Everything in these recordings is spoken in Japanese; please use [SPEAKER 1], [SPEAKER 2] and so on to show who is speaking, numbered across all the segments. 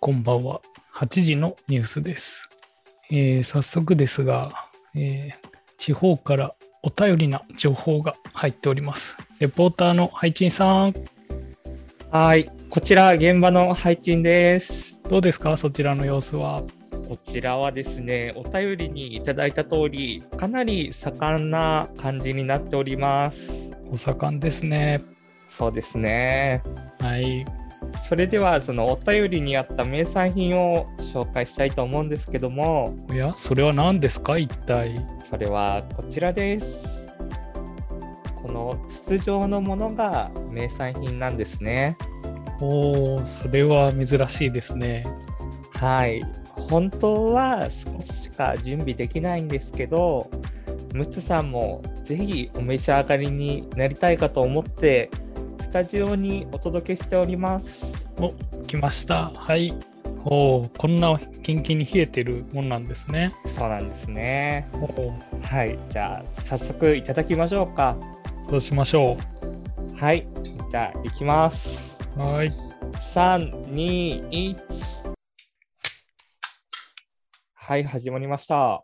[SPEAKER 1] こんばんは。8時のニュースです。えー早速ですが、えー地方からお便りな情報が入っております。レポーターのハイチンさん、
[SPEAKER 2] はい。こちら、現場の配置です。
[SPEAKER 1] どうですかそちらの様子は。
[SPEAKER 2] こちらはですね、お便りにいただいた通り、かなり盛んな感じになっております。
[SPEAKER 1] お盛んですね。
[SPEAKER 2] そうですね。
[SPEAKER 1] はい。
[SPEAKER 2] それでは、そのお便りにあった名産品を紹介したいと思うんですけども、
[SPEAKER 1] おや、それは何ですか一体。
[SPEAKER 2] それはこちらです。この筒状のものが名産品なんですね。
[SPEAKER 1] おー、それは珍しいですね。
[SPEAKER 2] はい、本当は少ししか準備できないんですけど、ムツさんもぜひお召し上がりになりたいかと思って、スタジオにお届けしております。
[SPEAKER 1] 来ました。はい。おー、こんなキンキンに冷えてるもんなんですね。
[SPEAKER 2] そうなんですね。
[SPEAKER 1] おー、
[SPEAKER 2] はい、じゃあ早速いただきましょうか。
[SPEAKER 1] そうしましょ
[SPEAKER 2] はい、じゃあいきます。
[SPEAKER 1] う。はーい。
[SPEAKER 2] 3、2、1。はい、始まりました。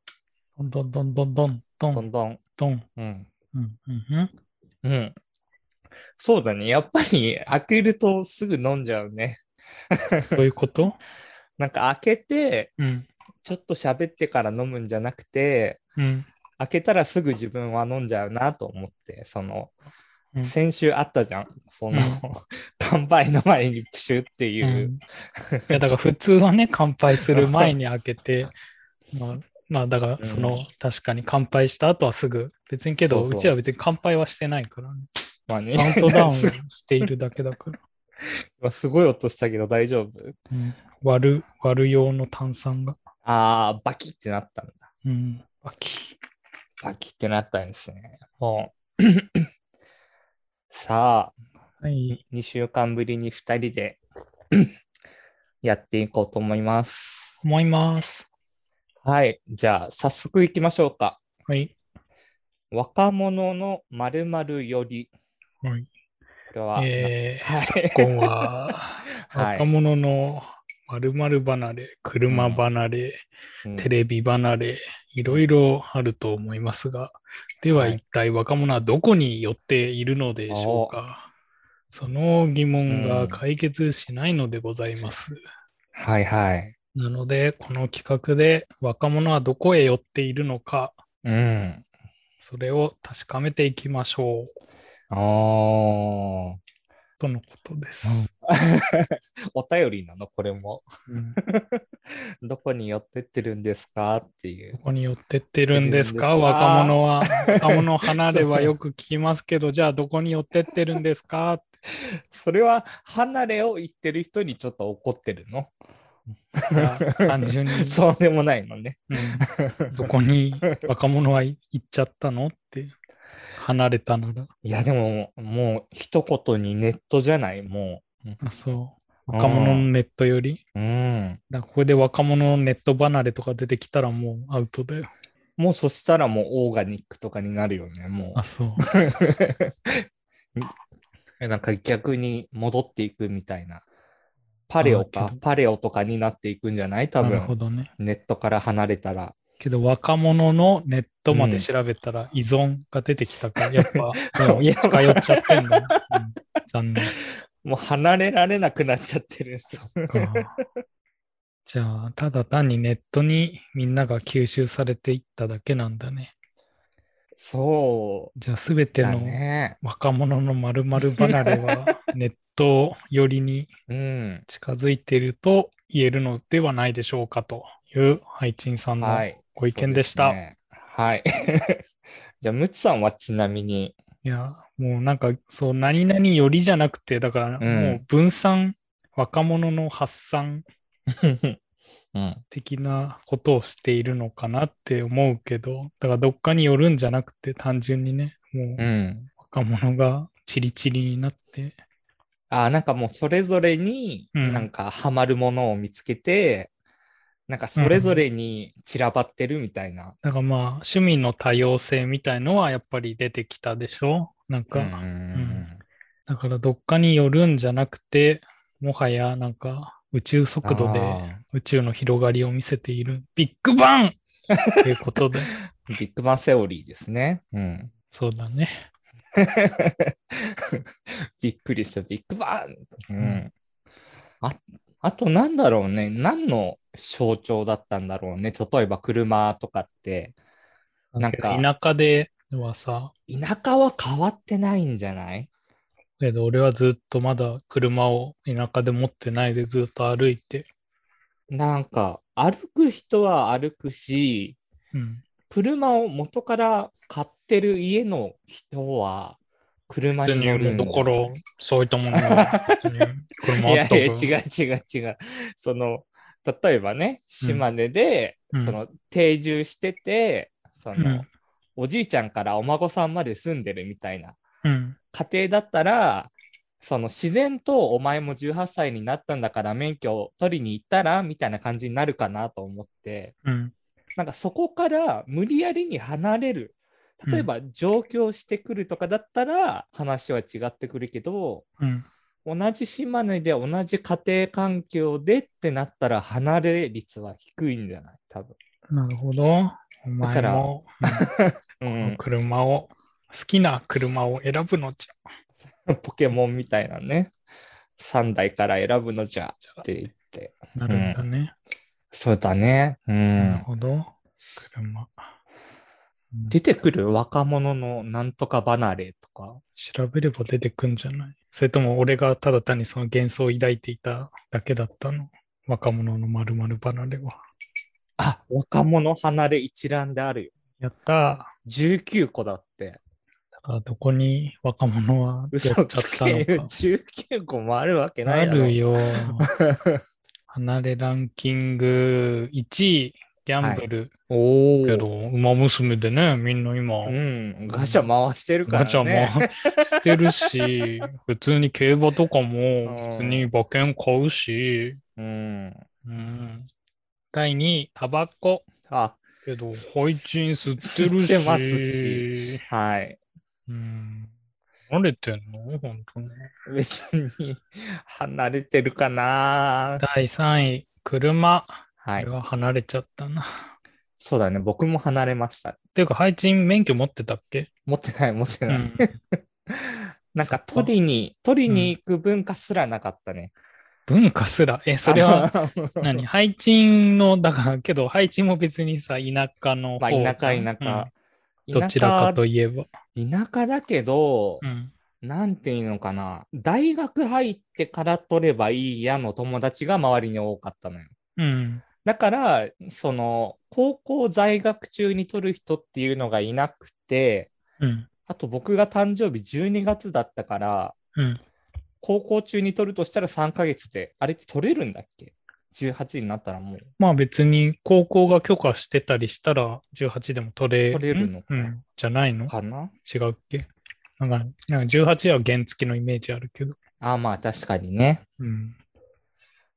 [SPEAKER 1] どんどんどんどんどんど
[SPEAKER 2] ど
[SPEAKER 1] ん
[SPEAKER 2] んどん。
[SPEAKER 1] どん。
[SPEAKER 2] うん。
[SPEAKER 1] うんうんうん。
[SPEAKER 2] うん。そうだね。やっぱり開けるとすぐ飲んじゃうね。
[SPEAKER 1] どういうこと
[SPEAKER 2] なんか開けて、
[SPEAKER 1] うん。
[SPEAKER 2] ちょっと喋ってから飲むんじゃなくて、
[SPEAKER 1] うん。
[SPEAKER 2] 開けたらすぐ自分は飲んじゃうなと思って、その、
[SPEAKER 1] うん
[SPEAKER 2] 先週あったじゃん。その、
[SPEAKER 1] うん
[SPEAKER 2] 乾杯の前にプシュっていうう。
[SPEAKER 1] ん、いやだから普通はね、乾杯する前に開け て、まあ、まあだからその、
[SPEAKER 2] うん
[SPEAKER 1] 確かに乾杯した後はすぐ、別にけど、う
[SPEAKER 2] そうそう
[SPEAKER 1] ちは別に乾杯はしてないから ね。
[SPEAKER 2] まあね、
[SPEAKER 1] カウントダウン
[SPEAKER 2] す
[SPEAKER 1] しているだけだ から。
[SPEAKER 2] 今すごい音したけど大丈夫
[SPEAKER 1] うん、割る、割る用の炭酸が。
[SPEAKER 2] あー、バキってなったんだ。
[SPEAKER 1] うん。バキ
[SPEAKER 2] バキってなったんですね。もう。 さあ、
[SPEAKER 1] はい。
[SPEAKER 2] 2週間ぶりに2人で やっていこうと思います。
[SPEAKER 1] 思います。
[SPEAKER 2] はい。じゃあ、早速いきましょうか。
[SPEAKER 1] はい。
[SPEAKER 2] 若者の〇〇より。
[SPEAKER 1] はい、
[SPEAKER 2] これは、
[SPEAKER 1] えー、
[SPEAKER 2] はい
[SPEAKER 1] 昨今は、
[SPEAKER 2] はい
[SPEAKER 1] 若者の〇〇離れ、車離れ、
[SPEAKER 2] うん
[SPEAKER 1] テレビ離れ、いろいろあると思いますが、では
[SPEAKER 2] はい
[SPEAKER 1] 一体若者はどこに寄っているのでしょうか。その疑問
[SPEAKER 2] う
[SPEAKER 1] が
[SPEAKER 2] ん
[SPEAKER 1] 解決しないのでございます。
[SPEAKER 2] はいはい。
[SPEAKER 1] なので、この企画で若者はどこへ寄っているのか、
[SPEAKER 2] うん。
[SPEAKER 1] それを確かめていきましょう。
[SPEAKER 2] おー
[SPEAKER 1] とのことです。
[SPEAKER 2] お便りなのこれも。
[SPEAKER 1] うん
[SPEAKER 2] どこに寄ってってるんですかっていう
[SPEAKER 1] ど。こに寄ってってるんですか
[SPEAKER 2] 寄ってるんですか
[SPEAKER 1] 若者は。若者 離れはよく聞きますけど、じゃあどこに寄ってってるんですか
[SPEAKER 2] それは、離れを言ってる人にちょっと怒ってるの
[SPEAKER 1] いや 単純に。
[SPEAKER 2] そうでもないのね。
[SPEAKER 1] うんどこ に若者は行っちゃったのって離れたなら。
[SPEAKER 2] いや、でも、もう、一言にネットじゃない、も
[SPEAKER 1] あそう。若者のネットより。
[SPEAKER 2] う。うん。
[SPEAKER 1] だからここで若者のネット離れとか出てきたらもうアウトだよ。
[SPEAKER 2] もう、そしたらもう、オーガニックとかになるよね、も
[SPEAKER 1] あ、そう。
[SPEAKER 2] う。 なんか、逆に戻っていくみたいな。パレオ
[SPEAKER 1] あー
[SPEAKER 2] か
[SPEAKER 1] けど、
[SPEAKER 2] パレオとかになっていくんじゃない多
[SPEAKER 1] なるほ
[SPEAKER 2] 分、
[SPEAKER 1] どね。
[SPEAKER 2] ネットから離れたら。
[SPEAKER 1] けど若者のネットまで調べたら依存が出てきたから、やっぱ、
[SPEAKER 2] うん
[SPEAKER 1] ね近寄っちゃってんの、うん残念
[SPEAKER 2] もう、離れられなくなっちゃってる。
[SPEAKER 1] か。じゃあ、ただ単にネットにみんなが吸収されていっただけなんだね。
[SPEAKER 2] そ
[SPEAKER 1] じゃあ、すべ
[SPEAKER 2] う。
[SPEAKER 1] て
[SPEAKER 2] だ
[SPEAKER 1] の
[SPEAKER 2] ね。
[SPEAKER 1] 若者のまるまる離れ はネット寄りに
[SPEAKER 2] うん。
[SPEAKER 1] 近づいていると言えるのではないでしょうかという配置さんの
[SPEAKER 2] はい。
[SPEAKER 1] ご意見でした
[SPEAKER 2] そうすねはい。 じゃあ、ムツさんはちなみに。
[SPEAKER 1] いやもうなんかそう何々よりじゃなくてだから
[SPEAKER 2] うん
[SPEAKER 1] もう分散、若者の発散
[SPEAKER 2] うん。
[SPEAKER 1] 的なことをしているのかなって思うけどだからどっかによるんじゃなくて単純にねも
[SPEAKER 2] う。
[SPEAKER 1] うん若者がチリチリになって
[SPEAKER 2] あーなんかもうそれぞれに、
[SPEAKER 1] うん
[SPEAKER 2] なんかハマるものを見つけて、なんかそれぞれに散らばってるみたいな。
[SPEAKER 1] だからまあ趣味の多様性みたいのはやっぱり出てきたでしょなん
[SPEAKER 2] う
[SPEAKER 1] か、
[SPEAKER 2] ん
[SPEAKER 1] だからどっかによるんじゃなくてもはやなんか宇宙速度
[SPEAKER 2] あ
[SPEAKER 1] で宇宙の広がりを見せているビッグバ ンということで、
[SPEAKER 2] ービッグバンセオリーですね。うん。
[SPEAKER 1] そうだね。
[SPEAKER 2] びっくりした、ビッグバン、うんん、ああと、なんだろうね、何の象徴だったんだろうね、例えば車とかって、なんか
[SPEAKER 1] 田舎ではさ、
[SPEAKER 2] 田舎は変わってないんじゃない
[SPEAKER 1] けど俺はずっとまだ車を田舎で持ってないでずっと歩いて、
[SPEAKER 2] なんか、歩く人は歩くし、
[SPEAKER 1] うん、
[SPEAKER 2] 車を元から買ってる家の人は、車
[SPEAKER 1] 全
[SPEAKER 2] に乗る
[SPEAKER 1] 然
[SPEAKER 2] ん
[SPEAKER 1] ど
[SPEAKER 2] だ
[SPEAKER 1] ころ、そういったものは、うん車
[SPEAKER 2] い
[SPEAKER 1] あ
[SPEAKER 2] や
[SPEAKER 1] っ
[SPEAKER 2] い
[SPEAKER 1] た
[SPEAKER 2] や、違
[SPEAKER 1] か
[SPEAKER 2] う
[SPEAKER 1] ら
[SPEAKER 2] 違う違う。その、例えばね、島根で、
[SPEAKER 1] うん
[SPEAKER 2] その、定住してて、その、
[SPEAKER 1] うん
[SPEAKER 2] おじいちゃんからお孫さんまで住んでるみたいな
[SPEAKER 1] うん、
[SPEAKER 2] 家庭だったら、その自然とお前も18歳になったんだから免許を取りに行ったらみたいな感じになるかなと思って、
[SPEAKER 1] うん、
[SPEAKER 2] なんかそこから無理やりに離れる。例えば上京してくるとかだったら話は違ってくるけど、
[SPEAKER 1] うん。
[SPEAKER 2] 同じ島根で同じ家庭環境でってなったら離れ率は低いんじゃない多分。
[SPEAKER 1] なるほど。お前
[SPEAKER 2] だから
[SPEAKER 1] も、
[SPEAKER 2] う
[SPEAKER 1] うん車を、好きな車を選ぶのじゃ。
[SPEAKER 2] ん、 ポケモンみたいなね。3代から選ぶのじゃって言って。
[SPEAKER 1] なるんだね。
[SPEAKER 2] そうだね。う
[SPEAKER 1] なる
[SPEAKER 2] ん。
[SPEAKER 1] ほど。車。うん
[SPEAKER 2] 出てくる若者のなんとか離れとか。
[SPEAKER 1] 調べれば出てくんじゃないそれとも俺がただ単にその幻想を抱いていただけだったの若者のまる離れは。
[SPEAKER 2] あ、若者離れ一覧であるよ。
[SPEAKER 1] やったー。
[SPEAKER 2] 19個だって。
[SPEAKER 1] だからどこに若者は寄っちゃ
[SPEAKER 2] 嘘
[SPEAKER 1] っ
[SPEAKER 2] つ
[SPEAKER 1] たの
[SPEAKER 2] け
[SPEAKER 1] か。
[SPEAKER 2] 19個もあるわけない
[SPEAKER 1] あ
[SPEAKER 2] だろ。
[SPEAKER 1] るよ。離れランキング1位、ギャンブル。
[SPEAKER 2] お
[SPEAKER 1] け
[SPEAKER 2] お。
[SPEAKER 1] ど、ウマ娘でね、みんな今
[SPEAKER 2] う、ん。ガチャ回してるから
[SPEAKER 1] ガ
[SPEAKER 2] ね。
[SPEAKER 1] チャもしてる し、普通に競馬とかも、
[SPEAKER 2] うん
[SPEAKER 1] 普通に馬券買うし、
[SPEAKER 2] うん。
[SPEAKER 1] うん。第2位、タバコ。
[SPEAKER 2] あ、
[SPEAKER 1] けど、ハイチン吸ってるし。
[SPEAKER 2] 吸ってますしはい。
[SPEAKER 1] うん。慣れてんの本当に。
[SPEAKER 2] 別に離れてるかな
[SPEAKER 1] 第3位、車。
[SPEAKER 2] は
[SPEAKER 1] こ
[SPEAKER 2] い
[SPEAKER 1] れ。は離れちゃったな。
[SPEAKER 2] そうだね。僕も離れました。
[SPEAKER 1] ていうか、配置免許持ってたっけ
[SPEAKER 2] 持ってない、持って
[SPEAKER 1] う
[SPEAKER 2] ない。
[SPEAKER 1] ん。
[SPEAKER 2] な
[SPEAKER 1] そっ
[SPEAKER 2] んか
[SPEAKER 1] か
[SPEAKER 2] 取りに、取りに行く文化すらなかったね。
[SPEAKER 1] 文化すら。え、それは
[SPEAKER 2] あの、
[SPEAKER 1] 何配置の、だから、けど、配置も別にさ、田舎の
[SPEAKER 2] まあ、
[SPEAKER 1] 方じゃん。
[SPEAKER 2] 田舎、田舎。
[SPEAKER 1] うんどちらかと
[SPEAKER 2] 田
[SPEAKER 1] いえば。
[SPEAKER 2] 舎田舎だけど
[SPEAKER 1] う、ん。
[SPEAKER 2] なんていうのかな。大学入ってから取ればいいやの友達が周りに多かったのよ。
[SPEAKER 1] うん。
[SPEAKER 2] だから、その、高校在学中に取る人っていうのがいなくて、
[SPEAKER 1] うん。
[SPEAKER 2] あと僕が誕生日12月だったから、
[SPEAKER 1] うん。
[SPEAKER 2] 高校中に取るとしたら3ヶ月で、あれって取れるんだっけ ?18 になったらもう。
[SPEAKER 1] まあ別に、高校が許可してたりしたら、18でも取れ
[SPEAKER 2] 取れるのか
[SPEAKER 1] うん。じゃないの
[SPEAKER 2] かな
[SPEAKER 1] 違うっけなんか、なんか18は原付きのイメージあるけど。
[SPEAKER 2] あまあ確かにね。
[SPEAKER 1] うん。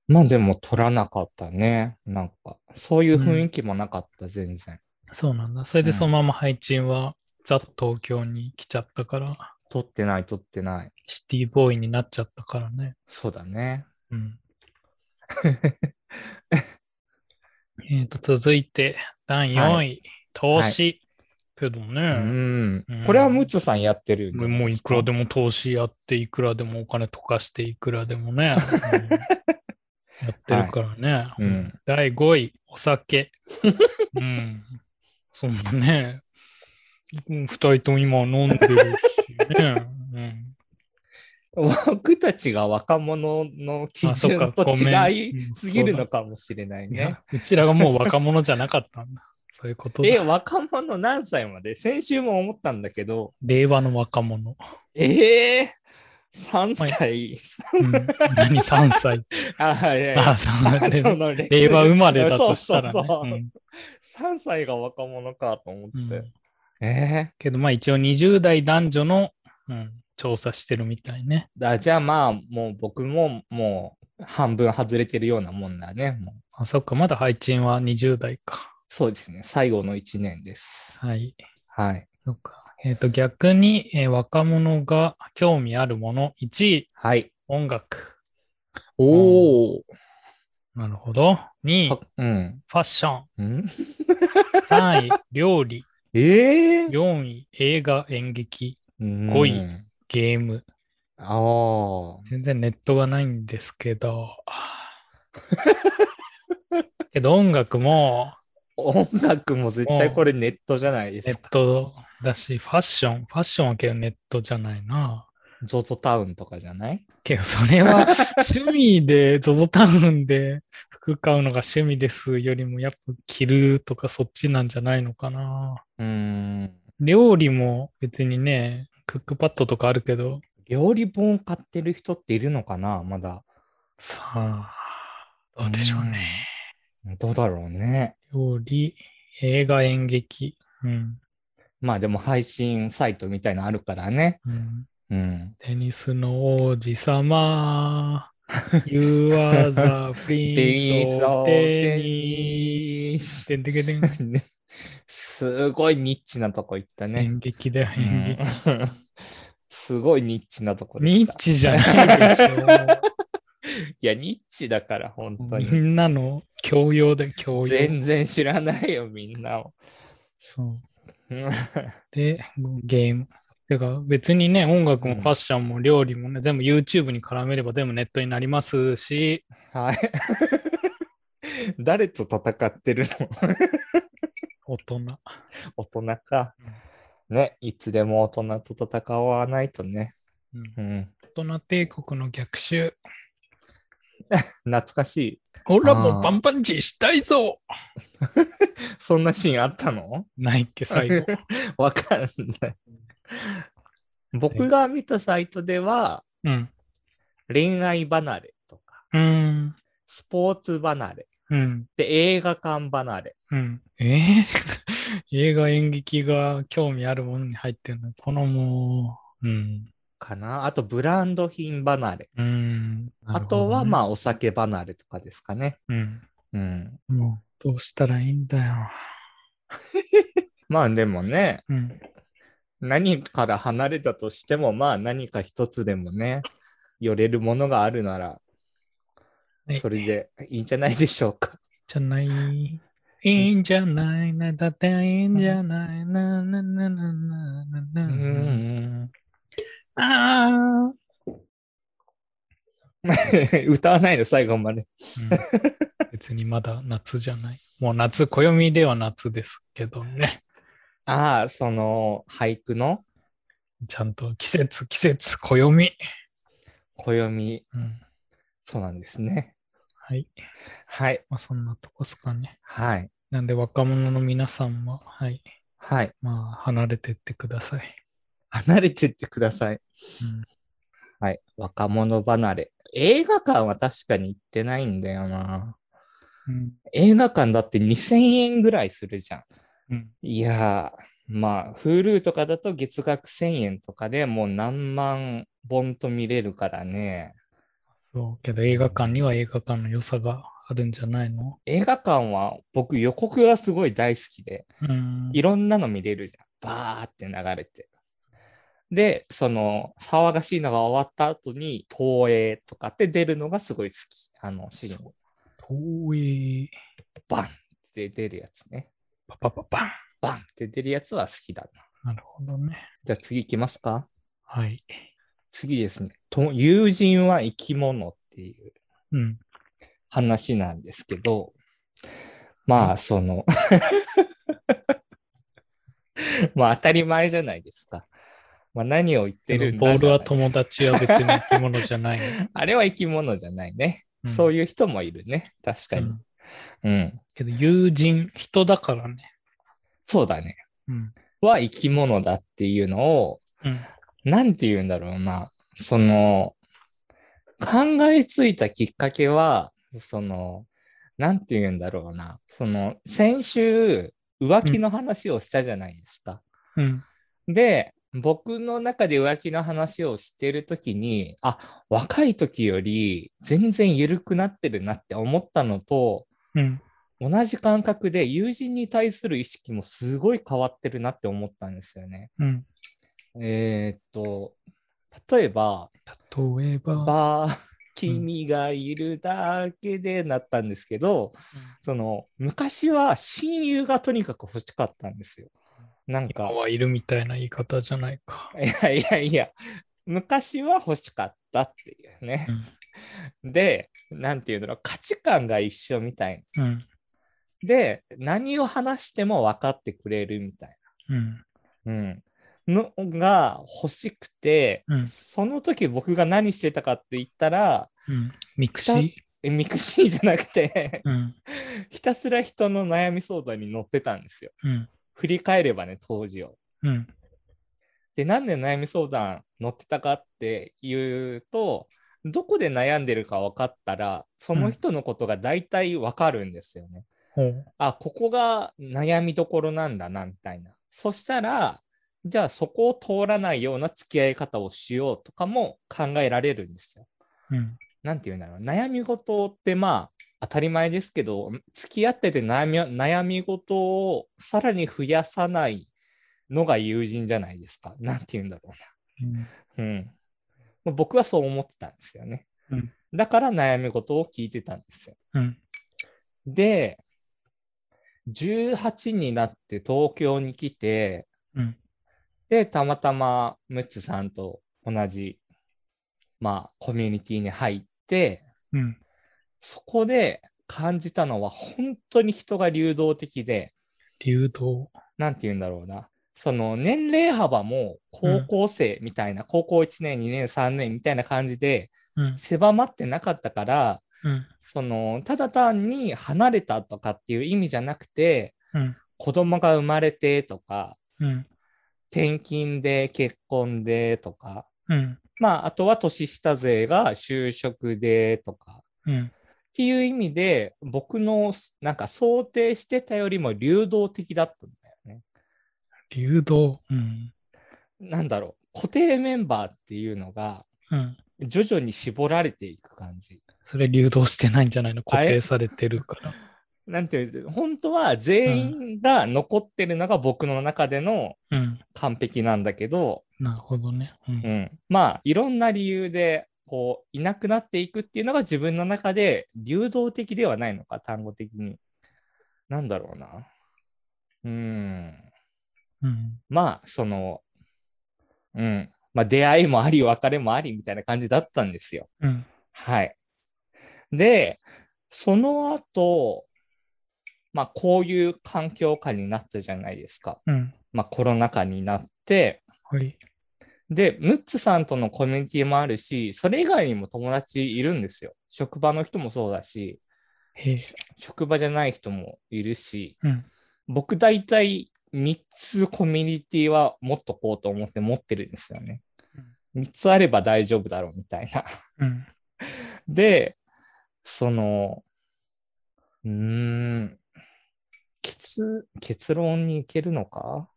[SPEAKER 2] まあでも取らなかったね。なんか、そういう雰囲気もなかった、全然。
[SPEAKER 1] そうなんだ。それでそのまま配置は、ザ・東京に来ちゃったから。
[SPEAKER 2] 取ってない、取ってない。
[SPEAKER 1] シティボーイになっちゃったからね。
[SPEAKER 2] そうだね。
[SPEAKER 1] うん。 えっと、続いて、第4位、
[SPEAKER 2] は
[SPEAKER 1] 投資。けどね、
[SPEAKER 2] うん
[SPEAKER 1] うん。
[SPEAKER 2] これはムツさんやってるんじゃな
[SPEAKER 1] もうい
[SPEAKER 2] す
[SPEAKER 1] くらでも投資やって、いくらで もお金溶かして、いくらでもね、うんやってるからね。
[SPEAKER 2] うん。
[SPEAKER 1] 第5位、お 酒。うん。そんなね、うん二人とも今飲んでるしね。 うん
[SPEAKER 2] 僕たちが若者の基準と
[SPEAKER 1] あそっか
[SPEAKER 2] 違いすぎるのかもしれない
[SPEAKER 1] い
[SPEAKER 2] ね
[SPEAKER 1] や。、うちらがもう若者じゃなかったんだ。そういうこと
[SPEAKER 2] え、
[SPEAKER 1] だ。
[SPEAKER 2] 若者何歳まで先週も思ったんだけど、
[SPEAKER 1] 令和の若者。
[SPEAKER 2] ええ3歳。
[SPEAKER 1] うん、何、3歳。
[SPEAKER 2] あ、いやい
[SPEAKER 1] あ、
[SPEAKER 2] や。
[SPEAKER 1] そうなんだ
[SPEAKER 2] その歴
[SPEAKER 1] 令和生まれだとしたら
[SPEAKER 2] そうそうそう
[SPEAKER 1] ね。うん
[SPEAKER 2] 3歳が若者かと思って。
[SPEAKER 1] うん
[SPEAKER 2] え
[SPEAKER 1] けど、まあ一応20代男女の、うん、調査してるみたいね。
[SPEAKER 2] ーだじゃあまあ、もう僕ももう半分外れてるようなもんだね。もう
[SPEAKER 1] あ、そっか、まだ配置は20代か。
[SPEAKER 2] そうですね。最後の1年です。
[SPEAKER 1] はい。
[SPEAKER 2] はい。
[SPEAKER 1] そっか。えっ、と、逆に、えー若者が興味あるもの、1位、
[SPEAKER 2] はい。
[SPEAKER 1] 音楽。
[SPEAKER 2] おー。
[SPEAKER 1] なるほど。2位、
[SPEAKER 2] か
[SPEAKER 1] フ
[SPEAKER 2] うん。
[SPEAKER 1] ァッション。
[SPEAKER 2] うん、
[SPEAKER 1] 3位、料理。
[SPEAKER 2] ええ
[SPEAKER 1] 4位、映画、演劇、
[SPEAKER 2] うん
[SPEAKER 1] 五位。ゲーム。
[SPEAKER 2] ああ。
[SPEAKER 1] 全然ネットがないんですけど。けど音楽も
[SPEAKER 2] 音楽も絶対これネットじゃないで
[SPEAKER 1] ネ
[SPEAKER 2] す
[SPEAKER 1] ッ
[SPEAKER 2] か。
[SPEAKER 1] トだし、ファッション、ファッションはけどネットじゃないな。
[SPEAKER 2] ゾゾタウンとかじゃない
[SPEAKER 1] けどそれは 趣味で、ZOZO タウンで服買うのが趣味ですよりもやっぱ着るとかそっちなんじゃないのかな。
[SPEAKER 2] うーん。
[SPEAKER 1] 料理も別にね、クックパッドとかあるけど、
[SPEAKER 2] 料理本を買ってる人っているのかなまだ。
[SPEAKER 1] さあ、どうでしょうね。
[SPEAKER 2] どうだろうね。
[SPEAKER 1] 料理、映画、演劇。うん。
[SPEAKER 2] まあでも配信サイトみたいなのあるからね。
[SPEAKER 1] うん、
[SPEAKER 2] うん。
[SPEAKER 1] テニスの王子様。You are the prince of tennis.
[SPEAKER 2] ス
[SPEAKER 1] てんてけてん
[SPEAKER 2] すごいニッチなとこ行ったね
[SPEAKER 1] 演。劇だよ、
[SPEAKER 2] う
[SPEAKER 1] 演
[SPEAKER 2] ん
[SPEAKER 1] 劇。
[SPEAKER 2] すごいニッチなとこでし
[SPEAKER 1] ニ
[SPEAKER 2] た
[SPEAKER 1] ッ。チじゃないで
[SPEAKER 2] いや、ニッチだから、本
[SPEAKER 1] しょ
[SPEAKER 2] 当
[SPEAKER 1] う。
[SPEAKER 2] に
[SPEAKER 1] み。んなの教養で教養。
[SPEAKER 2] 全然知らないよ、みんなを。
[SPEAKER 1] そう
[SPEAKER 2] うん
[SPEAKER 1] で、ゲーム。てか別にね、音楽もファッションも料理もね、全部 YouTube に絡めれば全部ネットになりますし、
[SPEAKER 2] はい。誰と戦ってるの
[SPEAKER 1] 大人。
[SPEAKER 2] 大人か。ね、いつでも大人と戦わないとね。
[SPEAKER 1] うん
[SPEAKER 2] うん。
[SPEAKER 1] 大人帝国の逆襲。
[SPEAKER 2] 懐かしい。
[SPEAKER 1] 俺
[SPEAKER 2] ら
[SPEAKER 1] は
[SPEAKER 2] も
[SPEAKER 1] も
[SPEAKER 2] う
[SPEAKER 1] う
[SPEAKER 2] バ
[SPEAKER 1] バンバンジしたいぞ
[SPEAKER 2] そんなシーンあったの
[SPEAKER 1] ないっけ、最 後。
[SPEAKER 2] わかんない。僕が見たサイトでは、
[SPEAKER 1] うん。
[SPEAKER 2] 恋愛離れとか、
[SPEAKER 1] うーん。
[SPEAKER 2] スポーツ離れ、
[SPEAKER 1] うん。
[SPEAKER 2] で、映画館離れ。
[SPEAKER 1] うん。えー 映画、演劇が興味あるものに入ってるの。このもう、うん。
[SPEAKER 2] かなあと、ブランド品離れ。
[SPEAKER 1] うーん。
[SPEAKER 2] あとは、ま
[SPEAKER 1] あ。
[SPEAKER 2] あ、お酒離れとかですかね。
[SPEAKER 1] うん。
[SPEAKER 2] うん。
[SPEAKER 1] もう、どうしたらいいんだよ。
[SPEAKER 2] まあ、でもね、
[SPEAKER 1] うん。
[SPEAKER 2] 何から離れたとしても、まあ、何か一つでもね、寄れるものがあるなら、
[SPEAKER 1] はい
[SPEAKER 2] それでいいんじゃないでしょうか。
[SPEAKER 1] じゃ ない。いいんじゃないな、だっていいんじゃないな、な、な、な、な、な、
[SPEAKER 2] う
[SPEAKER 1] な。
[SPEAKER 2] ん。
[SPEAKER 1] あー。
[SPEAKER 2] 歌わないの、最後ま
[SPEAKER 1] う
[SPEAKER 2] で。
[SPEAKER 1] ん別にまだ夏じゃない。もう夏、暦では夏ですけどね。
[SPEAKER 2] ああ、その、俳句の
[SPEAKER 1] ちゃんと季節、季節、暦。
[SPEAKER 2] 暦、
[SPEAKER 1] うん、
[SPEAKER 2] そうなんですね。
[SPEAKER 1] はい。
[SPEAKER 2] はい、
[SPEAKER 1] まあそんなとこですかね。
[SPEAKER 2] はい、
[SPEAKER 1] なんで若者の皆さんも、はい。
[SPEAKER 2] はい。
[SPEAKER 1] まあ離れてってください。
[SPEAKER 2] 離れてってください。はい、若者離れ。映画館は確かに行ってないんだよな。
[SPEAKER 1] うん。うん
[SPEAKER 2] 映画館だって2000円ぐらいするじゃん。
[SPEAKER 1] うん。
[SPEAKER 2] いやー、まあ、Hulu とかだと月額1000円とかでもう何万本と見れるからね。
[SPEAKER 1] そう。けど映画館には映画館の良さがあるんじゃないの
[SPEAKER 2] 映画館は僕予告がすごい大好きで、
[SPEAKER 1] うん。
[SPEAKER 2] いろんなの見れるじゃん。バーって流れて。で、その、騒がしいのが終わった後に、東映とかって出るのがすごい好き。あの、シーン
[SPEAKER 1] そ遠い。
[SPEAKER 2] バンって出るやつね。
[SPEAKER 1] パパパパン。
[SPEAKER 2] バンって出るやつは好きだな。
[SPEAKER 1] なるほどね。
[SPEAKER 2] じゃあ次行きますか
[SPEAKER 1] はい。
[SPEAKER 2] 次ですね。と友人は生き物っていう
[SPEAKER 1] うん。
[SPEAKER 2] 話なんですけど、
[SPEAKER 1] う
[SPEAKER 2] まあ、その まあ、当たり前じゃないですか。まあ、何を言って
[SPEAKER 1] け
[SPEAKER 2] る
[SPEAKER 1] ど
[SPEAKER 2] んだ
[SPEAKER 1] ボールは
[SPEAKER 2] じゃない
[SPEAKER 1] 友達は別に生き物じゃ ないの。
[SPEAKER 2] あれは生き物じゃないね。
[SPEAKER 1] うん
[SPEAKER 2] そういう人もいるね。確かに。
[SPEAKER 1] うん
[SPEAKER 2] うん。
[SPEAKER 1] けど友人、人だからね。
[SPEAKER 2] そうだね。
[SPEAKER 1] うん。
[SPEAKER 2] は生き物だっていうのを、
[SPEAKER 1] うん。
[SPEAKER 2] なんて言うんだろうな。その、考えついたきっかけは、その、なんて言うんだろうな。その、先週、浮気の話をしたじゃないですか。
[SPEAKER 1] うん。
[SPEAKER 2] で、僕の中で浮気の話をしてるときに、あ、若い時より全然緩くなってるなって思ったのと、
[SPEAKER 1] うん。
[SPEAKER 2] 同じ感覚で友人に対する意識もすごい変わってるなって思ったんですよね。
[SPEAKER 1] うん。
[SPEAKER 2] えーっと、例えば、
[SPEAKER 1] 例えば、
[SPEAKER 2] バー、君がいるだけでなったんですけど、その昔は親友がとにかく欲しかったんですよ。なん
[SPEAKER 1] 今
[SPEAKER 2] か、
[SPEAKER 1] はいるみたいな言い方じゃないか。
[SPEAKER 2] いやいやいや、昔は欲しかったっていうね。で、なんていうんだろう、価値観が一緒みたい
[SPEAKER 1] うん。
[SPEAKER 2] な。で、何を話しても分かってくれるみたいな。
[SPEAKER 1] うん。
[SPEAKER 2] うん、のが欲しくて、
[SPEAKER 1] うん
[SPEAKER 2] その時僕が何してたかって言ったら、
[SPEAKER 1] うん。ミクシー
[SPEAKER 2] えミクシーじゃなくて、
[SPEAKER 1] うん。
[SPEAKER 2] ひたすら人の悩み相談に乗ってたんですよ。
[SPEAKER 1] うん。
[SPEAKER 2] 振り返ればね、当時を。
[SPEAKER 1] うん。
[SPEAKER 2] で、なんで悩み相談乗ってたかっていうと、どこで悩んでるか分かったら、その人のことが大体分かるんですよね。
[SPEAKER 1] ほう。
[SPEAKER 2] あ、ここが悩みどころなんだな、みたいな。そしたら、じゃあそこを通らないような付き合い方をしようとかも考えられるんですよ。
[SPEAKER 1] うん。
[SPEAKER 2] なんていうんだろう。悩み事ってまあ、当たり前ですけど、付き合ってて悩み、悩み事をさらに増やさないのが友人じゃないですか。なんて言うんだろ
[SPEAKER 1] うん。
[SPEAKER 2] うな。うん。まあ僕はそう思ってたんですよね。
[SPEAKER 1] うん
[SPEAKER 2] だから悩み事を聞いてたんですよ。
[SPEAKER 1] うん。
[SPEAKER 2] で、18になって東京に来て、
[SPEAKER 1] うん。
[SPEAKER 2] で、たまたまムッツさんと同じ、まあ、コミュニティに入って、
[SPEAKER 1] うん。
[SPEAKER 2] そこで感じたのは、本当に人が流動的で、
[SPEAKER 1] 流動。
[SPEAKER 2] なんて言うんだろうな。その年齢幅も高校生みたいな、高校1年、2年、3年みたいな感じで
[SPEAKER 1] うん。
[SPEAKER 2] 狭まってなかったから、
[SPEAKER 1] うん。
[SPEAKER 2] その、ただ単に離れたとかっていう意味じゃなくて、
[SPEAKER 1] うん。
[SPEAKER 2] 子供が生まれてとか、
[SPEAKER 1] うん。
[SPEAKER 2] 転勤で結婚でとか、
[SPEAKER 1] うん。
[SPEAKER 2] まあ、あとは年下勢が就職でとか、
[SPEAKER 1] うん。
[SPEAKER 2] っていう意味で、僕のすなんか想定してたよりも流動的だったんだよね。
[SPEAKER 1] 流動。うん。
[SPEAKER 2] なんだろう、固定メンバーっていうのが
[SPEAKER 1] うん。
[SPEAKER 2] 徐々に絞られていく感じ。
[SPEAKER 1] それ流動してないんじゃないの
[SPEAKER 2] あ
[SPEAKER 1] 固
[SPEAKER 2] れ
[SPEAKER 1] 定されてるから。
[SPEAKER 2] なんていうの本当は全員が残ってるのが僕の中での
[SPEAKER 1] うん。
[SPEAKER 2] 完璧なんだけど、
[SPEAKER 1] なるほどね。うん
[SPEAKER 2] う。ん、まあいろんな理由でこういなくなっていくっていうのが自分の中で流動的ではないのか単語的に。なんだろうな。うん。
[SPEAKER 1] うん。
[SPEAKER 2] まあそのうん。まあ出会いもあり別れもありみたいな感じだったんですよ。
[SPEAKER 1] うん。
[SPEAKER 2] はい。で、その後、まあこういう環境下になったじゃないですか。
[SPEAKER 1] うん。
[SPEAKER 2] まあコロナ禍になって、
[SPEAKER 1] はい。
[SPEAKER 2] で、ムッツさんとのコミュニティもあるし、それ以外にも友達いるんですよ。職場の人もそうだし、
[SPEAKER 1] へえ。
[SPEAKER 2] 職場じゃない人もいるし、
[SPEAKER 1] うん。
[SPEAKER 2] 僕大体3つコミュニティは持っとこうと思って持ってるんですよね。3つあれば大丈夫だろうみたいな。
[SPEAKER 1] うん。
[SPEAKER 2] で、その、うーん、結、結論に行けるのか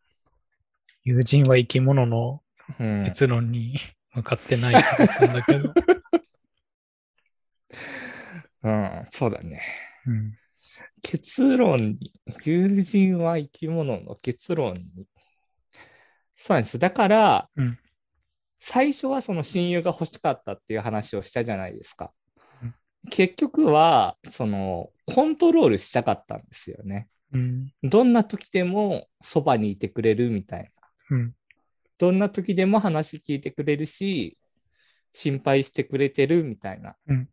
[SPEAKER 1] 友人は生き物の
[SPEAKER 2] うん。
[SPEAKER 1] 結論に向かってない気がするんだけど。
[SPEAKER 2] うん、そうだね。
[SPEAKER 1] うん。
[SPEAKER 2] 結論に、友人は生き物の結論に。そうなんです。だから、
[SPEAKER 1] うん
[SPEAKER 2] 最初はその親友が欲しかったっていう話をしたじゃないですか。
[SPEAKER 1] うん
[SPEAKER 2] 結局は、その、コントロールしたかったんですよね。
[SPEAKER 1] うん。
[SPEAKER 2] どんな時でもそばにいてくれるみたいな。
[SPEAKER 1] うん。
[SPEAKER 2] どんな時でも話聞いてくれるし、心配してくれてるみたいな。
[SPEAKER 1] うん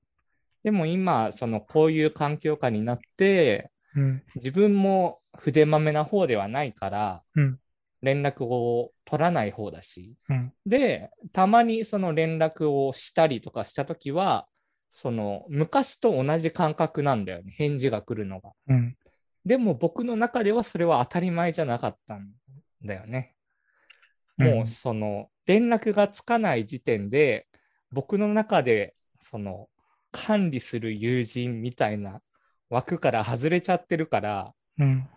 [SPEAKER 2] でも今、その、こういう環境下になって、
[SPEAKER 1] うん。
[SPEAKER 2] 自分も筆まめな方ではないから、
[SPEAKER 1] うん
[SPEAKER 2] 連絡を取らない方だし、
[SPEAKER 1] うん
[SPEAKER 2] でたまにその連絡をしたりとかした時はその昔と同じ感覚なんだよね返事が来るのが
[SPEAKER 1] うん。
[SPEAKER 2] でも僕の中ではそれは当たり前じゃなかったんだよねもうその連絡がつかない時点で僕の中でその管理する友人みたいな枠から外れちゃってるから、
[SPEAKER 1] うん。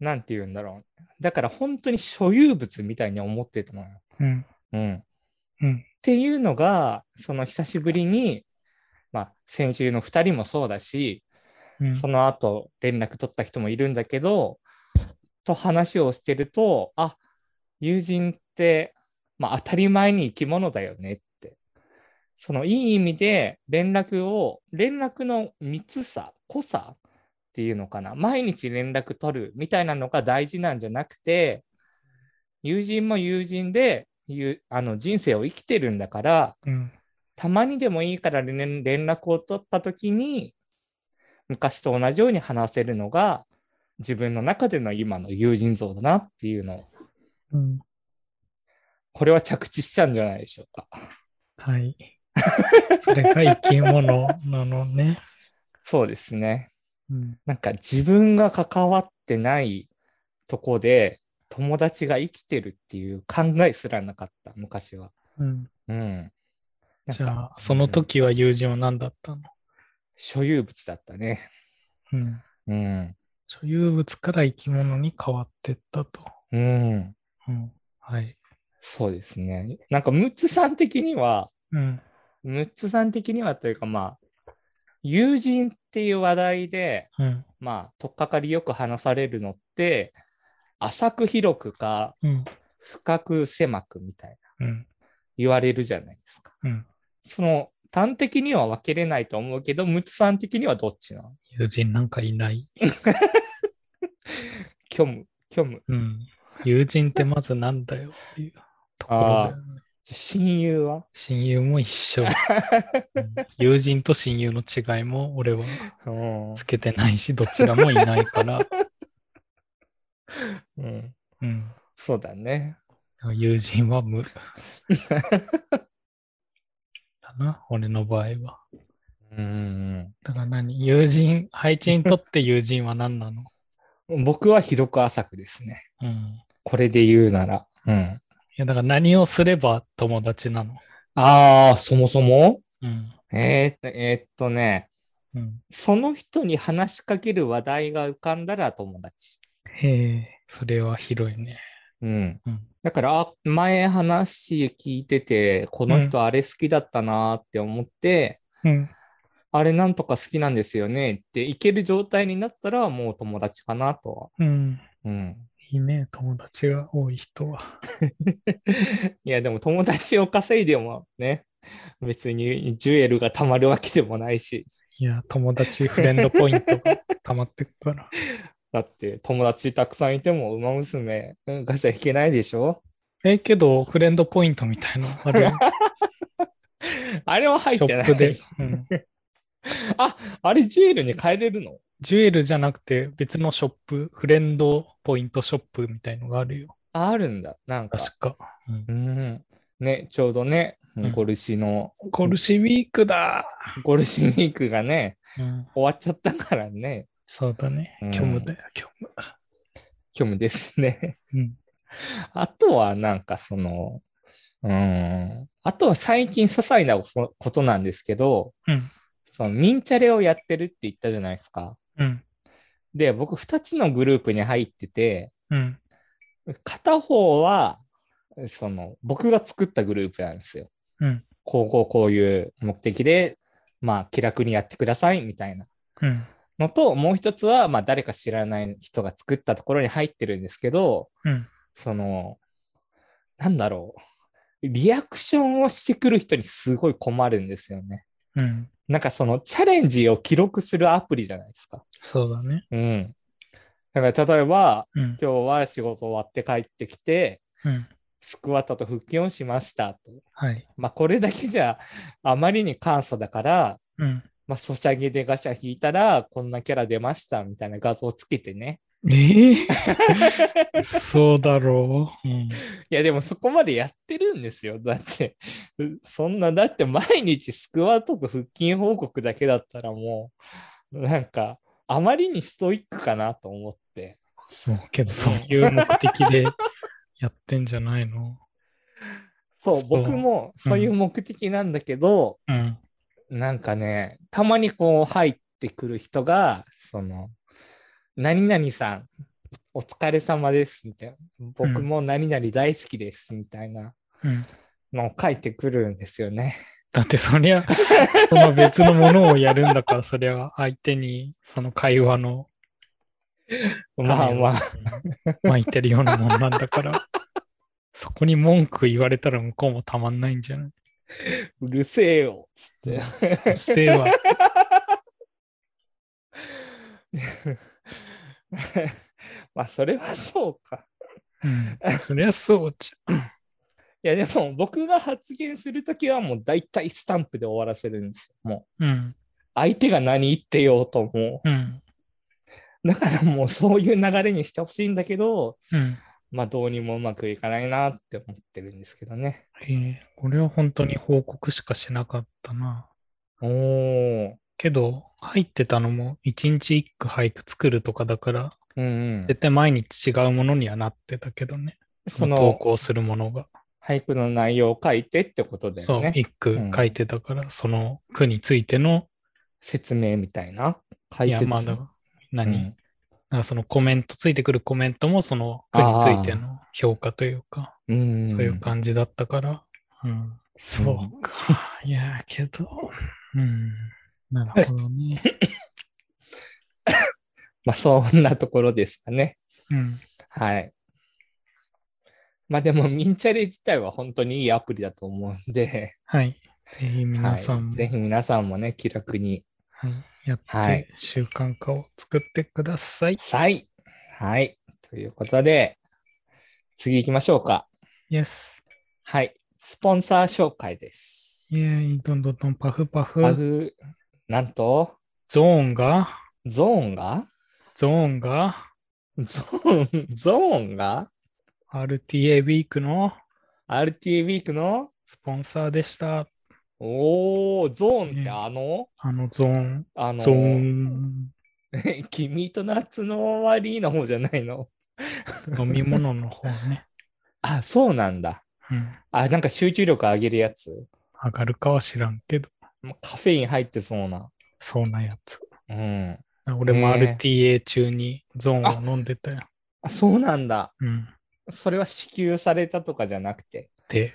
[SPEAKER 2] なんて言うんだろう。だから本当に所有物みたいに思ってたのよ。
[SPEAKER 1] うん。
[SPEAKER 2] うん。
[SPEAKER 1] うん
[SPEAKER 2] っていうのが、その久しぶりに、まあ先週の2人もそうだし、
[SPEAKER 1] うん。
[SPEAKER 2] その後連絡取った人もいるんだけど、と話をしてると、あ、友人って、まあ当たり前に生き物だよねって。そのいい意味で連絡を、連絡の密さ、濃さっていうのかな。毎日連絡取るみたいなのが大事なんじゃなくて、友人も友人で、ゆあの人生を生きてるんだから、
[SPEAKER 1] うん。
[SPEAKER 2] たまにでもいいから連連絡を取った時に、昔と同じように話せるのが、自分の中での今の友人像だなっていうのを、
[SPEAKER 1] うん。
[SPEAKER 2] これは着地しちゃうんじゃないでしょうか。
[SPEAKER 1] はい。それが生き物なのね。
[SPEAKER 2] そうですね。
[SPEAKER 1] うん。
[SPEAKER 2] なんか自分が関わってないとこで友達が生きてるっていう考えすらなかった、昔は。
[SPEAKER 1] うん。
[SPEAKER 2] うん。なん
[SPEAKER 1] じゃ
[SPEAKER 2] か
[SPEAKER 1] あ、その時は友人は何だったの
[SPEAKER 2] 所有物だったね。
[SPEAKER 1] うん。
[SPEAKER 2] うん。
[SPEAKER 1] 所有物から生き物に変わってったと。
[SPEAKER 2] うん。
[SPEAKER 1] うん。はい。
[SPEAKER 2] そうですね。なんか、ムッツさん的には、
[SPEAKER 1] うん。
[SPEAKER 2] ムッツさん的にはというか、まあ、友人っていう話題で、
[SPEAKER 1] うん。
[SPEAKER 2] まあ、とっかかりよく話されるのって、浅く広くか、
[SPEAKER 1] うん。
[SPEAKER 2] 深く狭くみたいな
[SPEAKER 1] うん。
[SPEAKER 2] 言われるじゃないですか。
[SPEAKER 1] うん。
[SPEAKER 2] その端的には分けれないと思うけど、ムツさん的にはどっちなの
[SPEAKER 1] 友人なんかいない。
[SPEAKER 2] 虚無、虚無。
[SPEAKER 1] うん。友人ってまずなんだよっていうところだよね。
[SPEAKER 2] 親友は
[SPEAKER 1] 親友も一緒、うん友人と親友の違いも俺は
[SPEAKER 2] うん
[SPEAKER 1] つけてないし、どちらもいないから。
[SPEAKER 2] うん。
[SPEAKER 1] うん。
[SPEAKER 2] そうだね。
[SPEAKER 1] 友人は 無。だな、俺の場合は。
[SPEAKER 2] うん
[SPEAKER 1] だから何友人、配置にとって友人は何なの
[SPEAKER 2] 僕は広く浅くですね。
[SPEAKER 1] うん。
[SPEAKER 2] これで言うなら。うん。
[SPEAKER 1] いや、だから何をすれば友達なの
[SPEAKER 2] ああ、そもそも
[SPEAKER 1] うん。
[SPEAKER 2] えーっと、えーっとね、
[SPEAKER 1] うん。
[SPEAKER 2] その人に話しかける話題が浮かんだら友達。
[SPEAKER 1] へえ、それは広いね。
[SPEAKER 2] うん。
[SPEAKER 1] うん。
[SPEAKER 2] だから、あ前話聞いてて、この人あれ好きだったなーって思って、
[SPEAKER 1] うん。
[SPEAKER 2] あれなんとか好きなんですよねっていける状態になったらもう友達かなとは。
[SPEAKER 1] うん。
[SPEAKER 2] うん。
[SPEAKER 1] いいね、友達が多い人は。
[SPEAKER 2] いやでも友達を稼いでもね、別にジュエルが貯まるわけでもないし、
[SPEAKER 1] い や、友達、フレンドポイントが溜まってくから。
[SPEAKER 2] だって友達たくさんいても馬娘うんガチャ引けないでしょ
[SPEAKER 1] ええけど、フレンドポイントみたいなのある よ
[SPEAKER 2] あれは入っ
[SPEAKER 1] ショ
[SPEAKER 2] てな
[SPEAKER 1] ップで
[SPEAKER 2] い。、
[SPEAKER 1] うん。
[SPEAKER 2] あ、あれジュエルに変えれるの
[SPEAKER 1] ジュエルじゃなくて、別のショップ、フレンドポイントショップみたいのがあるよ。
[SPEAKER 2] ああるんだ。なんか。
[SPEAKER 1] 確か。うん
[SPEAKER 2] うん。ね、ちょうどね、
[SPEAKER 1] うん
[SPEAKER 2] ゴルシの、
[SPEAKER 1] コルシウィークだ、
[SPEAKER 2] ゴルシウィークがね、
[SPEAKER 1] うん、
[SPEAKER 2] 終わっちゃったからね、
[SPEAKER 1] そうだね
[SPEAKER 2] うん。
[SPEAKER 1] 虚無だよ、虚無。
[SPEAKER 2] 虚無ですね。
[SPEAKER 1] うん。
[SPEAKER 2] あとはなんかその、うーん、あとは最近些細なこことなんですけど、
[SPEAKER 1] うん
[SPEAKER 2] そのミンチャレをやってるって言ったじゃないですか。
[SPEAKER 1] うん。
[SPEAKER 2] で、僕2つのグループに入ってて、
[SPEAKER 1] うん。
[SPEAKER 2] 片方は、その、僕が作ったグループなんですよ。
[SPEAKER 1] うん
[SPEAKER 2] こうこうこういう目的で、まあ気楽にやってくださいみたいな
[SPEAKER 1] うん。
[SPEAKER 2] のと、もう一つは、まあ誰か知らない人が作ったところに入ってるんですけど、
[SPEAKER 1] うん。
[SPEAKER 2] その、なんだろう。リアクションをしてくる人にすごい困るんですよね。
[SPEAKER 1] うん。
[SPEAKER 2] なんかそのチャレンジを記録するアプリじゃないですか。
[SPEAKER 1] そうだね。
[SPEAKER 2] うん。だから例えば、
[SPEAKER 1] うん。
[SPEAKER 2] 今日は仕事終わって帰ってきて、
[SPEAKER 1] うん。
[SPEAKER 2] スクワットと腹筋をしましたと。
[SPEAKER 1] はい。
[SPEAKER 2] まあこれだけじゃあまりに簡素だから、
[SPEAKER 1] うん。
[SPEAKER 2] まあソシャゲでガシャ引いたらこんなキャラ出ましたみたいな画像をつけてね。
[SPEAKER 1] ええそうだろう。うん。
[SPEAKER 2] いや、でもそこまでやってるんですよ。だって、うそんな、だって毎日スクワットと腹筋報告だけだったらもう、なんか、あまりにストイックかなと思って。
[SPEAKER 1] そう、けどそういう目的でやってんじゃないの
[SPEAKER 2] そう、
[SPEAKER 1] そう
[SPEAKER 2] 僕もそういう目的なんだけど、
[SPEAKER 1] うん。
[SPEAKER 2] なんかね、たまにこう入ってくる人が、その、何々さん、お疲れ様です、みたいな。僕も何々大好きです、みたいな
[SPEAKER 1] うん、
[SPEAKER 2] のを書いてくるんですよね。
[SPEAKER 1] だってそりゃ、その別のものをやるんだから、そりゃ相手にその会話の
[SPEAKER 2] まあまあ、
[SPEAKER 1] あ、巻いてるようなもんなんだから、そこに文句言われたら向こうもたまんないんじゃない
[SPEAKER 2] うるせえよつって。
[SPEAKER 1] うっせ えわ。
[SPEAKER 2] まあ、それはそうか。
[SPEAKER 1] うん。そりゃそうじ
[SPEAKER 2] いや、でも僕が発言するときはもう大体スタンプで終わらせるんですよ。もう、
[SPEAKER 1] ゃん。うん。
[SPEAKER 2] 相手が何言ってようとも
[SPEAKER 1] うん。
[SPEAKER 2] う。だからもうそういう流れにしてほしいんだけど、
[SPEAKER 1] うん。
[SPEAKER 2] まあ、どうにもうまくいかないなって思ってるんですけどね。
[SPEAKER 1] えーこれは本当に報告しかしなかったな。
[SPEAKER 2] おー。
[SPEAKER 1] けど、入ってたのも1日1句俳句作るとかだから、
[SPEAKER 2] うんうん、
[SPEAKER 1] 絶対毎日違うものにはなってたけどね。
[SPEAKER 2] そ
[SPEAKER 1] 投
[SPEAKER 2] の
[SPEAKER 1] 稿するものが。
[SPEAKER 2] 俳句の内容を書いてってことだ
[SPEAKER 1] そ
[SPEAKER 2] よ
[SPEAKER 1] う、
[SPEAKER 2] ね。
[SPEAKER 1] 一句書いてたから、その句についての、
[SPEAKER 2] 説明みたいな。解
[SPEAKER 1] いや、
[SPEAKER 2] 説。
[SPEAKER 1] まあだから、
[SPEAKER 2] う
[SPEAKER 1] 何、
[SPEAKER 2] ん
[SPEAKER 1] なんかそのコメント、ついてくるコメントも、その句についての評価というか、
[SPEAKER 2] うん、
[SPEAKER 1] そういう感じだったから、うん。そうか。いや、けど、うん。なるほど ね。
[SPEAKER 2] まあそんなところですかね。
[SPEAKER 1] うん。
[SPEAKER 2] はい。まあでも、ミンチャレ自体は本当にいいアプリだと思うんで、
[SPEAKER 1] はい。ぜひ皆さん
[SPEAKER 2] はい、
[SPEAKER 1] も、
[SPEAKER 2] ぜひ皆さんもね、気楽に。
[SPEAKER 1] はいやっ
[SPEAKER 2] はい
[SPEAKER 1] て習慣化を作ってください。
[SPEAKER 2] さい。はい。ということで、次行きましょうか。
[SPEAKER 1] Yes。
[SPEAKER 2] はい。スポンサー紹介です。
[SPEAKER 1] イェーイ、どんどんどんパフパ
[SPEAKER 2] パ
[SPEAKER 1] フ。
[SPEAKER 2] フ、なんと、
[SPEAKER 1] ゾーンが、
[SPEAKER 2] ゾーンが
[SPEAKER 1] ゾーンが、
[SPEAKER 2] ゾーン、ゾーンが
[SPEAKER 1] RTA ウィークの
[SPEAKER 2] ?RT ウィークの
[SPEAKER 1] スポンサーでした。
[SPEAKER 2] おー、ゾーンって
[SPEAKER 1] うん
[SPEAKER 2] あの、
[SPEAKER 1] あのゾーン、
[SPEAKER 2] あの、
[SPEAKER 1] ゾーン、
[SPEAKER 2] 君と夏の終わりの方じゃないの
[SPEAKER 1] 飲み物の方ね。
[SPEAKER 2] あ、そうなんだ。
[SPEAKER 1] うん。
[SPEAKER 2] あ、なんか集中力上げるやつ。
[SPEAKER 1] 上がるかは知らんけど、
[SPEAKER 2] もうカフェイン入ってそうな。
[SPEAKER 1] そうなやつ。
[SPEAKER 2] うん。
[SPEAKER 1] 俺も
[SPEAKER 2] ね
[SPEAKER 1] RTA 中にゾーンを飲んでたよ。
[SPEAKER 2] あ、そうなんだ。
[SPEAKER 1] うん。
[SPEAKER 2] それは支給されたとかじゃなくて、
[SPEAKER 1] で、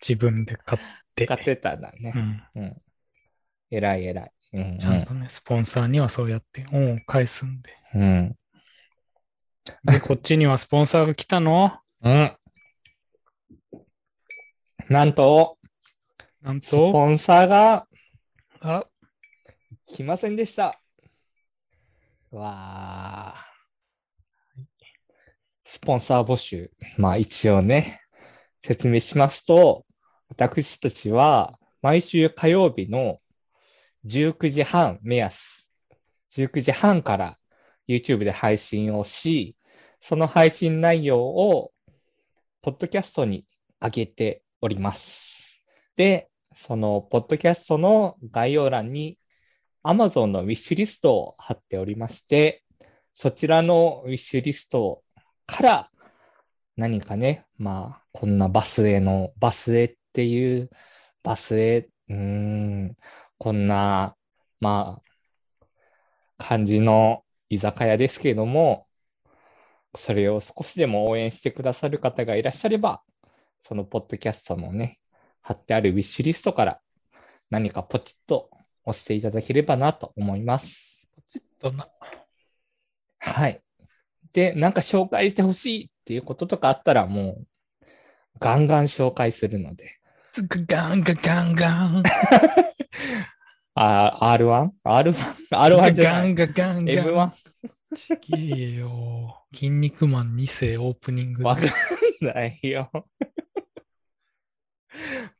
[SPEAKER 1] 自分で買って。
[SPEAKER 2] 買ってたんだね
[SPEAKER 1] う。ん。
[SPEAKER 2] えらいえらい。うん、うん
[SPEAKER 1] ちゃんとね、スポンサーにはそうやって恩を返すんで。
[SPEAKER 2] うん。
[SPEAKER 1] で、こっちにはスポンサーが来たの
[SPEAKER 2] うん。なんと、
[SPEAKER 1] なん
[SPEAKER 2] ス
[SPEAKER 1] と、
[SPEAKER 2] ポンサーが
[SPEAKER 1] あ、
[SPEAKER 2] 来ませんでした。わあ。スポンサー募集。まあ一応ね、説明しますと、私たちは毎週火曜日の19時半目安、19時半から YouTube で配信をし、その配信内容をポッドキャストに上げております。で、そのポッドキャストの概要欄に Amazon のウィッシュリストを貼っておりまして、そちらのウィッシュリストから何かね、まあ、こんなバスへの、バスへっていう、バスへ、うーん、こんな、まあ、感じの居酒屋ですけれども、それを少しでも応援してくださる方がいらっしゃれば、そのポッドキャストのね、貼ってあるウィッシュリストから何かポチッと押していただければなと思います。
[SPEAKER 1] どんな、
[SPEAKER 2] はい。で、なんか紹介してほしいっていうこととかあったらもう、ガンガン紹介するので。
[SPEAKER 1] つくガンガガンガン。
[SPEAKER 2] あ、R1?R1? R1 じゃな
[SPEAKER 1] ガン
[SPEAKER 2] い。
[SPEAKER 1] ガガンガン。
[SPEAKER 2] M1?
[SPEAKER 1] ちげえよ。筋肉マン2世オープニングで
[SPEAKER 2] わかんないよ。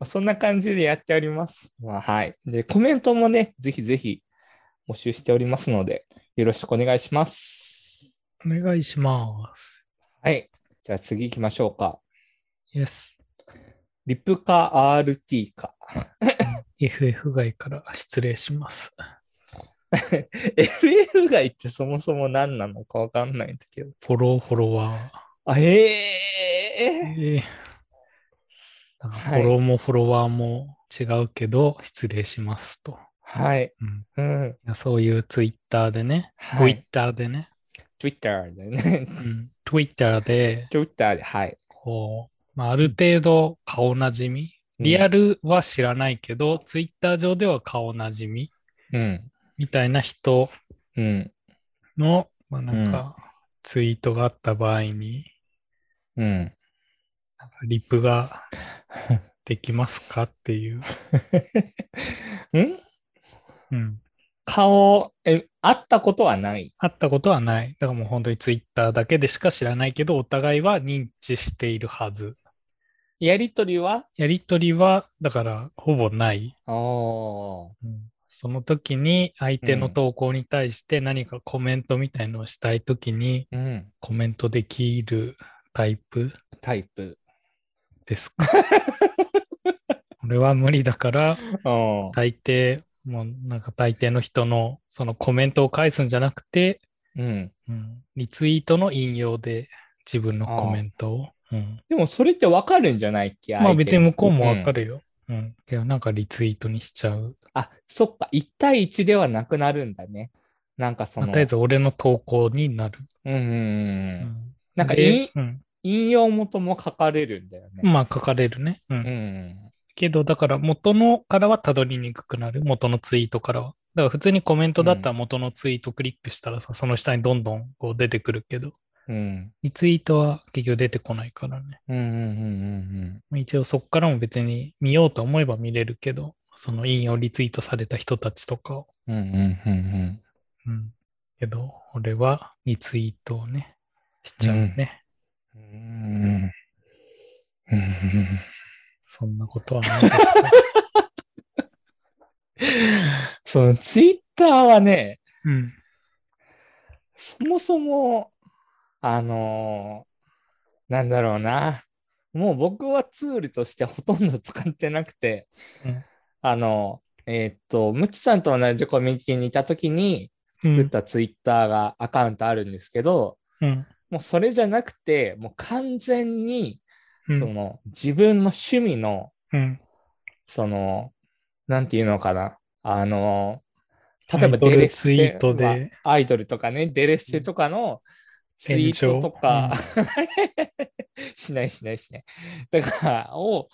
[SPEAKER 2] そんな感じでやっております。まあはい。で、コメントもね、ぜひぜひ募集しておりますので、よろしくお願いします。
[SPEAKER 1] お願いします。
[SPEAKER 2] はい。じゃあ次行きましょうか。
[SPEAKER 1] Yes。
[SPEAKER 2] リプか RT か。
[SPEAKER 1] FF 外から失礼します。
[SPEAKER 2] FF 街ってそもそも何なのかわかんないんだけど。
[SPEAKER 1] フォロー、フォロワ
[SPEAKER 2] あ、え
[SPEAKER 1] ー。
[SPEAKER 2] え
[SPEAKER 1] ええだから
[SPEAKER 2] はい
[SPEAKER 1] フォローもフォロワーも違うけど、失礼しますと。
[SPEAKER 2] はい。
[SPEAKER 1] うん、
[SPEAKER 2] うん。
[SPEAKER 1] いやそういうツイッターでね、
[SPEAKER 2] はい
[SPEAKER 1] Twitter でね、
[SPEAKER 2] Twitter でね。
[SPEAKER 1] うん、Twitter で、
[SPEAKER 2] Twitter で、はい。
[SPEAKER 1] こう、まあ、ある程度顔なじみ、リアル
[SPEAKER 2] ル。
[SPEAKER 1] は知らないけど、ツイッター上では顔なじみ
[SPEAKER 2] うん。
[SPEAKER 1] みたいな人
[SPEAKER 2] うん。
[SPEAKER 1] の、まあ、なんか、ツイートがあった場合に、
[SPEAKER 2] うん。
[SPEAKER 1] なんかリプができますかっていう。
[SPEAKER 2] ん
[SPEAKER 1] うん。
[SPEAKER 2] 顔、え、会ったことはない。
[SPEAKER 1] 会ったことはない。だからもう本当にツイッターだけでしか知らないけど、お互いは認知しているはず。
[SPEAKER 2] やりとりは
[SPEAKER 1] やりとりは、だからほぼない。
[SPEAKER 2] おー
[SPEAKER 1] その時に相手の投稿に対して何かコメントみたいのをしたい時に
[SPEAKER 2] うん。
[SPEAKER 1] コメントできるタイプ
[SPEAKER 2] タイプ。
[SPEAKER 1] ですかこれは無理だから
[SPEAKER 2] うん。
[SPEAKER 1] 大抵もうなんか大抵の人のそのコメントを返すんじゃなくて、
[SPEAKER 2] うん。
[SPEAKER 1] うん、リツイートの引用で自分のコメントを、うん、
[SPEAKER 2] でもそれってわかるんじゃないっけ
[SPEAKER 1] まあ別に向こうもわか
[SPEAKER 2] る。
[SPEAKER 1] るよ、うんけどなんかリツイートにしちゃう
[SPEAKER 2] うんあ、そっか。1対1ではなくなるんだね。なんかそ
[SPEAKER 1] まあ
[SPEAKER 2] の。
[SPEAKER 1] とりあえず俺の投稿になる、
[SPEAKER 2] うんうんう
[SPEAKER 1] う
[SPEAKER 2] んうん。
[SPEAKER 1] ん、
[SPEAKER 2] なんか
[SPEAKER 1] で
[SPEAKER 2] い
[SPEAKER 1] うん、
[SPEAKER 2] 引用元も書かれるんだよね。
[SPEAKER 1] まあ書かれるね、うん
[SPEAKER 2] うん。
[SPEAKER 1] けど、だから元のからはたどりにくくなる。元のツイートからは。だから普通にコメントだったら元のツイートクリックしたらさ、その下にどんどんこう出てくるけど、
[SPEAKER 2] うん。
[SPEAKER 1] リツイートは結局出てこないからね。
[SPEAKER 2] うんうんうんうん
[SPEAKER 1] まあ一応そこからも別に見ようと思えば見れるけど、その引用リツイートされた人たちとかを。
[SPEAKER 2] うん。うんうんうんうん。
[SPEAKER 1] うん。けど、俺はリツイートをね、しちゃうね。
[SPEAKER 2] うーんうーん
[SPEAKER 1] そんなことはないですね。
[SPEAKER 2] そのツイッターはね、
[SPEAKER 1] うん。
[SPEAKER 2] そもそも、あのーなんだろうな。もう僕はツールとしてほとんど使ってなくて、
[SPEAKER 1] うん
[SPEAKER 2] あの、えーっと、むつさんと同じコミュニティにいた時に作ったツイッターがアカウントあるんですけど、
[SPEAKER 1] うん。
[SPEAKER 2] もうそれじゃなくて、もう完全に、
[SPEAKER 1] う
[SPEAKER 2] そ
[SPEAKER 1] ん。
[SPEAKER 2] の自分の趣味の、
[SPEAKER 1] うん。
[SPEAKER 2] その、なんていうのかな。あの、例え
[SPEAKER 1] ア
[SPEAKER 2] ば
[SPEAKER 1] イド
[SPEAKER 2] デ
[SPEAKER 1] ル
[SPEAKER 2] レス
[SPEAKER 1] ツイ
[SPEAKER 2] テ
[SPEAKER 1] ートで
[SPEAKER 2] まあアイドルとかね、デレステとかのツイートとか、 しないしないしない。だから、を、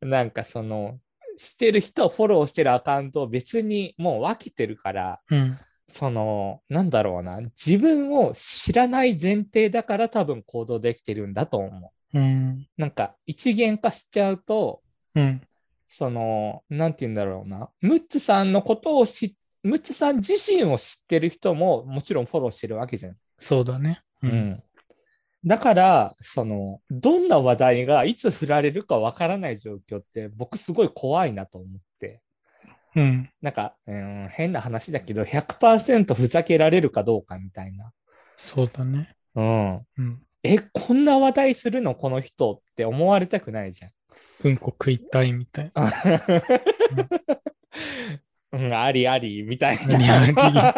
[SPEAKER 2] なんかその、してる人をフォローしてるアカウントを別にもう分けてるから、
[SPEAKER 1] うん。
[SPEAKER 2] その、なんだろうな、自分を知らない前提だから多分行動できてるんだと思
[SPEAKER 1] うん。
[SPEAKER 2] う。なんか一元化しちゃうと、
[SPEAKER 1] うん。
[SPEAKER 2] その、なんて言うんだろうな、ムッツさんのことを知っムッツさん自身を知ってる人ももちろんフォローしてるわけじゃん。
[SPEAKER 1] そうだね。う。
[SPEAKER 2] うんんだから、その、どんな話題がいつ振られるかわからない状況って僕すごい怖いなと思って。
[SPEAKER 1] うん。
[SPEAKER 2] なんか、うん、変な話だけど、100%ふざけられるかどうかみたいな。
[SPEAKER 1] そうだね。
[SPEAKER 2] うん。
[SPEAKER 1] うん。
[SPEAKER 2] え、こんな話題するのこの人って思われたくないじゃん。
[SPEAKER 1] うんこ食いたいみたいな。
[SPEAKER 2] うん、ありありみたい
[SPEAKER 1] ありあり
[SPEAKER 2] な。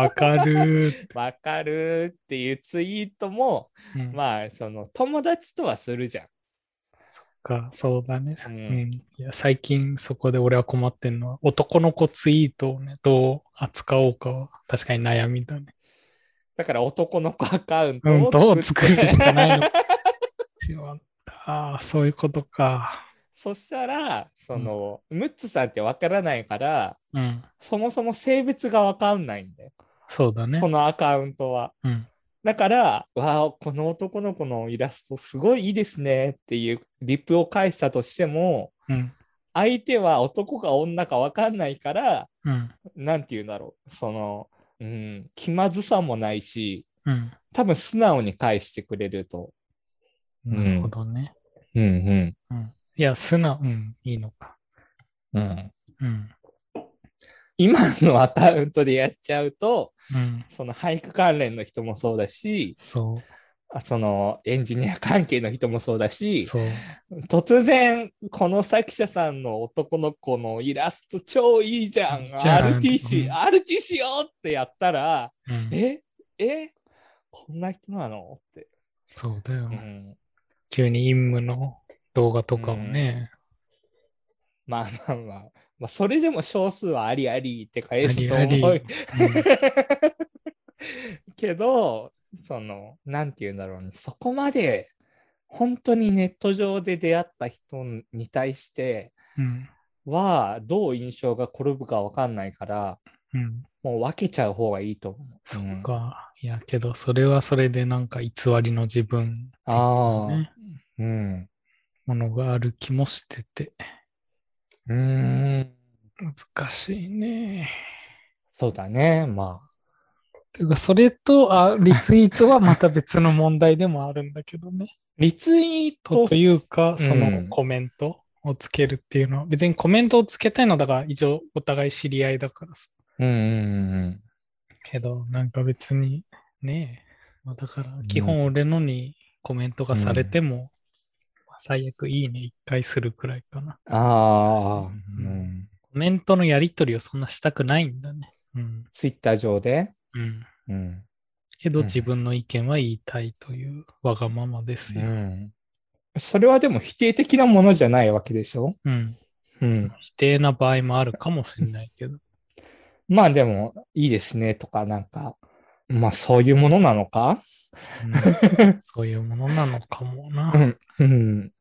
[SPEAKER 1] わかるー。
[SPEAKER 2] わかるっていうツイートも、
[SPEAKER 1] うん、まあ、
[SPEAKER 2] まあ、その友達とはするじゃん。
[SPEAKER 1] か、そうだね。
[SPEAKER 2] う
[SPEAKER 1] うんん。いや、最近そこで俺は困ってんのは、男の子ツイートをね、どう扱おうかは、確かに悩みだね。
[SPEAKER 2] だから男の子アカウント
[SPEAKER 1] うん、ど
[SPEAKER 2] を
[SPEAKER 1] う
[SPEAKER 2] 作
[SPEAKER 1] 作
[SPEAKER 2] っ
[SPEAKER 1] る
[SPEAKER 2] て、
[SPEAKER 1] しかないのか。しまった。ああ、そういうことか。
[SPEAKER 2] そしたら、その、ムッツさんってわからないから、
[SPEAKER 1] うん。
[SPEAKER 2] そもそも性別がわかんないんだよ。
[SPEAKER 1] そうだね
[SPEAKER 2] こ。のアカウントは。
[SPEAKER 1] うん。
[SPEAKER 2] だから、わあ、この男の子のイラストすごいいいですねっていうリプを返したとしても、
[SPEAKER 1] うん。
[SPEAKER 2] 相手は男か女かわかんないから、
[SPEAKER 1] うん。
[SPEAKER 2] なんて言うんだろう。その、うん、気まずさもないし、
[SPEAKER 1] うん。
[SPEAKER 2] 多分素直に返してくれると。
[SPEAKER 1] なるほどね。
[SPEAKER 2] うんうん。
[SPEAKER 1] いや、素直、うん、いいのか。
[SPEAKER 2] うん、
[SPEAKER 1] うん。
[SPEAKER 2] 今のアカウントでやっちゃうと、
[SPEAKER 1] うん。
[SPEAKER 2] その俳句関連の人もそうだし、
[SPEAKER 1] そ
[SPEAKER 2] あそのエンジニア関係の人もそうだ
[SPEAKER 1] う。
[SPEAKER 2] し、
[SPEAKER 1] そう。
[SPEAKER 2] 突然、この作者さんの男の子のイラスト超いいじゃん、
[SPEAKER 1] いいじゃん
[SPEAKER 2] RTC、
[SPEAKER 1] うん
[SPEAKER 2] RTC よってやったら、
[SPEAKER 1] うん、
[SPEAKER 2] ええこんな人なのって。
[SPEAKER 1] そうだよ、
[SPEAKER 2] う
[SPEAKER 1] ね。
[SPEAKER 2] ん
[SPEAKER 1] 急に陰夢の動画とかをね、
[SPEAKER 2] まあまあまあ、まあ、それでも少数はありありって返すと
[SPEAKER 1] あり
[SPEAKER 2] 思
[SPEAKER 1] あ
[SPEAKER 2] う
[SPEAKER 1] り
[SPEAKER 2] けど、その、なんて言うんだろうね、そこまで本当にネット上で出会った人に対して
[SPEAKER 1] うん
[SPEAKER 2] は、どう印象が転ぶかわかんないから、
[SPEAKER 1] うん、
[SPEAKER 2] も う分けちゃう方がいいと思う。
[SPEAKER 1] そ
[SPEAKER 2] うん
[SPEAKER 1] っか、いやけどそれはそれでなんか偽りの自分、
[SPEAKER 2] ああ、
[SPEAKER 1] ね
[SPEAKER 2] うん。
[SPEAKER 1] ものがある気もしてて、
[SPEAKER 2] うーん。
[SPEAKER 1] 難しいね。
[SPEAKER 2] そうだね。ま
[SPEAKER 1] てか、それと あ、リツイートはまた別の問題でもあるんだけ どね。
[SPEAKER 2] あ、リツイー
[SPEAKER 1] と
[SPEAKER 2] ト
[SPEAKER 1] というか、
[SPEAKER 2] うん
[SPEAKER 1] そのコメントをつけるっていうのは、別にコメントをつけたいのはだから、一応お互い知り合いだからさ。
[SPEAKER 2] うんうん
[SPEAKER 1] けど、なんか別に、ねえ。まあ、だから
[SPEAKER 2] ん、
[SPEAKER 1] 基本俺のにコメントがされても、まあ最悪いいね一回するくらいかな。
[SPEAKER 2] うん。ああ、う
[SPEAKER 1] うん
[SPEAKER 2] ん。
[SPEAKER 1] コメントのやり取りをそんなしたくないんだね。うん。
[SPEAKER 2] ツイッター上で。
[SPEAKER 1] うん。
[SPEAKER 2] うん。
[SPEAKER 1] けど
[SPEAKER 2] うん
[SPEAKER 1] 自分の意見は言いたいというわがままです
[SPEAKER 2] う
[SPEAKER 1] よ。
[SPEAKER 2] ん。それはでも否定的なものじゃないわけでしょ
[SPEAKER 1] うん。
[SPEAKER 2] うん。
[SPEAKER 1] 否定な場合もあるかもしれないけど。
[SPEAKER 2] まあでも、いいですねとか、なんか、まあそういうものなのか
[SPEAKER 1] うんそういうものなのかもな。
[SPEAKER 2] うん。うん。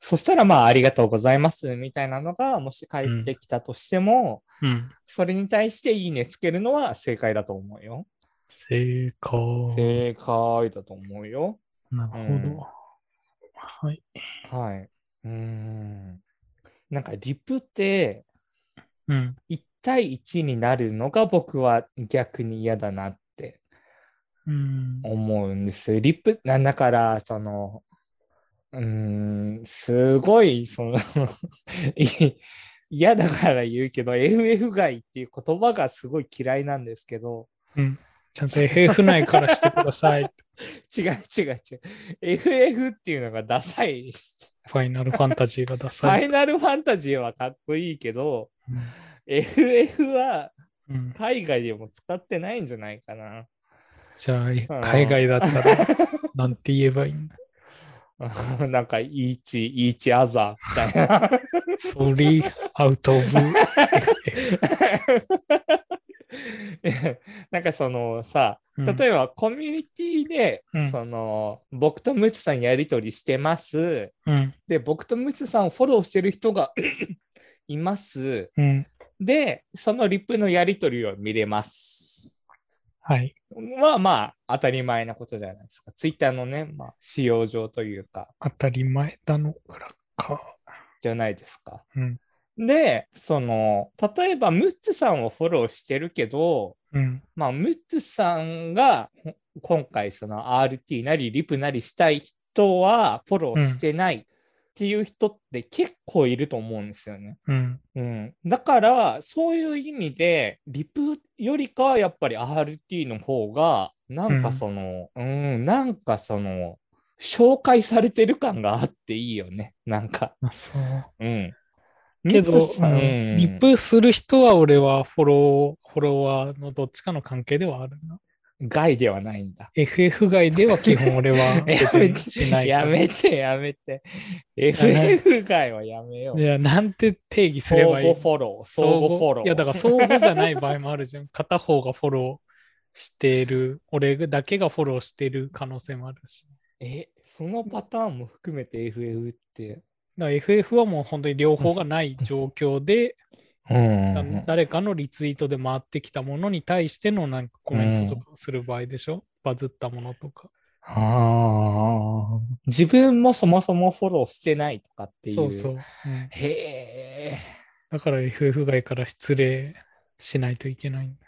[SPEAKER 2] そしたらまあありがとうございますみたいなのが、もし返ってきたとしても、
[SPEAKER 1] うん。
[SPEAKER 2] それに対していいねつけるのは正解だと思うよ。
[SPEAKER 1] 正解。
[SPEAKER 2] 正解だと思うよ。
[SPEAKER 1] なるほ
[SPEAKER 2] うん
[SPEAKER 1] ど。はい。
[SPEAKER 2] はい。うーん。なんかリプって
[SPEAKER 1] うん。
[SPEAKER 2] 1対1になるのが僕は逆に嫌だなって
[SPEAKER 1] うん。
[SPEAKER 2] 思うんですよ。リプ、なだから、その、うーん、すごい、その い、嫌だから言うけど、FF 外っていう言葉がすごい嫌いなんですけど、
[SPEAKER 1] うん。ちゃんと FF 内からしてください。
[SPEAKER 2] 違う違う違う。FF っていうのがダサ い。
[SPEAKER 1] ファイナルファンタジーがダ
[SPEAKER 2] フ
[SPEAKER 1] サ
[SPEAKER 2] ァ
[SPEAKER 1] い。
[SPEAKER 2] イナルファンタジーはかっこいいけど、
[SPEAKER 1] うん。
[SPEAKER 2] FF は
[SPEAKER 1] うん
[SPEAKER 2] 海外でも使ってないんじゃないかな。
[SPEAKER 1] じゃあ、海外だった ら、なんて言えばいいんだ。
[SPEAKER 2] なんか、イーチ、イーチアザーみたいな。
[SPEAKER 1] ソリーアウトオブ。
[SPEAKER 2] なんかそのさ、
[SPEAKER 1] うん
[SPEAKER 2] 例えばコミュニティで、
[SPEAKER 1] うん
[SPEAKER 2] その僕とムツさんやりとりしてます。
[SPEAKER 1] うん。
[SPEAKER 2] で、僕とムツさんをフォローしてる人が います。
[SPEAKER 1] うん。
[SPEAKER 2] で、そのリプのやりとりを見れます。
[SPEAKER 1] はい。
[SPEAKER 2] はまあ当たり前なことじゃないですか。ツイッターのね、まあ、使用上というか、
[SPEAKER 1] 当たり前だのからか。
[SPEAKER 2] じゃないですか。
[SPEAKER 1] うん。
[SPEAKER 2] で、その、例えばムッツさんをフォローしてるけど、
[SPEAKER 1] うん。
[SPEAKER 2] まあ、ムッツさんがほ今回その RT なりリプなりしたい人はフォローしてないっていう人って結構いると思うんですよね。
[SPEAKER 1] うん。
[SPEAKER 2] うん、だからそういう意味でリプよりかはやっぱり RT の方がなんかその、うん、なんかその紹介されてる感があっていいよね。なんか、
[SPEAKER 1] あそう。
[SPEAKER 2] うん。
[SPEAKER 1] けど、
[SPEAKER 2] ムッツ
[SPEAKER 1] う
[SPEAKER 2] さん
[SPEAKER 1] んリプする人は俺はフォロー、フォロワーのどっちかの関係ではあるな。
[SPEAKER 2] 害ではないんだ。
[SPEAKER 1] FF 外では基本 俺は別
[SPEAKER 2] やめ
[SPEAKER 1] にしな
[SPEAKER 2] て、
[SPEAKER 1] いから
[SPEAKER 2] やめて、やめて。
[SPEAKER 1] ない
[SPEAKER 2] FF 外はやめよう。
[SPEAKER 1] じゃあ、なんて定義すればいい
[SPEAKER 2] 相互フォロー、相互フォロー。
[SPEAKER 1] いや、だから相互じゃない場合もあるじゃん。 片方がフォローしてる、俺だけがフォローしてる可能性もあるし。
[SPEAKER 2] え、そのパターンも含めて FF って。
[SPEAKER 1] だから FF はもう本当に両方がない状況で、
[SPEAKER 2] うん
[SPEAKER 1] 誰かのリツイートで回ってきたものに対してのなんかコメントとかする場合でしょ、バズったものとか。
[SPEAKER 2] あー自分もそもそもフォローしてないとかっていう。
[SPEAKER 1] そうそう、うん
[SPEAKER 2] へえ。
[SPEAKER 1] だから FF 外から失礼しないといけないんだ。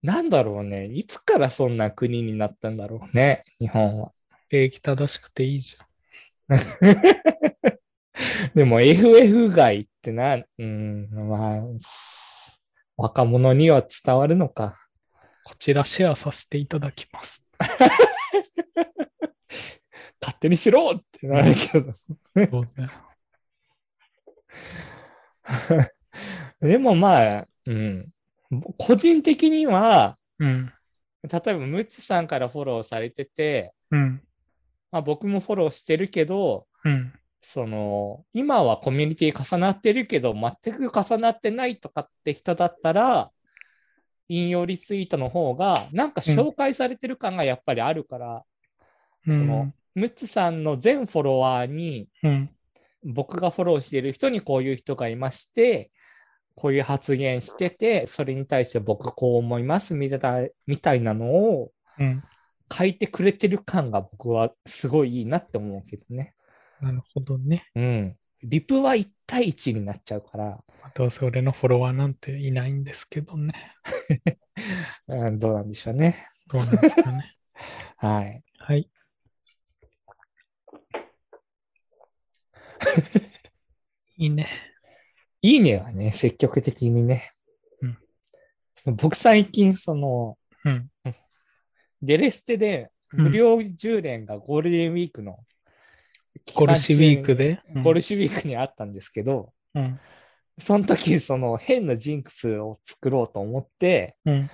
[SPEAKER 2] なんだろうね。いつからそんな国になったんだろうね、日本は。
[SPEAKER 1] 礼儀正しくていいじゃん。
[SPEAKER 2] でも FF 外ってな、うん、まあ、若者には伝わるのか。
[SPEAKER 1] こちらシェアさせていただきます。
[SPEAKER 2] 勝手にしろってなるけど。
[SPEAKER 1] そうだよ
[SPEAKER 2] でもまあ、うん。個人的には、
[SPEAKER 1] うん。
[SPEAKER 2] 例えばムッツさんからフォローされてて、
[SPEAKER 1] うん。
[SPEAKER 2] まあ僕もフォローしてるけど、
[SPEAKER 1] うん。
[SPEAKER 2] その、今はコミュニティ重なってるけど、全く重なってないとかって人だったら、引用リツイートの方が、なんか紹介されてる感がやっぱりあるから、
[SPEAKER 1] うん
[SPEAKER 2] その、ムッツさんの全フォロワーに、
[SPEAKER 1] うん。
[SPEAKER 2] 僕がフォローしてる人にこういう人がいまして、こういう発言してて、それに対して僕こう思いますみたいなみたいなのを
[SPEAKER 1] うん。
[SPEAKER 2] 書いてくれてる感が僕はすごいいいなって思うけどね。
[SPEAKER 1] なるほどね。
[SPEAKER 2] うん。リプは1対1になっちゃうから、
[SPEAKER 1] まあどうせ俺のフォロワーなんていないんですけどね。
[SPEAKER 2] うん、どうなんでしょうね。
[SPEAKER 1] どうなんですか ね。
[SPEAKER 2] はい。
[SPEAKER 1] はい。いいね。
[SPEAKER 2] いいねはね、積極的にね。僕最近、その、
[SPEAKER 1] うん。
[SPEAKER 2] デレステで無料10連がゴールデンウィークの、
[SPEAKER 1] ゴルシウィークで。うん
[SPEAKER 2] ゴルシウィークにあったんですけど、
[SPEAKER 1] うん。
[SPEAKER 2] その時、その変なジンクスを作ろうと思って、
[SPEAKER 1] うん。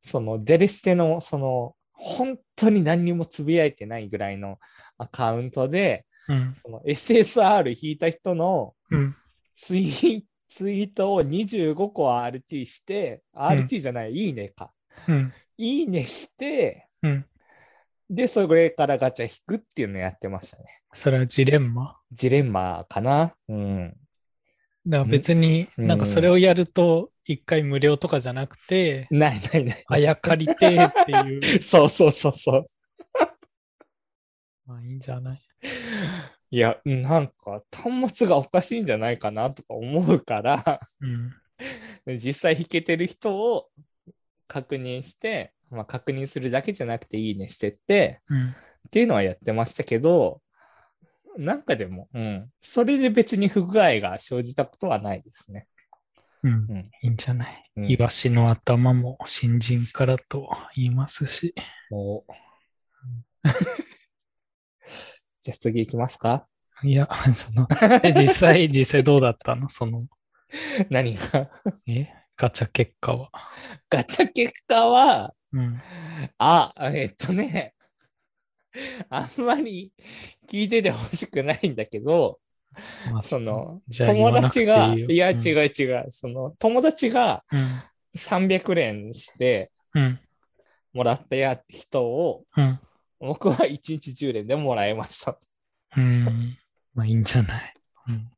[SPEAKER 2] そのデレステの、その、本当に何にもつぶやいてないぐらいのアカウントで、
[SPEAKER 1] うん。
[SPEAKER 2] その SSR 引いた人の
[SPEAKER 1] うん。
[SPEAKER 2] ツイ ツイートを25個 RT して、RT じゃない、いいねか。
[SPEAKER 1] うん。
[SPEAKER 2] いいねして、
[SPEAKER 1] うん。
[SPEAKER 2] で、それからガチャ引くっていうのをやってましたね。
[SPEAKER 1] それはジレンマ
[SPEAKER 2] ジレンマかなうん。
[SPEAKER 1] だから別に、
[SPEAKER 2] うん
[SPEAKER 1] なんかそれをやると、一回無料とかじゃなくて、
[SPEAKER 2] ないないない。
[SPEAKER 1] あやかりてえって いう。
[SPEAKER 2] そうそうそうそう。
[SPEAKER 1] まあいいんじゃない
[SPEAKER 2] いや、なんか端末がおかしいんじゃないかなとか思うから、
[SPEAKER 1] うん。
[SPEAKER 2] 実際弾けてる人を確認して、まあ、確認するだけじゃなくていいねしてって、
[SPEAKER 1] うん。
[SPEAKER 2] っていうのはやってましたけど、なんかでも、うん、それで別に不具合が生じたことはないですね。
[SPEAKER 1] うん
[SPEAKER 2] うん。
[SPEAKER 1] いいんじゃない、
[SPEAKER 2] うん
[SPEAKER 1] イワシの頭も新人からと言いますし。
[SPEAKER 2] もう。 じゃあ次行きますか
[SPEAKER 1] いや、そ の、え実際、実際どうだったのその、
[SPEAKER 2] 何が
[SPEAKER 1] え、ガチャ結果は。
[SPEAKER 2] ガチャ結果は、
[SPEAKER 1] うん。
[SPEAKER 2] あ、えっとね、あんまり聞いててほしくないんだけど、
[SPEAKER 1] まあ
[SPEAKER 2] そ、の、
[SPEAKER 1] じゃあ言
[SPEAKER 2] 友
[SPEAKER 1] わなくて
[SPEAKER 2] 達が、
[SPEAKER 1] いいよ
[SPEAKER 2] いや、
[SPEAKER 1] う
[SPEAKER 2] 違
[SPEAKER 1] ん
[SPEAKER 2] う違う、その、友達が
[SPEAKER 1] うん。
[SPEAKER 2] 300連して
[SPEAKER 1] うん。
[SPEAKER 2] もらったや人を、
[SPEAKER 1] うん。
[SPEAKER 2] 僕は1日10連でもらいました。
[SPEAKER 1] うん。まあいいんじゃないうん。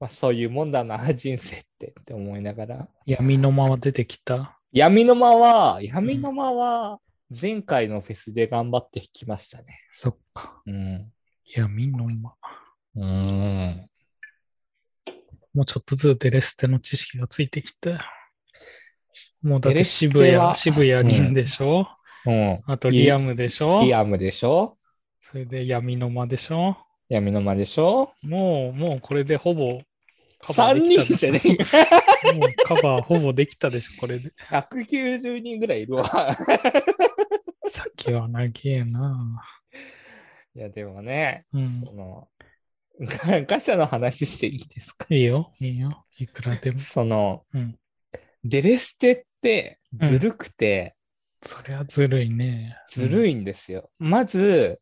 [SPEAKER 2] まあ、そういうもんだな、人生って、って思いながら。
[SPEAKER 1] 闇のまま出てきた。
[SPEAKER 2] 闇の間は、闇の間は、前回のフェスで頑張って弾きましたね。
[SPEAKER 1] そっか。
[SPEAKER 2] うん。
[SPEAKER 1] 闇のま。
[SPEAKER 2] うん。
[SPEAKER 1] もうちょっとずつデレステの知識がついてきて。もうだっ
[SPEAKER 2] デ
[SPEAKER 1] て
[SPEAKER 2] レス
[SPEAKER 1] 渋
[SPEAKER 2] テは
[SPEAKER 1] 谷、渋谷リンでしょ、
[SPEAKER 2] うん。
[SPEAKER 1] あとリアムでしょ
[SPEAKER 2] リアムでしょ
[SPEAKER 1] それで闇の間でしょ
[SPEAKER 2] 闇の間でしょ
[SPEAKER 1] もう、もうこれでほぼカバーで
[SPEAKER 2] 三
[SPEAKER 1] きた
[SPEAKER 2] 人じゃね
[SPEAKER 1] え
[SPEAKER 2] えか。
[SPEAKER 1] もうカバーほぼできたでしょ、これで。
[SPEAKER 2] 190人ぐらいいるわ。
[SPEAKER 1] さっきは長えない
[SPEAKER 2] や、でもね、
[SPEAKER 1] うん
[SPEAKER 2] その、ガガシャの話していいですか
[SPEAKER 1] いいよ、いいよ。いくらでも。
[SPEAKER 2] その、
[SPEAKER 1] うん。
[SPEAKER 2] デレステってずるくて、
[SPEAKER 1] それはずるいね。
[SPEAKER 2] ずるいんですよ。まず、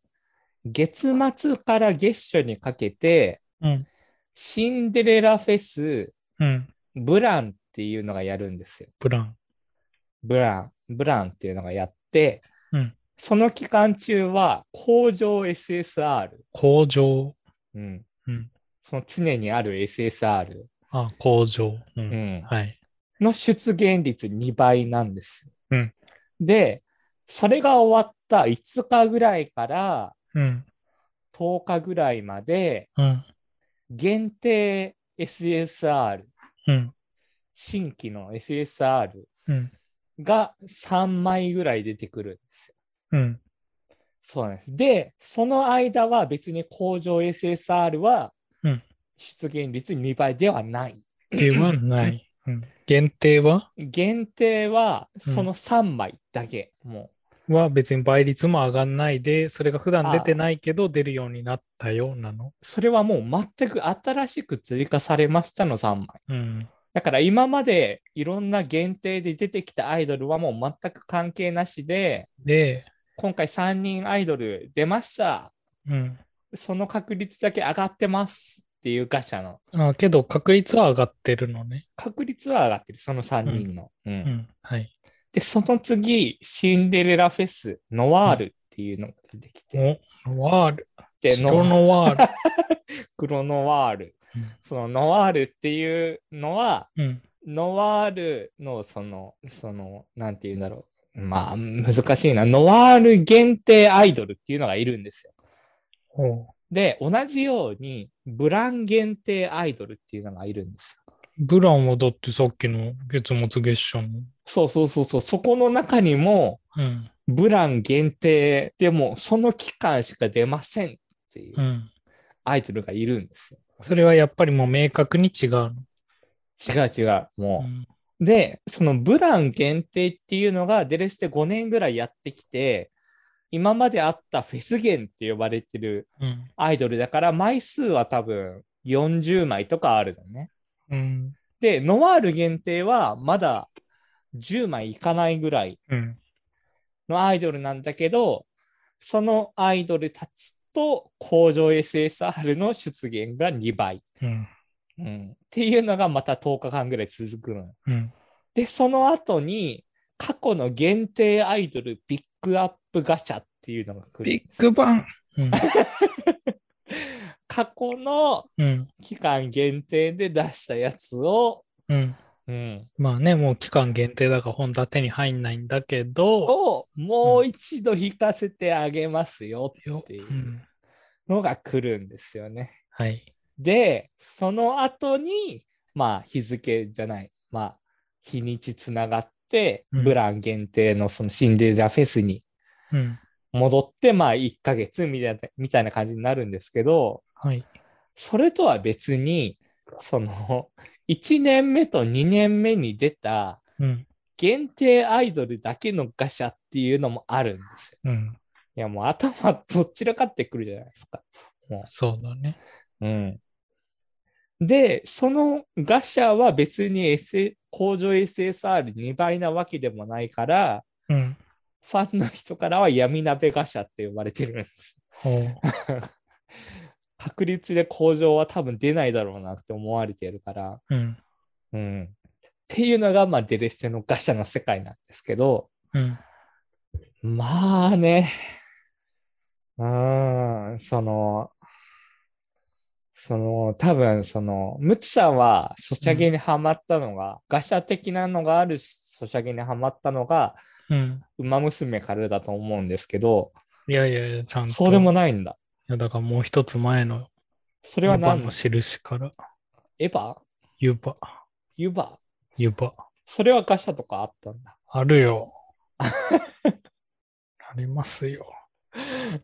[SPEAKER 2] 月末から月初にかけて、
[SPEAKER 1] うん。
[SPEAKER 2] シンデレラフェス、
[SPEAKER 1] うん。
[SPEAKER 2] ブランっていうのがやるんですよ。
[SPEAKER 1] ブラン。
[SPEAKER 2] ブラン、ブランっていうのがやって、
[SPEAKER 1] うん
[SPEAKER 2] その期間中は工場 SSR、
[SPEAKER 1] 工場。
[SPEAKER 2] うん
[SPEAKER 1] うん
[SPEAKER 2] その常にある SSR、
[SPEAKER 1] あ、工場。う。
[SPEAKER 2] うんん
[SPEAKER 1] はい。
[SPEAKER 2] の出現率2倍なんです。
[SPEAKER 1] うん
[SPEAKER 2] で、それが終わった5日ぐらいから
[SPEAKER 1] うん。
[SPEAKER 2] 10日ぐらいまで
[SPEAKER 1] うん。
[SPEAKER 2] 限定 SSR、
[SPEAKER 1] うん。
[SPEAKER 2] 新規の SSR
[SPEAKER 1] うん。
[SPEAKER 2] が3枚ぐらい出てくるんですよ
[SPEAKER 1] うん。
[SPEAKER 2] そうなんです。で、その間は別に工場 SSR は
[SPEAKER 1] うん
[SPEAKER 2] 出現率2倍ではない。
[SPEAKER 1] ではない。うん、限定は
[SPEAKER 2] 限定は
[SPEAKER 1] うん
[SPEAKER 2] その3枚だけ。も
[SPEAKER 1] は別に倍率も上がんないで、それが普段出てないけど出るようになったようなの。
[SPEAKER 2] うそれはもう全く新しく追加されましたの3枚。
[SPEAKER 1] うん。
[SPEAKER 2] だから今までいろんな限定で出てきたアイドルはもう全く関係なしで、
[SPEAKER 1] で、
[SPEAKER 2] 今回3人アイドル出ました。
[SPEAKER 1] うん。
[SPEAKER 2] その確率だけ上がってますっていうガシャの。
[SPEAKER 1] あけど確率は上がってるのね。
[SPEAKER 2] 確率は上がってる、その3人の。うん
[SPEAKER 1] うん。はい。
[SPEAKER 2] で、その次、シンデレラフェス、ノワールっていうのが出てきて、
[SPEAKER 1] お、ノワール。
[SPEAKER 2] で、
[SPEAKER 1] 白
[SPEAKER 2] ノ
[SPEAKER 1] のワー
[SPEAKER 2] 黒ノワール
[SPEAKER 1] うん。
[SPEAKER 2] そのノワールっていうのは、
[SPEAKER 1] ル。 うん。
[SPEAKER 2] ノワールのその、その、なんて言うんだろう。まあ、難しいな。ノワール限定アイドルっていうのがいるんですよ。
[SPEAKER 1] おう
[SPEAKER 2] で、同じように、ブラン限定アイドルっていうのがいるんですよ。
[SPEAKER 1] ブランはだってさっきの月末月初の。
[SPEAKER 2] そうそうそうそう、そこの中にも、
[SPEAKER 1] うん。。
[SPEAKER 2] ブラン限定でもうその期間しか出ませんっていううんアイドルがいるんですよ。
[SPEAKER 1] それはやっぱりもう明確に違うの。
[SPEAKER 2] 違う違う、
[SPEAKER 1] う
[SPEAKER 2] もう。
[SPEAKER 1] ん。
[SPEAKER 2] で、そのブラン限定っていうのがデレステ5年ぐらいやってきて、今まであったフェスゲンって呼ばれてる
[SPEAKER 1] うん。
[SPEAKER 2] アイドルだから、枚数は多分40枚とかあるのね。
[SPEAKER 1] うん。
[SPEAKER 2] で、ノワール限定はまだ10枚いかないぐらい
[SPEAKER 1] うん。
[SPEAKER 2] のアイドルなんだけど、そのアイドルたちと工場 SSR の出現が2倍、
[SPEAKER 1] うん。
[SPEAKER 2] うんっていうのがまた10日間ぐらい続くのよ。
[SPEAKER 1] うん。
[SPEAKER 2] で、その後に、過去の限定アイドルピックアップガチャっていうのが来るん
[SPEAKER 1] ビ
[SPEAKER 2] で
[SPEAKER 1] ッ
[SPEAKER 2] す。
[SPEAKER 1] グバン。うん。
[SPEAKER 2] 過去の
[SPEAKER 1] うん。
[SPEAKER 2] 期間限定で出したやつを、
[SPEAKER 1] うん。
[SPEAKER 2] うん、
[SPEAKER 1] まあね、もう期間限定だから本当は手に入んないんだけど、
[SPEAKER 2] をもう一度引かせてあげますよ
[SPEAKER 1] よ
[SPEAKER 2] って
[SPEAKER 1] う。
[SPEAKER 2] いうんのが来るんですよね。
[SPEAKER 1] はい。
[SPEAKER 2] で、その後に、まあ日付じゃない、まあ日にちつながって、
[SPEAKER 1] うん
[SPEAKER 2] ブラン限定のそのシンデレラフェスに
[SPEAKER 1] うん。
[SPEAKER 2] 戻って、まあ1ヶ月みたいなみたいな感じになるんですけど、
[SPEAKER 1] はい。
[SPEAKER 2] それとは別に、その、1年目と2年目に出た
[SPEAKER 1] うん。
[SPEAKER 2] 限定アイドルだけのガシャっていうのもあるんですよ。
[SPEAKER 1] うん。
[SPEAKER 2] いや、もう頭どっちらかってくるじゃないですか。
[SPEAKER 1] そうだね。
[SPEAKER 2] うん。で、そのガシャは別に、S、工場 SSR2 倍なわけでもないから、
[SPEAKER 1] うん。
[SPEAKER 2] ファンの人からは闇鍋ガシャって呼ばれてるんです。
[SPEAKER 1] おう。
[SPEAKER 2] 確率で工場は多分出ないだろうなって思われてるから。
[SPEAKER 1] うん。
[SPEAKER 2] うん。っていうのが、まあ、デレステのガシャの世界なんですけど、
[SPEAKER 1] うん。
[SPEAKER 2] まあね、うーん、その、その、多分、その、ムツさんは、ソシャゲにハマったのが、ガシャ的なのがあるソシャゲにハマったのが、
[SPEAKER 1] うん。
[SPEAKER 2] ウマ娘からだと思うんですけど、
[SPEAKER 1] いやいやいや、ちゃんと。
[SPEAKER 2] そうでもないんだ。
[SPEAKER 1] いや、だからもう一つ前の、
[SPEAKER 2] それ
[SPEAKER 1] ユ
[SPEAKER 2] は
[SPEAKER 1] バ
[SPEAKER 2] 何
[SPEAKER 1] の印から、
[SPEAKER 2] エヴァ
[SPEAKER 1] ユバ、
[SPEAKER 2] ユバ
[SPEAKER 1] ユバ。
[SPEAKER 2] それはガシャとかあったんだ。
[SPEAKER 1] ある よ。ありますよ。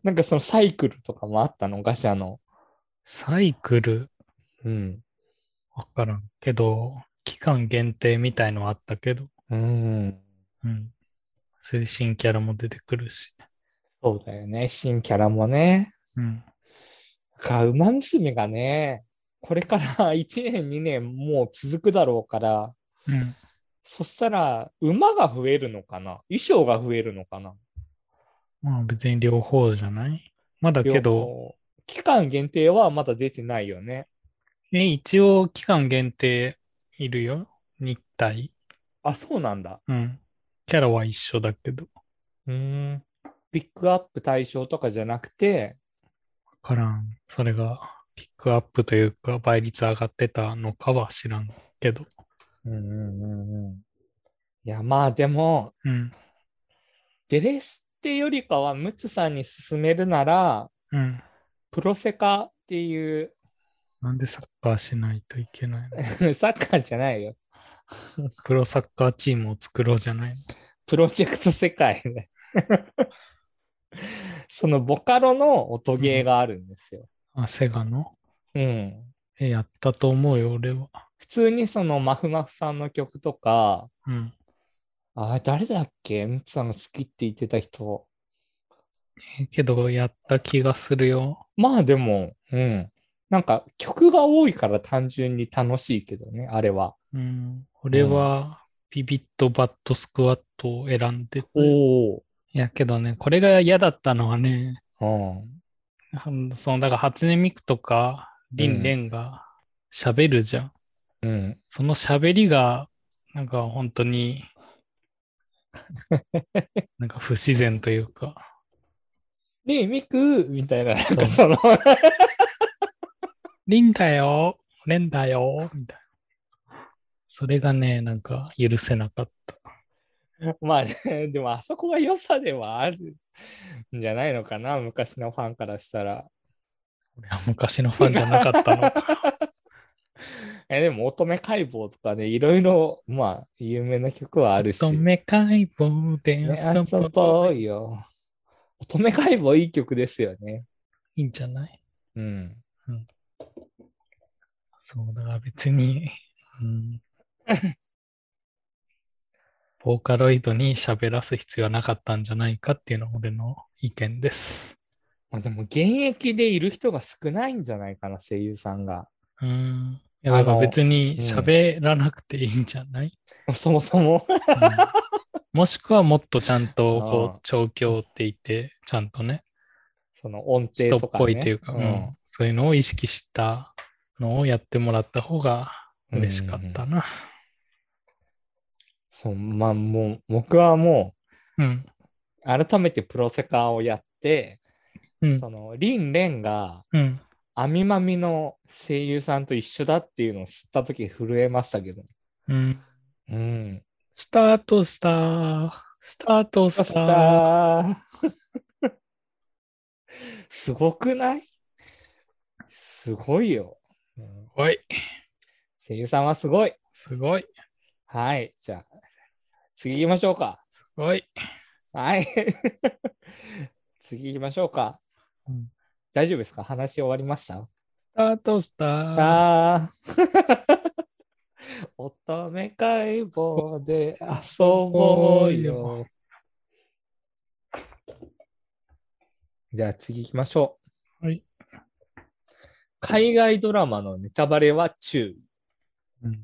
[SPEAKER 2] なんかそのサイクルとかもあったの、ガシャの。
[SPEAKER 1] サイクル、
[SPEAKER 2] うん。
[SPEAKER 1] わからんけど、期間限定みたいのはあったけど、
[SPEAKER 2] うん。
[SPEAKER 1] うん。そういう新キャラも出てくるし。
[SPEAKER 2] そうだよね。新キャラもね。
[SPEAKER 1] うん。
[SPEAKER 2] か、馬娘がね、これから 1年、2年もう続くだろうから、
[SPEAKER 1] うん。
[SPEAKER 2] そしたら、馬が増えるのかな衣装が増えるのかな
[SPEAKER 1] まあ別に両方じゃないまだけ
[SPEAKER 2] 両
[SPEAKER 1] ど、
[SPEAKER 2] 方期間限定はまだ出てないよね。
[SPEAKER 1] え、一応期間限定いるよ。日体。
[SPEAKER 2] あ、そうなんだ。
[SPEAKER 1] うん。キャラは一緒だけど。
[SPEAKER 2] うーん。ピックアップ対象とかじゃなくて、
[SPEAKER 1] わからん。それがピックアップというか倍率上がってたのかは知らんけど。
[SPEAKER 2] うんうんうんうん。いや、まあでも、
[SPEAKER 1] うん。
[SPEAKER 2] デレステよりかはムツさんに勧めるなら、
[SPEAKER 1] うん。
[SPEAKER 2] プロセカっていう、
[SPEAKER 1] なんでサッカーしないといけないの
[SPEAKER 2] サッカーじゃないよ。
[SPEAKER 1] プロサッカーチームを作ろうじゃないの
[SPEAKER 2] プロジェクト世界 ね。そのボカロの音ゲーがあるんですよ。
[SPEAKER 1] あ、セガの
[SPEAKER 2] うん。
[SPEAKER 1] え、やったと思うよ、俺は。
[SPEAKER 2] 普通にそのまふまふさんの曲とか、
[SPEAKER 1] うん。
[SPEAKER 2] あ、誰だっけムツさんが好きって言ってた人。
[SPEAKER 1] えけど、やった気がするよ。
[SPEAKER 2] まあでも、うん。なんか曲が多いから単純に楽しいけどね、あれは。
[SPEAKER 1] うん。俺は、ビビットバットスクワットを選んでて。い
[SPEAKER 2] お
[SPEAKER 1] やけどね、これが嫌だったのはね、
[SPEAKER 2] お。うん。
[SPEAKER 1] あのその、だから初音ミクとか、リンレンが喋るじゃん
[SPEAKER 2] うん。
[SPEAKER 1] その喋りが、なんか本当に、なんか不自然というか、
[SPEAKER 2] ねえ、ミクみたいな、なん
[SPEAKER 1] う
[SPEAKER 2] かその、
[SPEAKER 1] リンだよ、レンだよ、みたいな。それがね、なんか許せなかった。
[SPEAKER 2] まあね、でもあそこが良さではあるんじゃないのかな、昔のファンからしたら。
[SPEAKER 1] 俺は昔のファンじゃなかったの。
[SPEAKER 2] えでも、乙女解剖とかね、いろいろ、まあ、有名な曲はあるし。
[SPEAKER 1] 乙女解剖で
[SPEAKER 2] ね、
[SPEAKER 1] 遊
[SPEAKER 2] 遊
[SPEAKER 1] ぼ
[SPEAKER 2] ぼ
[SPEAKER 1] う。
[SPEAKER 2] うよ。乙女解剖いい曲ですよね。
[SPEAKER 1] いいんじゃない
[SPEAKER 2] うん。
[SPEAKER 1] そうだから別に、うん、ボーカロイドに喋らす必要はなかったんじゃないかっていうのが俺の意見です。
[SPEAKER 2] まあでも、現役でいる人が少ないんじゃないかな、声優さんが。
[SPEAKER 1] うん。いや
[SPEAKER 2] あの
[SPEAKER 1] だから別に喋らなくていいんじゃない、
[SPEAKER 2] そもそ
[SPEAKER 1] う
[SPEAKER 2] も。
[SPEAKER 1] んもしくはもっとちゃんとこ
[SPEAKER 2] あ
[SPEAKER 1] う調教っていて、ちゃんとね、
[SPEAKER 2] その音
[SPEAKER 1] 人
[SPEAKER 2] 程
[SPEAKER 1] っ
[SPEAKER 2] とか、ね。
[SPEAKER 1] ぽいというか、うん
[SPEAKER 2] ん
[SPEAKER 1] そういうのを意識したのをやってもらった方が嬉しかったな。
[SPEAKER 2] そう、まあもう、僕はも
[SPEAKER 1] うん。
[SPEAKER 2] う、改めてプロセカーをやって、
[SPEAKER 1] うん
[SPEAKER 2] そ。の、リン・レンが、
[SPEAKER 1] うん。
[SPEAKER 2] アミマミの声優さんと一緒だっていうのを知った時震えましたけど。
[SPEAKER 1] うん
[SPEAKER 2] うん。
[SPEAKER 1] スタートスター、スタート
[SPEAKER 2] ス
[SPEAKER 1] ス
[SPEAKER 2] タ
[SPEAKER 1] ター。
[SPEAKER 2] ー すごくないすごいよ、うん
[SPEAKER 1] おい、
[SPEAKER 2] 声優さんはすごい。
[SPEAKER 1] すごい、す
[SPEAKER 2] はい。じゃあ、次行きましょうか。
[SPEAKER 1] ごい。
[SPEAKER 2] はい。 次行きましょうか。
[SPEAKER 1] うん
[SPEAKER 2] 大丈夫ですか話終わりました
[SPEAKER 1] スタートスター。
[SPEAKER 2] あー 乙女解剖で遊ぼうよ。じゃあ次行きましょう。
[SPEAKER 1] はい。
[SPEAKER 2] 海外ドラマのネタバレは注意。
[SPEAKER 1] うん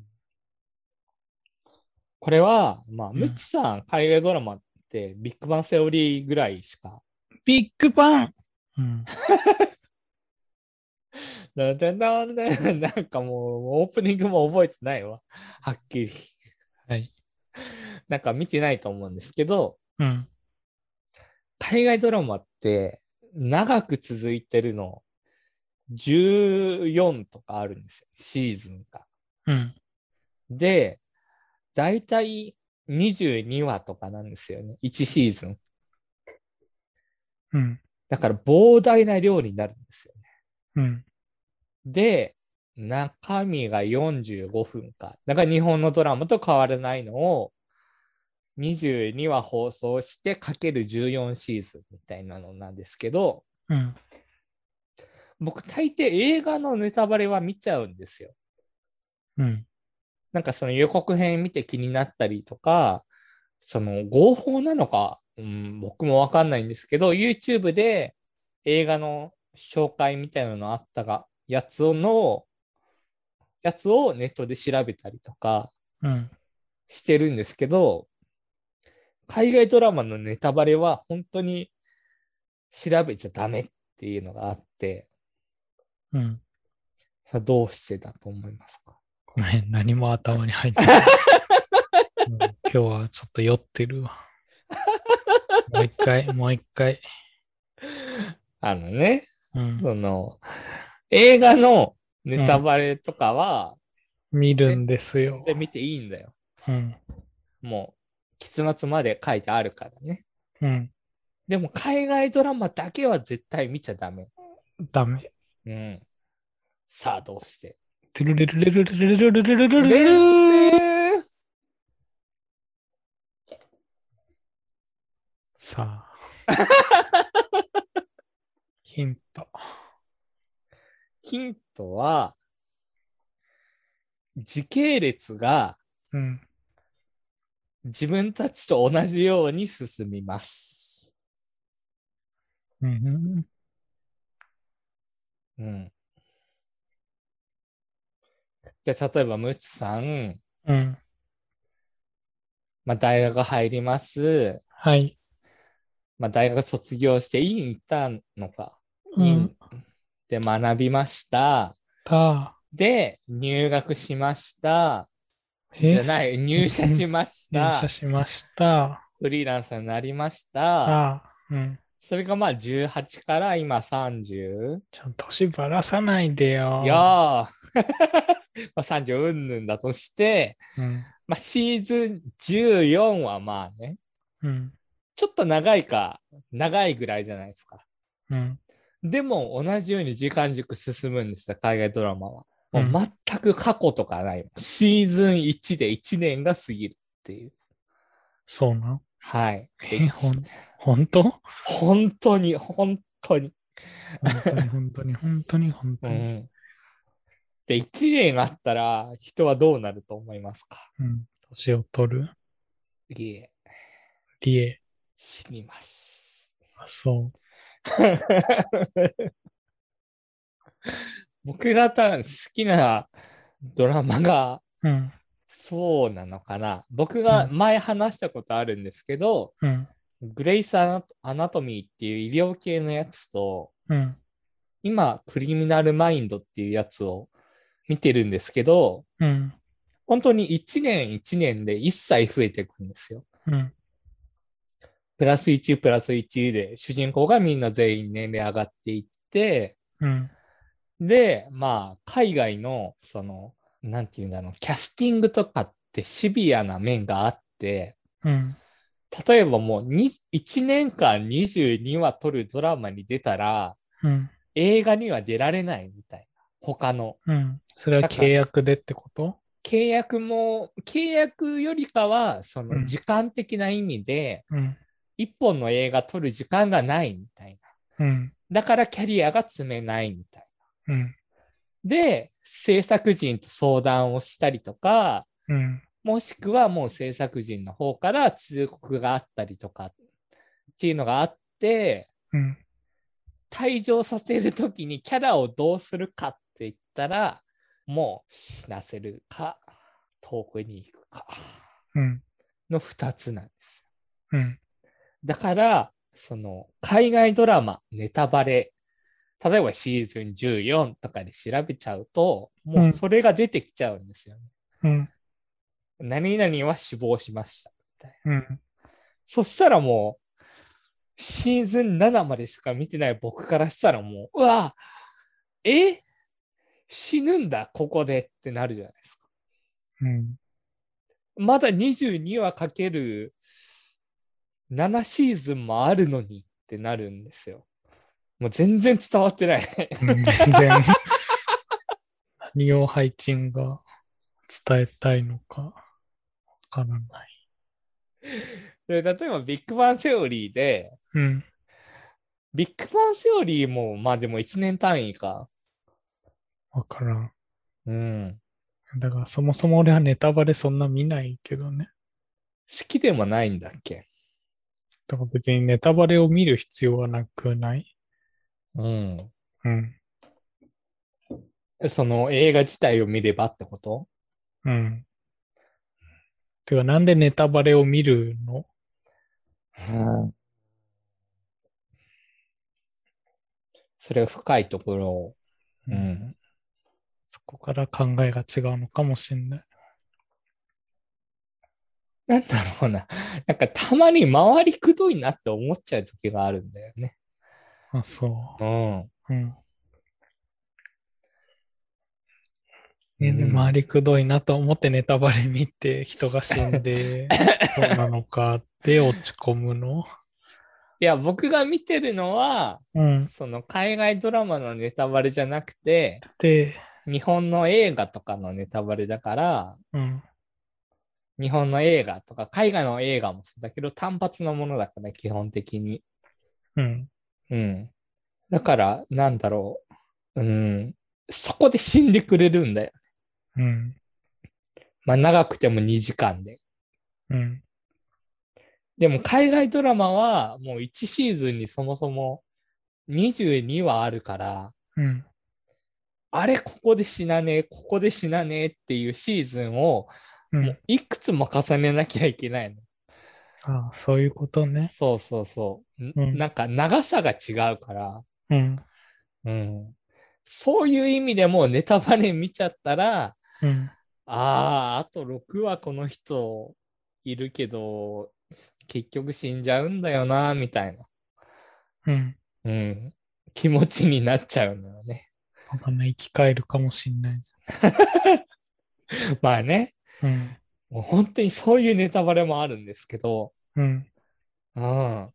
[SPEAKER 2] これは、まあ、
[SPEAKER 1] ん
[SPEAKER 2] むつさん、海外ドラマってビッグバンセオリーぐらいしか。
[SPEAKER 1] ビッグバン、うん、
[SPEAKER 2] なんでなんでなんかもう、オープニングも覚えてないわ。はっきり。
[SPEAKER 1] はい。
[SPEAKER 2] なんか見てないと思うんですけど、
[SPEAKER 1] うん。
[SPEAKER 2] 海外ドラマって長く続いてるの14とかあるんですよ、シーズンが。
[SPEAKER 1] うん。
[SPEAKER 2] で、だいたい22話とかなんですよね、1シーズン。
[SPEAKER 1] うん。
[SPEAKER 2] だから膨大な量になるんですよね。
[SPEAKER 1] うん。
[SPEAKER 2] で、中身が45分か。だから日本のドラマと変わらないのを22話放送してかける14シーズンみたいなのなんですけど、
[SPEAKER 1] うん。
[SPEAKER 2] 僕大抵映画のネタバレは見ちゃうんですよ。
[SPEAKER 1] うん。
[SPEAKER 2] なんかその予告編見て気になったりとか、その合法なのか、うん、僕もわかんないんですけど、YouTube で映画の紹介みたいなのあったが、やつをの、やつをネットで調べたりとか
[SPEAKER 1] うん。
[SPEAKER 2] してるんですけど、海外ドラマのネタバレは本当に調べちゃダメっていうのがあって、
[SPEAKER 1] うん。
[SPEAKER 2] さあどうしてだと思いますか
[SPEAKER 1] ごめん、何も頭に入ってない。うん今日はちょっと酔ってる わ。もう一回、もう一回。
[SPEAKER 2] あのね、
[SPEAKER 1] うん、
[SPEAKER 2] その、映画のネタバレとかは、
[SPEAKER 1] 見るんですよ
[SPEAKER 2] 全。然見ていいんだよ。
[SPEAKER 1] うん。
[SPEAKER 2] もう、結末まで書いてあるからね。
[SPEAKER 1] うん。
[SPEAKER 2] でも、海外ドラマだけは絶対見ちゃダメ。
[SPEAKER 1] ダメ。
[SPEAKER 2] うん。さあ、どうして
[SPEAKER 1] トゥルルルルルルルルルルルル
[SPEAKER 2] で
[SPEAKER 1] ル
[SPEAKER 2] ーん
[SPEAKER 1] さあ。ヒント。
[SPEAKER 2] ヒントは、時系列が
[SPEAKER 1] うん。
[SPEAKER 2] 自分たちと同じように進みます。
[SPEAKER 1] うん。
[SPEAKER 2] うん。じゃあ、例えば、ムツさん、
[SPEAKER 1] うん。
[SPEAKER 2] まあ、大学入ります。
[SPEAKER 1] はい。
[SPEAKER 2] まあ、大学卒業して院行ったのか。
[SPEAKER 1] う
[SPEAKER 2] 院
[SPEAKER 1] ん。
[SPEAKER 2] で学びました。
[SPEAKER 1] た。
[SPEAKER 2] で、入学しました。じゃ
[SPEAKER 1] え
[SPEAKER 2] ない、入社しまし
[SPEAKER 1] 入
[SPEAKER 2] た
[SPEAKER 1] 社。しました。
[SPEAKER 2] フリーランスになりました。
[SPEAKER 1] ああ。うん。
[SPEAKER 2] それがまあ18から今 30?
[SPEAKER 1] ちゃんと年ばらさないでよ。
[SPEAKER 2] いやー まあ30うんぬんだとして、
[SPEAKER 1] うん。
[SPEAKER 2] まあ、シーズン14はまあね、
[SPEAKER 1] うん。
[SPEAKER 2] ちょっと長いか、長いぐらいじゃないですか。
[SPEAKER 1] うん。
[SPEAKER 2] でも同じように時間軸進むんですよ、海外ドラマは。も
[SPEAKER 1] うん
[SPEAKER 2] う全く過去とかない。シーズン1で1年が過ぎるっていう。
[SPEAKER 1] そうなん
[SPEAKER 2] はい。
[SPEAKER 1] えほん本当
[SPEAKER 2] 本当に、本当に。
[SPEAKER 1] 本当に本当に本当に本当
[SPEAKER 2] う
[SPEAKER 1] に、
[SPEAKER 2] ん。で、1年あったら人はどうなると思いますか
[SPEAKER 1] うん、年を取る
[SPEAKER 2] いえ、
[SPEAKER 1] 理恵
[SPEAKER 2] 死にます。
[SPEAKER 1] あそう
[SPEAKER 2] 僕が多分好きなドラマが、
[SPEAKER 1] うん
[SPEAKER 2] そうなのかな。僕が前話したことあるんですけど、
[SPEAKER 1] うん
[SPEAKER 2] グレイスアナアナトミーっていう医療系のやつと、
[SPEAKER 1] うん
[SPEAKER 2] 今、クリミナルマインドっていうやつを見てるんですけど、
[SPEAKER 1] うん
[SPEAKER 2] 本当に1年1年で1歳増えていくんですよ。
[SPEAKER 1] うん
[SPEAKER 2] プラス1、プラス1で、主人公がみんな全員年齢上がっていって、
[SPEAKER 1] うん
[SPEAKER 2] で、まあ、海外の、その、なんていうんだろう、キャスティングとかってシビアな面があって、
[SPEAKER 1] うん
[SPEAKER 2] 例えばもうに1年間22話撮るドラマに出たら、
[SPEAKER 1] うん
[SPEAKER 2] 映画には出られないみたいな。他の。
[SPEAKER 1] うんそれは契約でってこと
[SPEAKER 2] 契約も、契約よりかは、そうの
[SPEAKER 1] ん
[SPEAKER 2] 時間的な意味で、
[SPEAKER 1] うん
[SPEAKER 2] 一本の映画撮る時間がないみたい
[SPEAKER 1] うん
[SPEAKER 2] な。だからキャリアが積めないみたいな。
[SPEAKER 1] うん
[SPEAKER 2] で、制作人と相談をしたりとか、
[SPEAKER 1] うん
[SPEAKER 2] もしくはもう制作人の方から通告があったりとかっていうのがあって、
[SPEAKER 1] うん
[SPEAKER 2] 退場させるときにキャラをどうするかって言ったら、もう死なせるか、遠くに行くか
[SPEAKER 1] うん
[SPEAKER 2] の二つなんです。
[SPEAKER 1] うん
[SPEAKER 2] だから、その、海外ドラマ、ネタバレ、例えばシーズン14とかで調べちゃうと、もうそれが出てきちゃうんですよね。
[SPEAKER 1] うん
[SPEAKER 2] 何々は死亡しました。
[SPEAKER 1] うん
[SPEAKER 2] そしたらもう、シーズン7までしか見てない僕からしたらもう、うわえ死ぬんだ、ここでってなるじゃないですか。
[SPEAKER 1] うん
[SPEAKER 2] まだ22話かける7シーズンもあるのにってなるんですよ。もう全然伝わってない。
[SPEAKER 1] うん全然何を配信が伝えたいのかわからない。
[SPEAKER 2] で例えばビッグバンセオリーで、
[SPEAKER 1] うん。
[SPEAKER 2] ビッグバンセオリーも、まあでも1年単位か。
[SPEAKER 1] わからん。
[SPEAKER 2] うん。
[SPEAKER 1] だからそもそも俺はネタバレそんな見ないけどね。
[SPEAKER 2] 好きでもないんだっけ
[SPEAKER 1] だから別にネタバレを見る必要はなくない
[SPEAKER 2] うん。
[SPEAKER 1] うん。
[SPEAKER 2] その映画自体を見ればってこと
[SPEAKER 1] うん。てかなんでネタバレを見るの
[SPEAKER 2] それは深いところを。うん。
[SPEAKER 1] そこから考えが違うのかもしんない。
[SPEAKER 2] なんだろうな。なんかたまに回りくどいなって思っちゃう時があるんだよね。
[SPEAKER 1] あ、そ
[SPEAKER 2] うん。
[SPEAKER 1] う。うん。ね、で
[SPEAKER 2] うん
[SPEAKER 1] 周りくどいなと思ってネタバレ見て人が死ん で、そうなのかで落ち込むの。
[SPEAKER 2] いや、僕が見てるのは、
[SPEAKER 1] うん。
[SPEAKER 2] その海外ドラマのネタバレじゃなくて、
[SPEAKER 1] で、
[SPEAKER 2] 日本の映画とかのネタバレだから、
[SPEAKER 1] うん。
[SPEAKER 2] 日本の映画とか海外の映画もそうだけど、単発のものだから、基本的に。
[SPEAKER 1] うん。
[SPEAKER 2] うん。だから、なんだろう。うん。そこで死んでくれるんだよ。
[SPEAKER 1] うん。
[SPEAKER 2] まあ、長くても2時間で。
[SPEAKER 1] うん。
[SPEAKER 2] でも、海外ドラマは、もう1シーズンにそもそも22話あるから、
[SPEAKER 1] うん。
[SPEAKER 2] あれ、ここで死なねえ、ここで死なねえっていうシーズン
[SPEAKER 1] う
[SPEAKER 2] を、
[SPEAKER 1] ん
[SPEAKER 2] もういくつも重ねなきゃいけないの。
[SPEAKER 1] ああ、そういうことね。
[SPEAKER 2] そうそうそう。ん
[SPEAKER 1] うん
[SPEAKER 2] なんか、長さが違うから、
[SPEAKER 1] うん。
[SPEAKER 2] うん。そういう意味でもうネタバレ見ちゃったら、
[SPEAKER 1] うん。
[SPEAKER 2] ああ、あと6はこの人いるけど、結局死んじゃうんだよな、みたいな、
[SPEAKER 1] うん。
[SPEAKER 2] うん、気持ちになっちゃうのよね。
[SPEAKER 1] わかんない。生き返るかもしんないじ
[SPEAKER 2] まあね、
[SPEAKER 1] ゃん。うん。
[SPEAKER 2] もう本当にそういうネタバレもあるんですけど、
[SPEAKER 1] うん。
[SPEAKER 2] うん。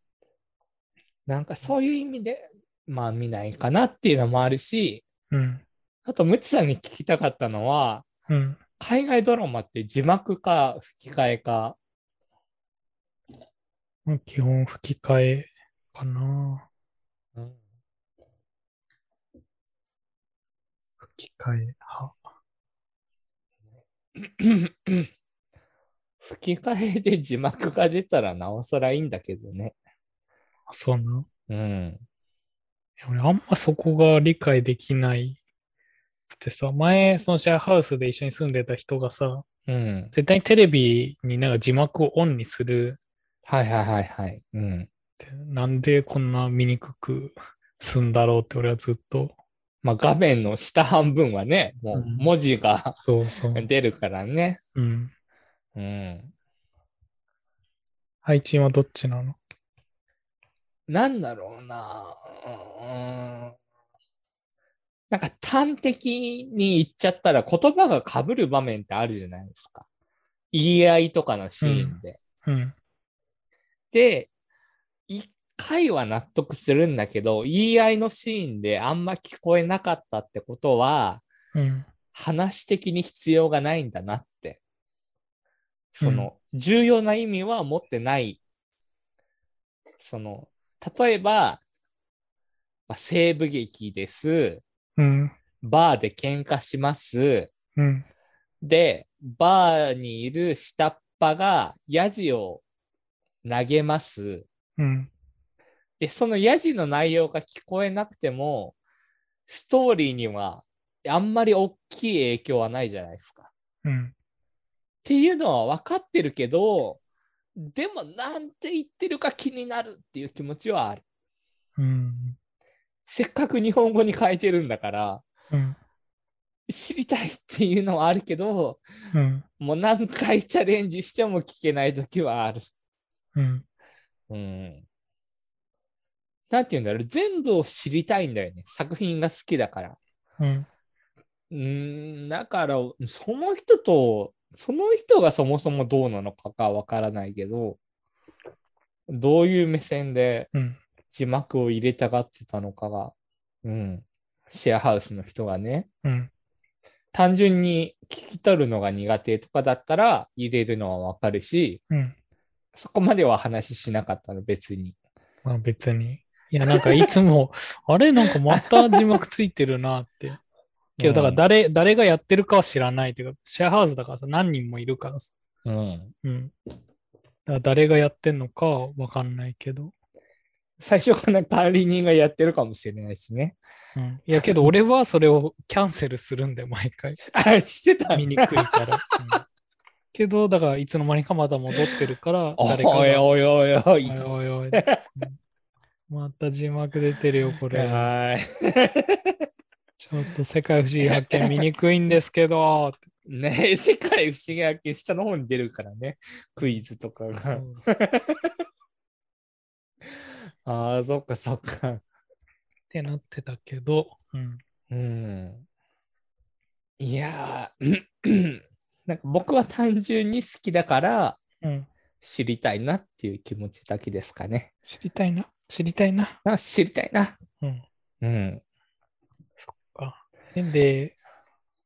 [SPEAKER 2] なんかそういう意味で、まあ見ないかなっていうのもあるし、
[SPEAKER 1] うん。
[SPEAKER 2] あと、ムツさんに聞きたかったのは、
[SPEAKER 1] うん。
[SPEAKER 2] 海外ドラマって字幕か吹き替えか、
[SPEAKER 1] まあ基本吹き替えかな。吹き替え派。
[SPEAKER 2] 吹き替えで字幕が出たらなおさらいいんだけどね。
[SPEAKER 1] あそうな。
[SPEAKER 2] うん。
[SPEAKER 1] 俺、あんまそこが理解できない。ってさ、前、そのシェアハウスで一緒に住んでた人がさ、
[SPEAKER 2] うん。
[SPEAKER 1] 絶対にテレビになんか字幕をオンにする
[SPEAKER 2] はいはいはいはい。うん。
[SPEAKER 1] って、なんでこんな醜くすんだろうって俺はずっと。
[SPEAKER 2] まあ画面の下半分はね、もう
[SPEAKER 1] うん
[SPEAKER 2] 文字が
[SPEAKER 1] そうそう。
[SPEAKER 2] 出るからね。
[SPEAKER 1] うん。
[SPEAKER 2] うん。
[SPEAKER 1] 配置はどっちなの
[SPEAKER 2] なんだろうな。うん。なんか端的に言っちゃったら言葉が被る場面ってあるじゃないですか。言い合いとかのシーンで。
[SPEAKER 1] うん。
[SPEAKER 2] で、一回は納得するんだけど、言い合いのシーンであんま聞こえなかったってことは、
[SPEAKER 1] うん。
[SPEAKER 2] 話的に必要がないんだなって。その、重要な意味は持ってない。その、例えば、まあ西部劇です。
[SPEAKER 1] うん。
[SPEAKER 2] バーで喧嘩します。
[SPEAKER 1] うん。
[SPEAKER 2] で、バーにいる下っ端がヤジを投げます。
[SPEAKER 1] うん。
[SPEAKER 2] で、そのヤジの内容が聞こえなくても、ストーリーにはあんまり大きい影響はないじゃないですか。っ
[SPEAKER 1] うん。
[SPEAKER 2] ていうのは分かってるけど、でもなんて言ってるか気になるっていう気持ちはある。
[SPEAKER 1] うん。
[SPEAKER 2] せっかく日本語に変えてるんだから、
[SPEAKER 1] うん。
[SPEAKER 2] 知りたいっていうのはあるけど、
[SPEAKER 1] うん。
[SPEAKER 2] もう何回チャレンジしても聞けない時はある。
[SPEAKER 1] うん。
[SPEAKER 2] うん。なんて言うんだろう。全部を知りたいんだよね。作品が好きだから。
[SPEAKER 1] うん。
[SPEAKER 2] うーん、だから、その人と、その人がそもそもどうなのかがわからないけど、どういう目線で
[SPEAKER 1] うん。
[SPEAKER 2] 字幕を入れたがってたのかが、うん、シェアハウスの人がね、
[SPEAKER 1] うん。
[SPEAKER 2] 単純に聞き取るのが苦手とかだったら入れるのはわかるし、
[SPEAKER 1] うん。
[SPEAKER 2] そこまでは話しなかったの、別に。
[SPEAKER 1] まあ別に。いや、なんかいつも、 あれなんかまた字幕ついてるなって。けど、だから誰、誰がやってるかは知らないっていうか、シェアハウスだからさ、何人もいるからさ。
[SPEAKER 2] うん、
[SPEAKER 1] うん。だから誰がやってんのかはわかんないけど。
[SPEAKER 2] 最初から管理人がやってるかもしれないしね。
[SPEAKER 1] うん。いや、 けど俺はそれをキャンセルするんだよ、毎回。
[SPEAKER 2] あ、してたんだ
[SPEAKER 1] 見にくいから。うんけど、だからいつの間にかまた戻ってるから、
[SPEAKER 2] お
[SPEAKER 1] 誰かが。
[SPEAKER 2] いおいおいおい。
[SPEAKER 1] おいおいおいうんまた字幕出てるよ、これ。
[SPEAKER 2] はーい。
[SPEAKER 1] ちょっと世界不思議発見見にくいんですけ ど。
[SPEAKER 2] ねえ、世界不思議発見下の方に出るからね、クイズとかが。ああ、そっかそっか。
[SPEAKER 1] ってなってたけど、うん。
[SPEAKER 2] うん。いやー、なんか 僕は単純に好きだから
[SPEAKER 1] うん。
[SPEAKER 2] 知りたいなっていう気持ちだけですかね。
[SPEAKER 1] 知りたいな。知りたいな。
[SPEAKER 2] あ知りたいな。
[SPEAKER 1] うん。
[SPEAKER 2] うん。
[SPEAKER 1] で、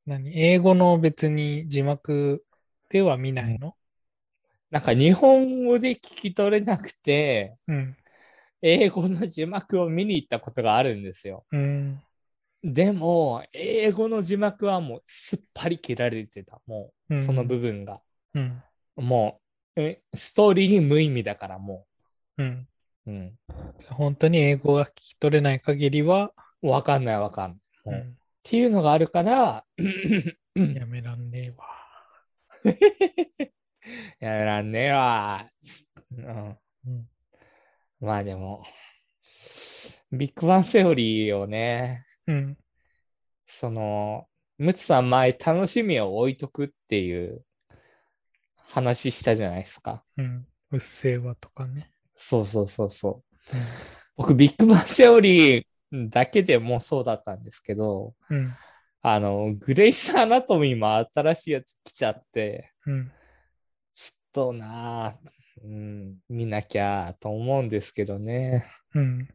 [SPEAKER 1] 何英語の別に字幕では見ないの
[SPEAKER 2] なんか日本語で聞き取れなくて、
[SPEAKER 1] うん。
[SPEAKER 2] 英語の字幕を見に行ったことがあるんですよ。
[SPEAKER 1] うん。
[SPEAKER 2] でも、英語の字幕はもうすっぱり切られてた。もう、
[SPEAKER 1] うん
[SPEAKER 2] その部分が。
[SPEAKER 1] うん。
[SPEAKER 2] もう、えストーリーに無意味だからも
[SPEAKER 1] うん。
[SPEAKER 2] う。うん。
[SPEAKER 1] 本当に英語が聞き取れない限りは、
[SPEAKER 2] わかんないわかんな
[SPEAKER 1] う
[SPEAKER 2] い。もうっ
[SPEAKER 1] ん、
[SPEAKER 2] ていうのがあるから、
[SPEAKER 1] やめらんねえわ。
[SPEAKER 2] やめらんねえわ。つうん。
[SPEAKER 1] うん。
[SPEAKER 2] まあでも、ビッグバンセオリーをね、
[SPEAKER 1] うん。
[SPEAKER 2] その、ムツさん前楽しみを置いとくっていう話したじゃないですか。
[SPEAKER 1] うん。うっせぇわとかね。
[SPEAKER 2] そうそうそうそう。
[SPEAKER 1] うん
[SPEAKER 2] 僕、ビッグバンセオリーだけでもそうだったんですけど、
[SPEAKER 1] うん。
[SPEAKER 2] あの、グレイス・アナトミーも新しいやつ来ちゃって、
[SPEAKER 1] うん。
[SPEAKER 2] ちょっとなぁ、うん、見なきゃと思うんですけどね。
[SPEAKER 1] うん。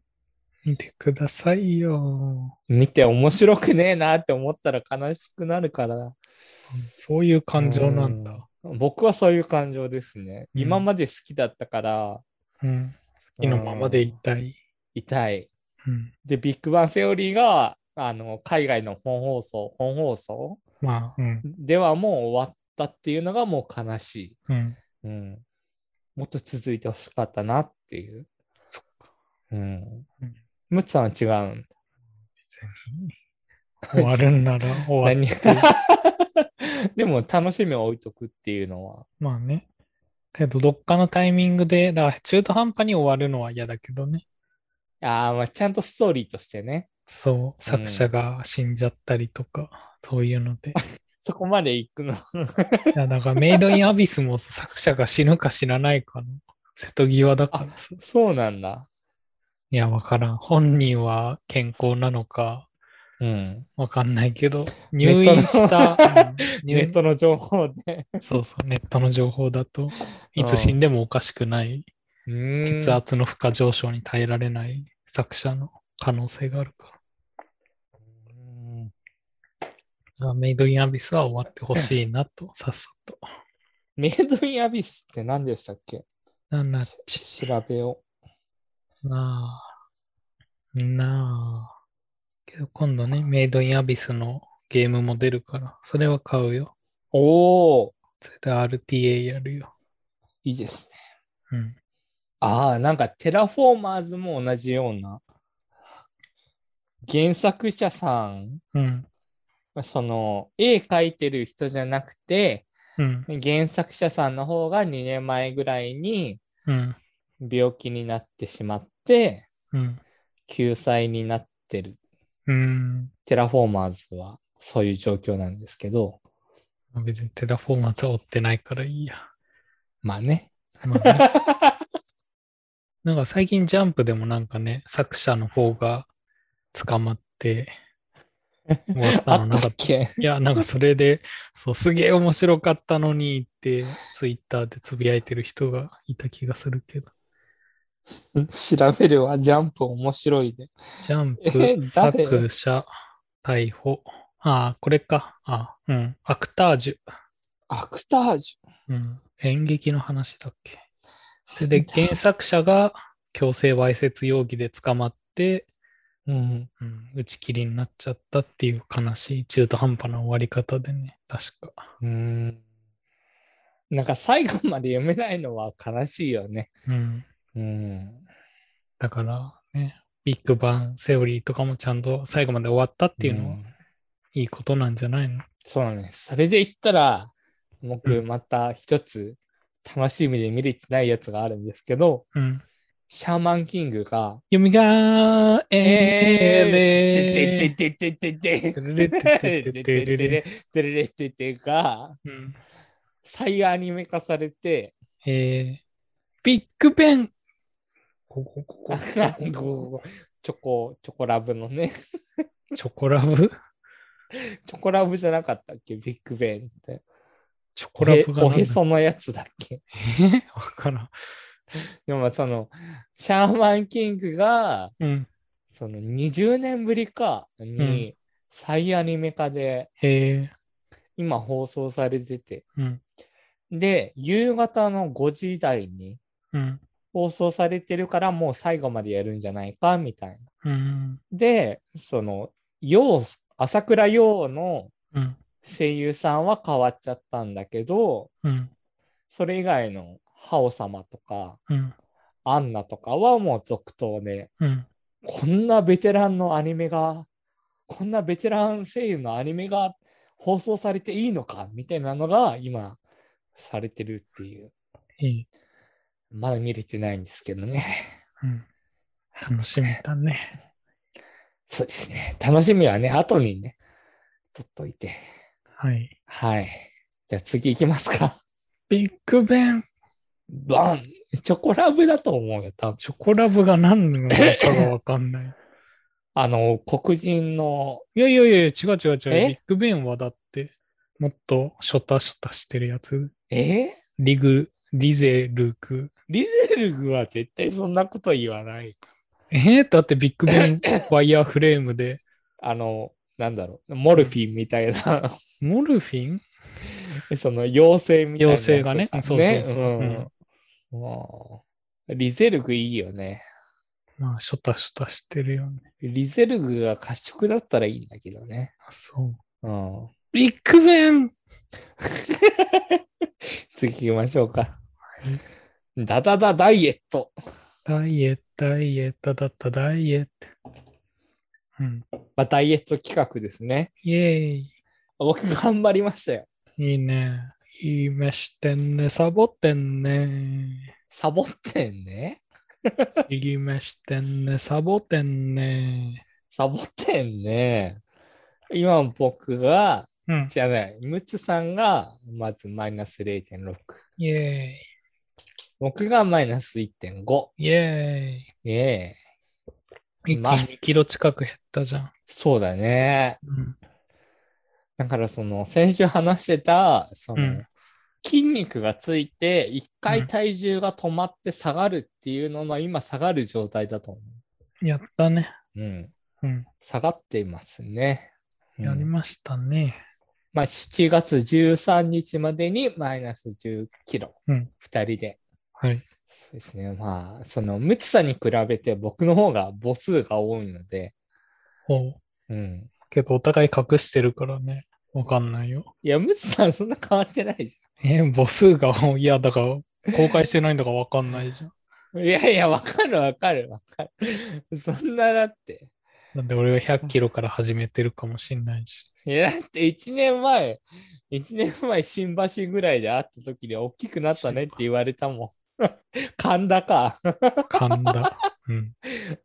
[SPEAKER 1] 見てくださいよ。
[SPEAKER 2] 見て面白くねえなって思ったら悲しくなるから。
[SPEAKER 1] そういう感情なんだ。
[SPEAKER 2] 僕はそういう感情ですね。
[SPEAKER 1] うん
[SPEAKER 2] 今まで好きだったから、
[SPEAKER 1] うん。好きのままでいたい。
[SPEAKER 2] 痛い。
[SPEAKER 1] うん。
[SPEAKER 2] で、ビッグバンセオリーが、あの、海外の本放送、本放送
[SPEAKER 1] まあ、うん。
[SPEAKER 2] ではもう終わったっていうのがもう悲しい。
[SPEAKER 1] うん。
[SPEAKER 2] うん。もっと続いてほしかったなっていう。
[SPEAKER 1] そっか。
[SPEAKER 2] うん
[SPEAKER 1] うん。
[SPEAKER 2] ムツさんは違うんだ。
[SPEAKER 1] 終わるんなら終わ
[SPEAKER 2] 何
[SPEAKER 1] るっていう。
[SPEAKER 2] でも楽しみを置いとくっていうのは。
[SPEAKER 1] まあね。けど、どっかのタイミングで、だから中途半端に終わるのは嫌だけどね。
[SPEAKER 2] あーまあ、ちゃんとストーリーとしてね。
[SPEAKER 1] そう、作者が死んじゃったりとか、そういうの で。
[SPEAKER 2] そこまで行くの。
[SPEAKER 1] いや、だからメイドインアビスも作者が死ぬか死なないかの瀬戸際だからさ。
[SPEAKER 2] そうなんだ。
[SPEAKER 1] いや、わからん。本人は健康なのか、
[SPEAKER 2] うん。
[SPEAKER 1] わかんないけど、
[SPEAKER 2] ネ
[SPEAKER 1] 入
[SPEAKER 2] ットの
[SPEAKER 1] 院した、うん入
[SPEAKER 2] ネ
[SPEAKER 1] 院
[SPEAKER 2] ットの情報で。
[SPEAKER 1] そうそう、ネットの情報だと、いつ死んでもおかしくない、血
[SPEAKER 2] 血
[SPEAKER 1] 圧の負荷上昇に耐えられない作者の可能性があるから。だからメイドインアビスは終わってほしいなと、さっさと。
[SPEAKER 2] メイドインアビスって何でしたっけ
[SPEAKER 1] ナナッチ。
[SPEAKER 2] 調べよ
[SPEAKER 1] なあ。なあ。けど今度ね、メイドインアビスのゲームも出るから、それは買うよ。
[SPEAKER 2] う。おお
[SPEAKER 1] それで RTA やるよ。
[SPEAKER 2] いいですね。
[SPEAKER 1] うん。
[SPEAKER 2] ああ、なんかテラフォーマーズも同じような。原作者さん、
[SPEAKER 1] うん。
[SPEAKER 2] その絵描いてる人じゃなくて、
[SPEAKER 1] うん。
[SPEAKER 2] 原作者さんの方が2年前ぐらいに
[SPEAKER 1] うん。
[SPEAKER 2] 病気になってしまって、
[SPEAKER 1] うん。
[SPEAKER 2] 救済になってる。
[SPEAKER 1] うん。
[SPEAKER 2] テラフォーマーズはそういう状況なんですけど、
[SPEAKER 1] 別にテラフォーマーズは追ってないからいいや。
[SPEAKER 2] まあね。
[SPEAKER 1] まあね なんか最近ジャンプでもなんかね、作者の方が捕まって終わった
[SPEAKER 2] あ
[SPEAKER 1] の
[SPEAKER 2] っ
[SPEAKER 1] な
[SPEAKER 2] た
[SPEAKER 1] かっ
[SPEAKER 2] っけ
[SPEAKER 1] いや、なんかそれで、そう、すげえ面白かったのにって、ツイッターでつぶやいてる人がいた気がするけど。
[SPEAKER 2] 調べるわ、ジャンプ面白いで。
[SPEAKER 1] ジャン
[SPEAKER 2] え
[SPEAKER 1] プ、
[SPEAKER 2] 誰
[SPEAKER 1] 作者、逮捕。ああ、これか。あうん。アクタージュ。
[SPEAKER 2] アクタージ
[SPEAKER 1] うん。演劇の話だっけ。そ
[SPEAKER 2] ュ。
[SPEAKER 1] れで、原作者が強制わいせつ容疑で捕まって、
[SPEAKER 2] うん、
[SPEAKER 1] うん、打ち切りになっちゃったっていう悲しい中途半端な終わり方でね、確か。
[SPEAKER 2] うん。なんか最後まで読めないのは悲しいよね。
[SPEAKER 1] うん。
[SPEAKER 2] うん。
[SPEAKER 1] だからね、ビッグバンセオリーとかもちゃんと最後まで終わったっていうのは
[SPEAKER 2] ん
[SPEAKER 1] いいことなんじゃないの、
[SPEAKER 2] そうだね。それで言ったら、僕また一つ楽しみで見れてないやつがあるんですけど、
[SPEAKER 1] うん、
[SPEAKER 2] シャーマンキングが、
[SPEAKER 1] 弓がえ
[SPEAKER 2] ててて
[SPEAKER 1] え
[SPEAKER 2] てててて
[SPEAKER 1] ででででででで
[SPEAKER 2] が
[SPEAKER 1] うん
[SPEAKER 2] 再アニメ化されて、
[SPEAKER 1] えービッグベンここここ
[SPEAKER 2] あなんかこうチョコ、チョコラブのね、チ
[SPEAKER 1] チョコラブ
[SPEAKER 2] ョコラブじゃなかったっけ、ビッグベンって。
[SPEAKER 1] チョコラブがな
[SPEAKER 2] お
[SPEAKER 1] んだ
[SPEAKER 2] へそのやつだっけ。
[SPEAKER 1] えーわからん。
[SPEAKER 2] でもその、シャーマンキングが、
[SPEAKER 1] うん。
[SPEAKER 2] その20年ぶりか
[SPEAKER 1] うん
[SPEAKER 2] に再アニメ化で、
[SPEAKER 1] え
[SPEAKER 2] 今放送されてて、
[SPEAKER 1] ー、うん。
[SPEAKER 2] で、夕方の5時台に
[SPEAKER 1] うん。
[SPEAKER 2] 放送されてるからもう最後までやるんじゃないかみたい
[SPEAKER 1] う
[SPEAKER 2] な。
[SPEAKER 1] ん。
[SPEAKER 2] で、その、陽朝倉陽の
[SPEAKER 1] うん。
[SPEAKER 2] 声優さんは変わっちゃったんだけど、
[SPEAKER 1] うん。
[SPEAKER 2] それ以外のハオ様とか、
[SPEAKER 1] うん。
[SPEAKER 2] アンナとかはもう続投で、
[SPEAKER 1] うん。
[SPEAKER 2] こんなベテランのアニメが、こんなベテラン声優のアニメが放送されていいのかみたいなのが今されてるっていう。
[SPEAKER 1] いい。
[SPEAKER 2] まだ見れてないんですけどね。
[SPEAKER 1] うん。楽しみだね。
[SPEAKER 2] そうですね。楽しみはね、後にね、取っといて。
[SPEAKER 1] はい。
[SPEAKER 2] はい。じゃあ次行きますか。
[SPEAKER 1] ビッグベン
[SPEAKER 2] バンチョコラブだと思うよ、多分。
[SPEAKER 1] チョコラブが何なのかがわかんない。
[SPEAKER 2] あの、黒人の、
[SPEAKER 1] いやいやいや、違う違う違う。ビ
[SPEAKER 2] え
[SPEAKER 1] ッグベンはだって、もっとショタショタしてるやつ。
[SPEAKER 2] え
[SPEAKER 1] リグ、リゼ、ルーク。
[SPEAKER 2] リゼルグは絶対そんなこと言わない。
[SPEAKER 1] えー、だってビッグベンワイヤーフレームで、
[SPEAKER 2] あの、なんだろう、モルフィンみたいな、
[SPEAKER 1] モルフィン
[SPEAKER 2] その妖精みたいなやつ。
[SPEAKER 1] 妖精がねそうそうそう
[SPEAKER 2] うんもうリゼルグいいよね。
[SPEAKER 1] まあ、ショタショタしてるよね。
[SPEAKER 2] リゼルグが褐色だったらいいんだけどね。
[SPEAKER 1] あそう。
[SPEAKER 2] うん。
[SPEAKER 1] ビッグベン
[SPEAKER 2] 次行きましょうか。ダダダダイエット。
[SPEAKER 1] ダイエット、ダイエットだった、ダイエット。うん。
[SPEAKER 2] まあ、ダイエット企画ですね。
[SPEAKER 1] イェイ。
[SPEAKER 2] 僕頑張りましたよ。
[SPEAKER 1] いいね。いい目してんね。サボってんね。
[SPEAKER 2] サボってんね。
[SPEAKER 1] いい目してんね。サボってんね。
[SPEAKER 2] サボってんね。今僕が、
[SPEAKER 1] うん。
[SPEAKER 2] じゃない、ムツさんがまずマイナス0.6。
[SPEAKER 1] イェイ。
[SPEAKER 2] 僕がマイナス1.5。
[SPEAKER 1] イェイ。
[SPEAKER 2] ええ
[SPEAKER 1] 一気に
[SPEAKER 2] まあ
[SPEAKER 1] 2キロ近く減ったじゃん。
[SPEAKER 2] そうだね。
[SPEAKER 1] うん。
[SPEAKER 2] だからその先週話してた、その、
[SPEAKER 1] うん
[SPEAKER 2] 筋肉がついて、一
[SPEAKER 1] う
[SPEAKER 2] 回
[SPEAKER 1] ん
[SPEAKER 2] 体重が止まって下がるっていうのの今下がる状態だと思
[SPEAKER 1] やったね。
[SPEAKER 2] う。うん。
[SPEAKER 1] うん。
[SPEAKER 2] 下がっていますね。うん
[SPEAKER 1] やりましたね。
[SPEAKER 2] まあ、7月13日までにマイナス10キロ。
[SPEAKER 1] うん
[SPEAKER 2] 二人で。
[SPEAKER 1] はい。
[SPEAKER 2] そうですね。まあ、その、ムツさんに比べて僕の方が母数が多いので、
[SPEAKER 1] おう
[SPEAKER 2] うん。
[SPEAKER 1] けどお互い隠してるからね。わかんないよ。
[SPEAKER 2] いや、ムツさんそんな変わってないじ
[SPEAKER 1] えー、母数が多い、いや、だから、公開してないんだからわかんないじゃん。
[SPEAKER 2] ゃん。いやいや、わかるわかるわかる。そんなだって。
[SPEAKER 1] なんで俺が100キロから始めてるかもしんないし。
[SPEAKER 2] いや、だって1年前、1年前、新橋ぐらいで会った時に大きくなったねって言われたもん。 神田か。
[SPEAKER 1] 神 田。うん。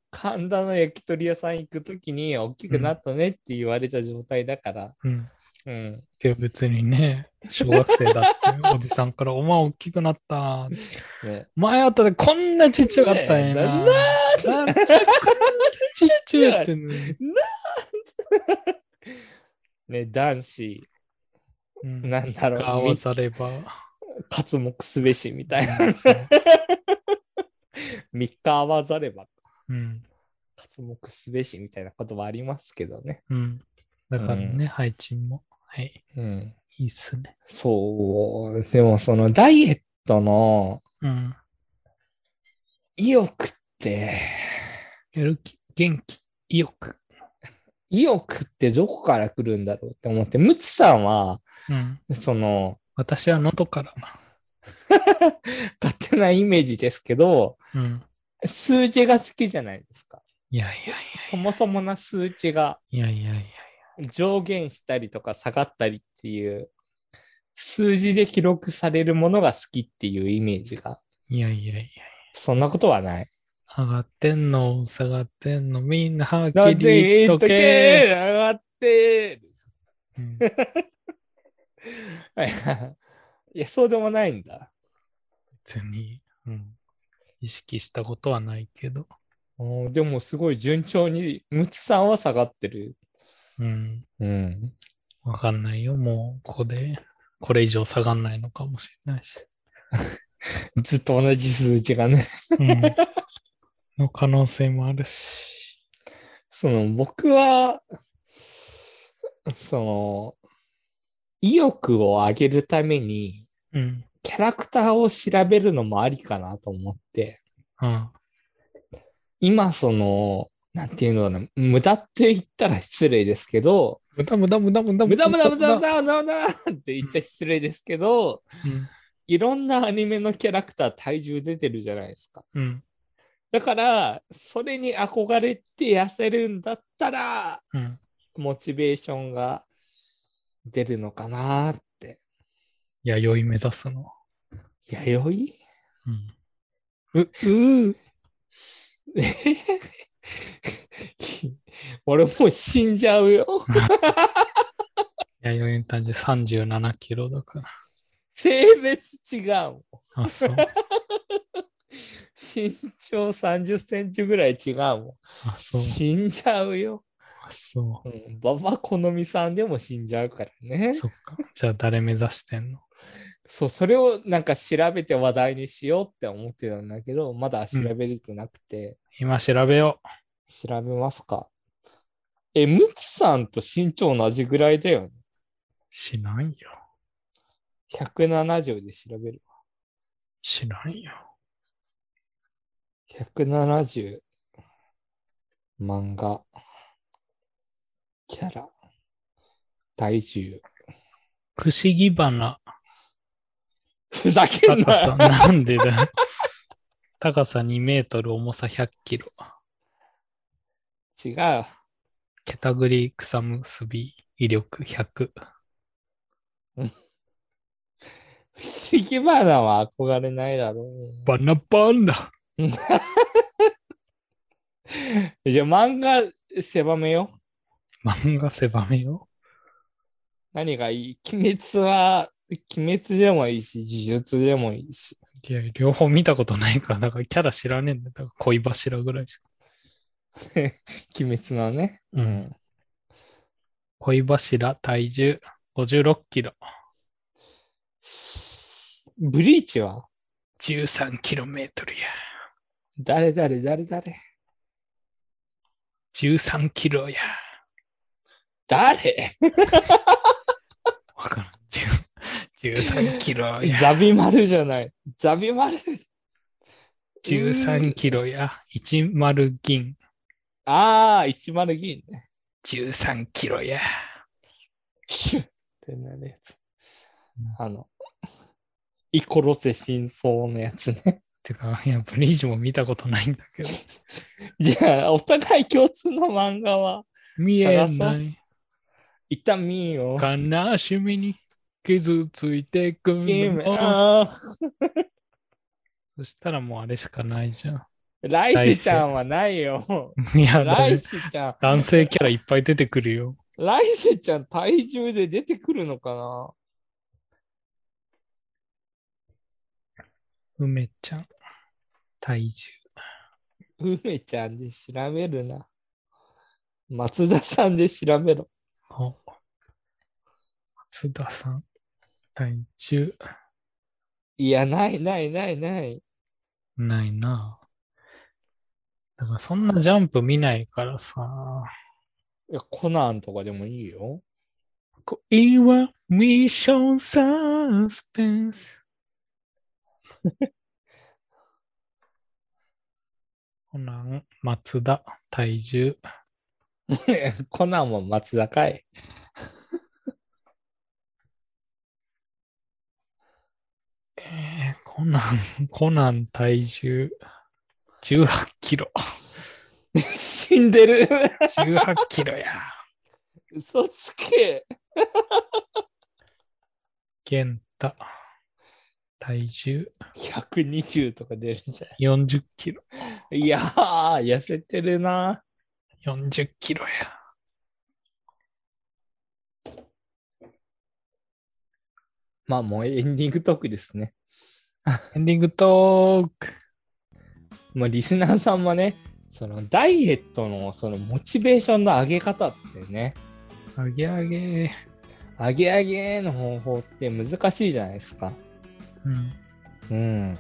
[SPEAKER 2] 神田の焼き鳥屋さん行く時に大きくなったねって言われた状態だから。
[SPEAKER 1] うん。
[SPEAKER 2] うん。
[SPEAKER 1] けど別にね、小学生だって、おじさんから、お前大きくなった。
[SPEAKER 2] ね、
[SPEAKER 1] 前あったでこんなちっちゃかったんやな。
[SPEAKER 2] ね
[SPEAKER 1] な
[SPEAKER 2] え
[SPEAKER 1] んでこんなちっちゃいってんのに。
[SPEAKER 2] ね男子、
[SPEAKER 1] うん
[SPEAKER 2] なんだろう
[SPEAKER 1] が合わされ ば。
[SPEAKER 2] 活目すべしみたいな。 三日合わざれば
[SPEAKER 1] うん。
[SPEAKER 2] 活目すべしみたいなことはありますけどね。
[SPEAKER 1] うん。だからね、配置も。はい。
[SPEAKER 2] うん。
[SPEAKER 1] いいっすね。
[SPEAKER 2] そう。でもそのダイエットの
[SPEAKER 1] うん。
[SPEAKER 2] 意欲って、
[SPEAKER 1] やる気、元気、意欲。
[SPEAKER 2] 意欲ってどこから来るんだろうって思って、ムツさんは、
[SPEAKER 1] うん。
[SPEAKER 2] その、
[SPEAKER 1] 私は喉から。
[SPEAKER 2] 勝手なイメージですけど、
[SPEAKER 1] うん。
[SPEAKER 2] 数字が好きじゃないですか。
[SPEAKER 1] いやいや
[SPEAKER 2] そもそもな数値が
[SPEAKER 1] いや。いやいやいや。
[SPEAKER 2] 上限したりとか下がったりっていう、数字で記録されるものが好きっていうイメージが、
[SPEAKER 1] いやいやいや。
[SPEAKER 2] そんなことはない。
[SPEAKER 1] 上がってんの、下がってんの、みんなはっき
[SPEAKER 2] な
[SPEAKER 1] り
[SPEAKER 2] んで、
[SPEAKER 1] 言
[SPEAKER 2] えー
[SPEAKER 1] っ
[SPEAKER 2] っと
[SPEAKER 1] と
[SPEAKER 2] けー
[SPEAKER 1] け。
[SPEAKER 2] 上がってる。
[SPEAKER 1] うん
[SPEAKER 2] はい いや、そうでもないんだ。
[SPEAKER 1] 別に、うん、意識したことはないけど、
[SPEAKER 2] おーでも、すごい順調に、ムツさんは下がってる。
[SPEAKER 1] うん、
[SPEAKER 2] うん。
[SPEAKER 1] わかんないよ。もう、ここで、これ以上下がんないのかもしれないし。
[SPEAKER 2] ずっと同じ数字がね。
[SPEAKER 1] うん、の可能性もあるし。
[SPEAKER 2] その僕は、その、意欲を上げるために、
[SPEAKER 1] うん、
[SPEAKER 2] キャラクターを調べるのもありかなと思って、
[SPEAKER 1] うん、
[SPEAKER 2] 今その、なんていうのかな、無駄って言ったら失礼ですけど、
[SPEAKER 1] 無駄無駄無駄無駄
[SPEAKER 2] 無駄無駄無駄無駄無駄無駄って言っちゃ失礼ですけど、
[SPEAKER 1] うん、
[SPEAKER 2] いろんなアニメのキャラクター体重出てるじゃないですか。
[SPEAKER 1] うん、
[SPEAKER 2] だから、それに憧れて痩せるんだったら、
[SPEAKER 1] うん。
[SPEAKER 2] モチベーションが出るのかなって。
[SPEAKER 1] 弥生目指すの。
[SPEAKER 2] 弥生
[SPEAKER 1] うん。う、うー。
[SPEAKER 2] 俺もう死んじゃうよ。
[SPEAKER 1] 弥生の誕生37キロだから。
[SPEAKER 2] 性別違うもん。
[SPEAKER 1] あ、そう。
[SPEAKER 2] 身長30センチぐらい違うも
[SPEAKER 1] あ、
[SPEAKER 2] ん。
[SPEAKER 1] そう。
[SPEAKER 2] 死んじゃうよ。
[SPEAKER 1] あ、そう
[SPEAKER 2] う。ん。ババ好みさんでも死んじゃうからね。
[SPEAKER 1] そっか。じゃあ誰目指してんの
[SPEAKER 2] そう、それをなんか調べて話題にしようって思ってたんだけど、まだ調べれてなくて、
[SPEAKER 1] 今調べよ
[SPEAKER 2] 調べますか。え、ムツさんと身長同じぐらいだよね。
[SPEAKER 1] う。しないよ。
[SPEAKER 2] 170で調べる。
[SPEAKER 1] しないよ。
[SPEAKER 2] 170。漫画。キャラ。体重。
[SPEAKER 1] 不思議花、
[SPEAKER 2] ふざけん
[SPEAKER 1] 高さ、
[SPEAKER 2] な
[SPEAKER 1] なんでだ高さ2メートル、重さ100キロ。
[SPEAKER 2] 違う。
[SPEAKER 1] ケタグリ草結び、威力100。
[SPEAKER 2] 不思議花は憧れないだろ
[SPEAKER 1] バナバナ
[SPEAKER 2] う。じゃあ漫画狭めよう。
[SPEAKER 1] 漫画狭めよ
[SPEAKER 2] 何がいい鬼滅は、鬼滅でもいいし、呪術でもいいし。
[SPEAKER 1] う。いや、両方見たことないから、だからキャラ知らねえんだよ。だから恋柱ぐらいしか。
[SPEAKER 2] 鬼滅のね。
[SPEAKER 1] う。恋柱、体重、56キロ、
[SPEAKER 2] ブリーチは
[SPEAKER 1] 13キロメートルや。
[SPEAKER 2] 誰誰誰誰
[SPEAKER 1] 13キロや。
[SPEAKER 2] 誰
[SPEAKER 1] わからん。10 13キ ロや。
[SPEAKER 2] ザビマルじゃない。ザビマル。
[SPEAKER 1] 13キロや。10銀。
[SPEAKER 2] ああ、一丸銀ね。
[SPEAKER 1] 13キロや。
[SPEAKER 2] シュッってなるやつ。あの、イコロセ真相のやつね。
[SPEAKER 1] てか、いや、ブリージも見たことないんだ けど。
[SPEAKER 2] じゃあ、お互い共通の漫画は、
[SPEAKER 1] 見えない。
[SPEAKER 2] 一旦見よう。
[SPEAKER 1] 悲しみに傷ついてく
[SPEAKER 2] ゲーム
[SPEAKER 1] の。
[SPEAKER 2] あー
[SPEAKER 1] そしたらもうあれしかないじゃん。
[SPEAKER 2] ライスちゃんはないよ。
[SPEAKER 1] いや、だ
[SPEAKER 2] ラ
[SPEAKER 1] って
[SPEAKER 2] イスちゃん、
[SPEAKER 1] 男性キャラいっぱい出てくるよ。
[SPEAKER 2] ライスちゃん体重で出てくるのかな
[SPEAKER 1] 梅ちゃん。体重。
[SPEAKER 2] 梅ちゃんで調べるな。松田さんで調べろ。
[SPEAKER 1] お松田さん。体重。
[SPEAKER 2] いや、ないないないない。
[SPEAKER 1] ないな。だからそんなジャンプ見ないからさ。
[SPEAKER 2] いや、コナンとかでもいいよ。
[SPEAKER 1] 恋はミッションサスペンス。 コナン、松田、体重。
[SPEAKER 2] コナンも松田かい。
[SPEAKER 1] えー、コナン、コナン体重。18キロ。
[SPEAKER 2] 死んでる。
[SPEAKER 1] 18キロや。
[SPEAKER 2] 嘘つけ。
[SPEAKER 1] 玄太。体重
[SPEAKER 2] 120とか出るんじゃ
[SPEAKER 1] 40キロ。
[SPEAKER 2] ん。いやー、痩せてるな。
[SPEAKER 1] 40キロや。
[SPEAKER 2] まあ、もうエンディングトークですね。
[SPEAKER 1] エンディングトーク。
[SPEAKER 2] まあ、リスナーさんもね、そのダイエットのそのモチベーションの上げ方ってね、
[SPEAKER 1] あげあげ。
[SPEAKER 2] 上げ上げの方法って難しいじゃないですか。
[SPEAKER 1] うん。
[SPEAKER 2] うん。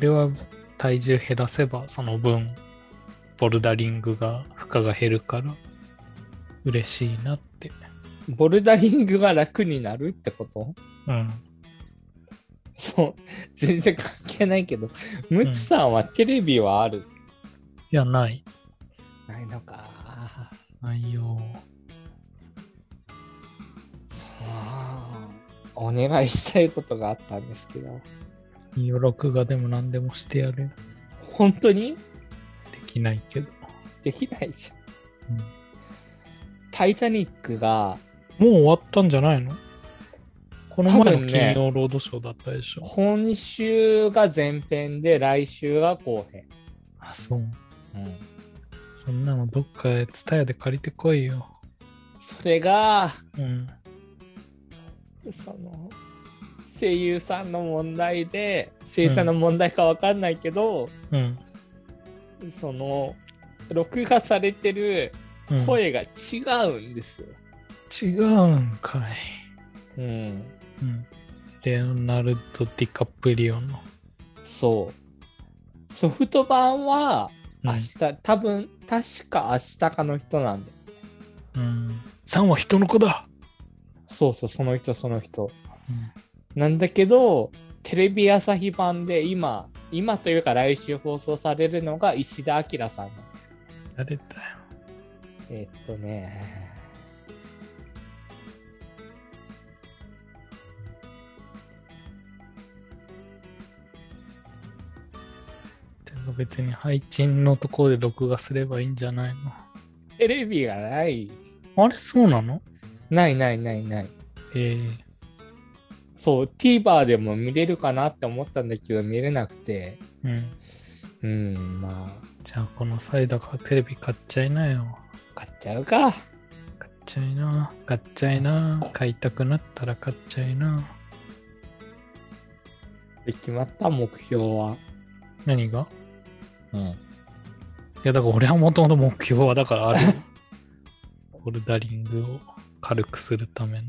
[SPEAKER 1] 俺は体重減らせばその分ボルダリングが負荷が減るから嬉しいなって
[SPEAKER 2] ボルダリングが楽になるってこと
[SPEAKER 1] うん
[SPEAKER 2] そう。全然関係ないけど、ムツさんはテレビはある、
[SPEAKER 1] いやない
[SPEAKER 2] ないのか。
[SPEAKER 1] ないよ
[SPEAKER 2] そう。お願いしたいことがあったんですけど。
[SPEAKER 1] 余録画でも何でもしてやる
[SPEAKER 2] 本当に
[SPEAKER 1] できないけど、
[SPEAKER 2] できないじゃん。
[SPEAKER 1] うん
[SPEAKER 2] タイタニックが、
[SPEAKER 1] もう終わったんじゃないのこの前
[SPEAKER 2] 多分
[SPEAKER 1] の
[SPEAKER 2] ね
[SPEAKER 1] 金曜ロードショーだったでしょ、
[SPEAKER 2] 今週が前編で来週が後編。
[SPEAKER 1] あそう
[SPEAKER 2] うん、
[SPEAKER 1] そんなのどっかへ伝えで借りてこいよ
[SPEAKER 2] それが
[SPEAKER 1] うん
[SPEAKER 2] その声優さんの問題で声優さんの問題かわかんないけど、
[SPEAKER 1] うん
[SPEAKER 2] その録画されてる
[SPEAKER 1] うん、
[SPEAKER 2] 声が違うんですよ。
[SPEAKER 1] 違うんかい、
[SPEAKER 2] うん
[SPEAKER 1] うん、レオナルド・ディカプリオの。
[SPEAKER 2] そう。ソフト版は
[SPEAKER 1] うん
[SPEAKER 2] 明日、多分、確か明日かの人なんで。
[SPEAKER 1] うん。サンは人の子だ。
[SPEAKER 2] そうそう、その人、その人。なんだけど、テレビ朝日版で今、今というか来週放送されるのが石田明さんなの。
[SPEAKER 1] 誰だよ。
[SPEAKER 2] えっとね。
[SPEAKER 1] てか別に配信のところで録画すればいいんじゃない
[SPEAKER 2] テレビがない。
[SPEAKER 1] のあれそうなの
[SPEAKER 2] ないないないない。
[SPEAKER 1] ええ
[SPEAKER 2] そう、TVer でも見れるかなって思ったんだけど、見れなくて。
[SPEAKER 1] うん。
[SPEAKER 2] うん、ま
[SPEAKER 1] じゃあこの際だからテレビ買っちゃいなよ。
[SPEAKER 2] あ、買っちゃうか。
[SPEAKER 1] 買っちゃいな。買っちゃいな。買いたくなったら買っちゃいな。
[SPEAKER 2] で決まった目標は。
[SPEAKER 1] 何が
[SPEAKER 2] うん。
[SPEAKER 1] いやだから俺はもともと目標はだからあ る。ボルダリングを軽くするための。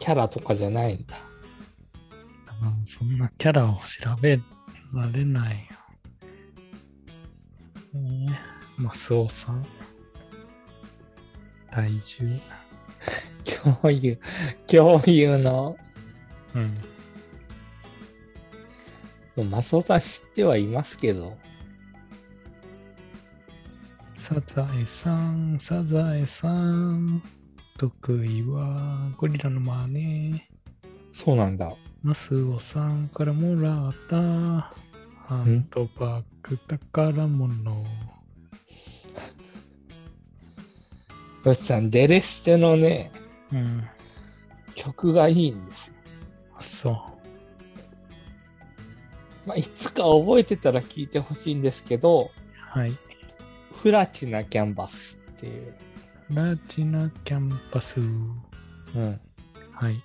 [SPEAKER 2] キャラとかじゃないんだ。
[SPEAKER 1] うんそんなキャラを調べられないよ。えー、マスオさん。体重。
[SPEAKER 2] 共有、 共有の。
[SPEAKER 1] うん。
[SPEAKER 2] もうマスオさん知ってはいますけど。
[SPEAKER 1] サザエさん、サザエさん。得意はゴリラのマネ。
[SPEAKER 2] そうなんだ。
[SPEAKER 1] マスオさんからもらった。ハンドバッグ宝物。
[SPEAKER 2] よしさん、デレステのね、
[SPEAKER 1] うん。
[SPEAKER 2] 曲がいいんですよ。
[SPEAKER 1] あ、そう。
[SPEAKER 2] まあ、いつか覚えてたら聞いてほしいんですけど、
[SPEAKER 1] はい。
[SPEAKER 2] フラチナキャンバスっていう。
[SPEAKER 1] ラチナキャンパス。
[SPEAKER 2] うん。
[SPEAKER 1] はい。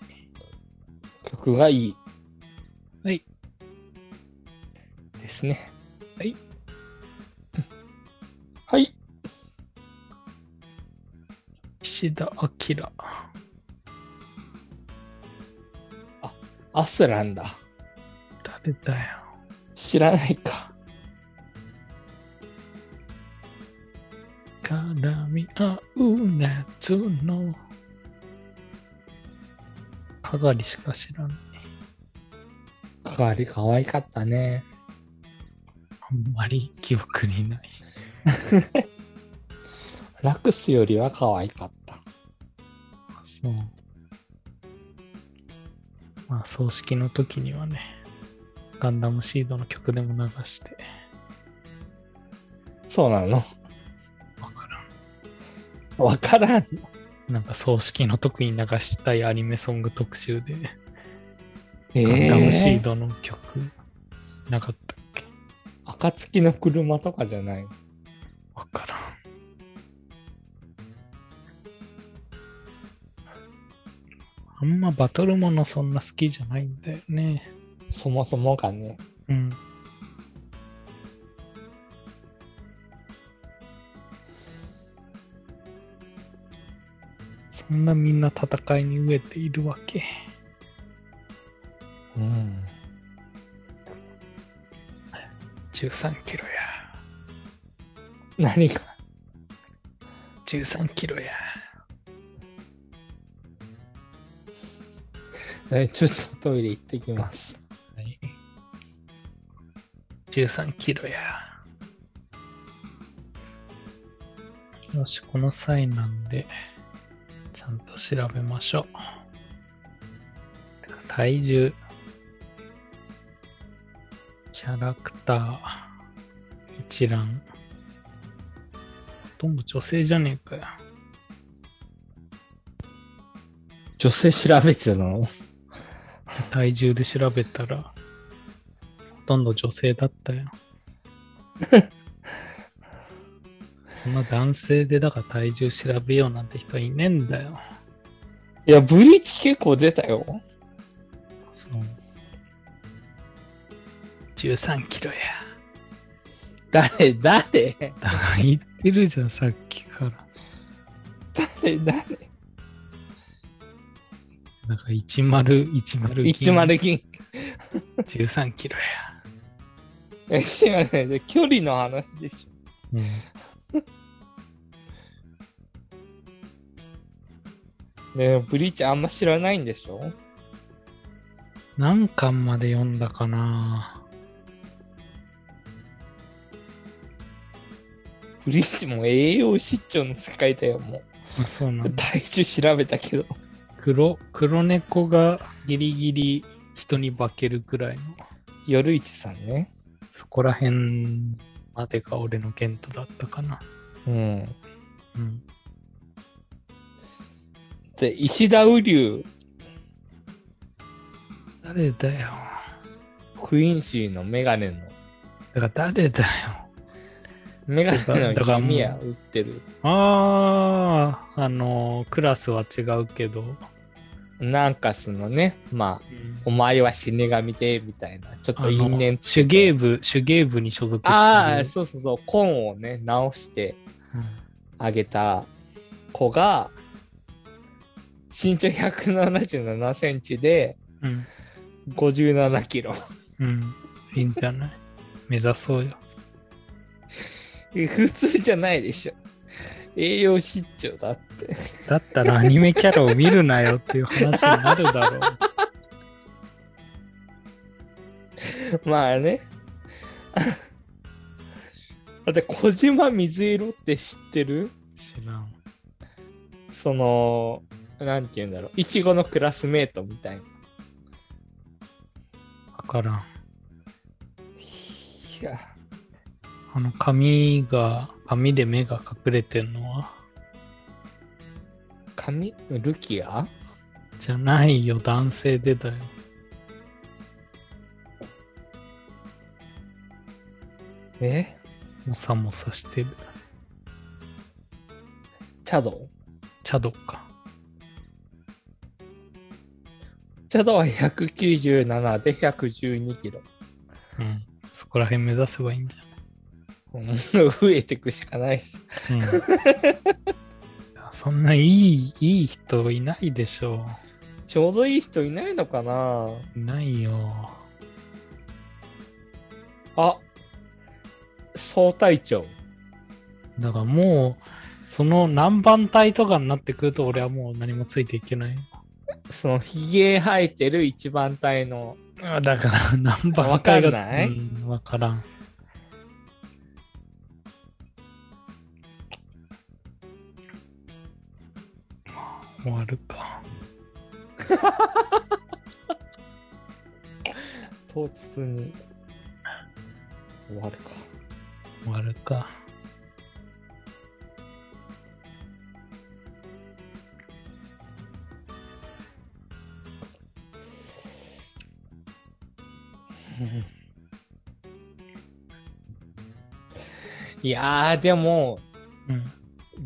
[SPEAKER 2] 曲がいい。
[SPEAKER 1] はい。
[SPEAKER 2] ですね。
[SPEAKER 1] はい。
[SPEAKER 2] はい。
[SPEAKER 1] 岸田明。
[SPEAKER 2] アスランだ。
[SPEAKER 1] 誰だよ。
[SPEAKER 2] 知らないか。
[SPEAKER 1] 絡み合う夏の。かがりしか知らない。
[SPEAKER 2] かわり可愛かったね。
[SPEAKER 1] あんまり記憶にない。
[SPEAKER 2] ラクスよりは可愛かった。
[SPEAKER 1] そう。まあ、葬式の時にはね、ガンダムシードの曲でも流して、
[SPEAKER 2] そうなの。
[SPEAKER 1] わから
[SPEAKER 2] わからん。
[SPEAKER 1] ん。なんか葬式の時に流したいアニメソング特集で、
[SPEAKER 2] え
[SPEAKER 1] ガンダムシー
[SPEAKER 2] ー、
[SPEAKER 1] ドの曲、なかったっけ
[SPEAKER 2] 暁の車とかじゃない。
[SPEAKER 1] わからん。あんまバトルものそんな好きじゃないんだよね。
[SPEAKER 2] そもそもがね。
[SPEAKER 1] うん。そんなみんな戦いに飢えているわけ。
[SPEAKER 2] うん。
[SPEAKER 1] 13キロや。
[SPEAKER 2] 何か。
[SPEAKER 1] 13キロや。
[SPEAKER 2] えちょっとトイレ行ってきます。
[SPEAKER 1] はい。13キロや。よし、この際なんで、ちゃんと調べましょう。てか体重。キャラクター。一覧。ほとんど女性じゃねえかよ。
[SPEAKER 2] 女性調べてたの
[SPEAKER 1] 体重で調べたら、ほとんど女性だった よ。そんな男性でだから体重調べようなんて人いねえんだよ。
[SPEAKER 2] いや、ブリーチ結構出たよ。
[SPEAKER 1] その13キロや。
[SPEAKER 2] 誰誰
[SPEAKER 1] だから言ってるじゃん、さっきから。
[SPEAKER 2] 誰誰
[SPEAKER 1] だから1010銀
[SPEAKER 2] 一丸銀。
[SPEAKER 1] 13キロや。
[SPEAKER 2] え、すいません。じゃあ距離の話でしょ。
[SPEAKER 1] うん、
[SPEAKER 2] ねブリーチあんま知らないんでしょ
[SPEAKER 1] 何巻まで読んだかな
[SPEAKER 2] ブリーチも栄養失調の世界だよ、も
[SPEAKER 1] あそうな
[SPEAKER 2] う。
[SPEAKER 1] んだ。
[SPEAKER 2] 体重調べたけど。
[SPEAKER 1] 黒、黒猫がギリギリ人に化けるくらいの、
[SPEAKER 2] 夜市さんね。
[SPEAKER 1] そこら辺までが俺の限度だったかな。
[SPEAKER 2] うん。
[SPEAKER 1] うん。
[SPEAKER 2] で、石田雨竜、
[SPEAKER 1] 誰だよ。
[SPEAKER 2] クインシーのメガネの、
[SPEAKER 1] だから誰だよ。
[SPEAKER 2] メガネ
[SPEAKER 1] だだか
[SPEAKER 2] の
[SPEAKER 1] らもう
[SPEAKER 2] 弓矢打ってる。
[SPEAKER 1] ああ、あの、クラスは違うけど、
[SPEAKER 2] なんかそのね、まあ、お前は死神で、みたいな、ちょっ
[SPEAKER 1] あの
[SPEAKER 2] と因縁つ
[SPEAKER 1] 手
[SPEAKER 2] けて
[SPEAKER 1] 芸部、手芸部に所属してる。
[SPEAKER 2] ああ、そうそうそう、コンをね、直して
[SPEAKER 1] うん
[SPEAKER 2] あげた子が、身長177センチで
[SPEAKER 1] うん。
[SPEAKER 2] 57キロ。
[SPEAKER 1] うん。いいんじゃない 目指そうよ。
[SPEAKER 2] 普通じゃないでしょ。栄養失調だって。
[SPEAKER 1] だったらアニメキャラを見るなよっていう話になるだろう。
[SPEAKER 2] まあね。 だって小島水色って知ってる
[SPEAKER 1] 知らん。
[SPEAKER 2] その、なんて言うんだろう。いちごのクラスメートみたいな。
[SPEAKER 1] わからん。
[SPEAKER 2] いや、
[SPEAKER 1] あの髪が、髪で目が隠れてんのは、
[SPEAKER 2] 髪、ルキア
[SPEAKER 1] じゃないよ、男性でだよ。
[SPEAKER 2] え
[SPEAKER 1] もさもさしてる。
[SPEAKER 2] チャド
[SPEAKER 1] チャドか。
[SPEAKER 2] チャドは197で112キロ。
[SPEAKER 1] うん。そこら辺目指せばいいんじ
[SPEAKER 2] うん増えてくしかないし。
[SPEAKER 1] ゃない、うん、いやそんないい、いい人いないでしょ
[SPEAKER 2] ちょうどいい人いないのかな
[SPEAKER 1] う。いないよ。
[SPEAKER 2] あ総隊長。
[SPEAKER 1] だからもう、その何番隊とかになってくると俺はもう何もついていけない。
[SPEAKER 2] そのひげ生えてる一番隊の
[SPEAKER 1] あだから何番
[SPEAKER 2] わかんない
[SPEAKER 1] うんわからん。終わるか。
[SPEAKER 2] 唐突に終わるか。
[SPEAKER 1] 終わるか。
[SPEAKER 2] いやーでも
[SPEAKER 1] うん。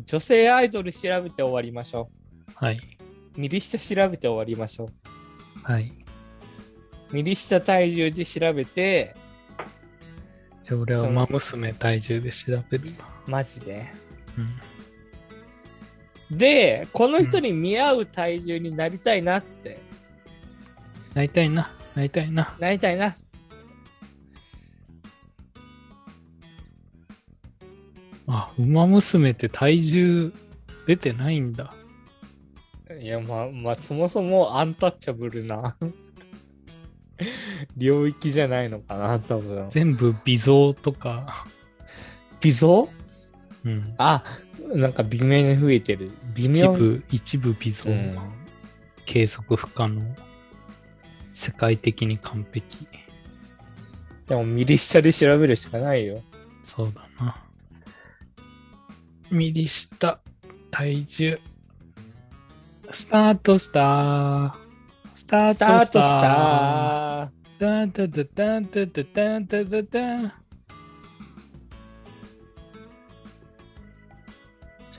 [SPEAKER 2] 女性アイドル調べて終わりましょ
[SPEAKER 1] はい。
[SPEAKER 2] う。ミリシタ調べて終わりましょ
[SPEAKER 1] はい。
[SPEAKER 2] う。ミリシタ体重で調べて
[SPEAKER 1] じゃあ俺は
[SPEAKER 2] そう
[SPEAKER 1] 馬娘体重で調べるわ。
[SPEAKER 2] マジで。
[SPEAKER 1] うん。
[SPEAKER 2] で、この人に見合う体重になりたいなって、
[SPEAKER 1] なりたいな。なりたいな。
[SPEAKER 2] なりたいな。
[SPEAKER 1] あ、馬娘って体重出てないんだ。
[SPEAKER 2] いや、まあ、まあ、そもそもアンタッチャブルな 領域じゃないのかな、多分。
[SPEAKER 1] 全部微増とか。
[SPEAKER 2] 微増
[SPEAKER 1] うん。
[SPEAKER 2] あ、なんか微妙に増えてる。微
[SPEAKER 1] 一
[SPEAKER 2] 妙
[SPEAKER 1] 部、一部微増。
[SPEAKER 2] うん
[SPEAKER 1] 計測不可能世界的に完璧
[SPEAKER 2] でも、ミリシタで調べるしかないよ。
[SPEAKER 1] そうだな右下体重スタートしたスタート
[SPEAKER 2] スタートし
[SPEAKER 1] した
[SPEAKER 2] た
[SPEAKER 1] ダンダダダンダダダンダダダンじゃ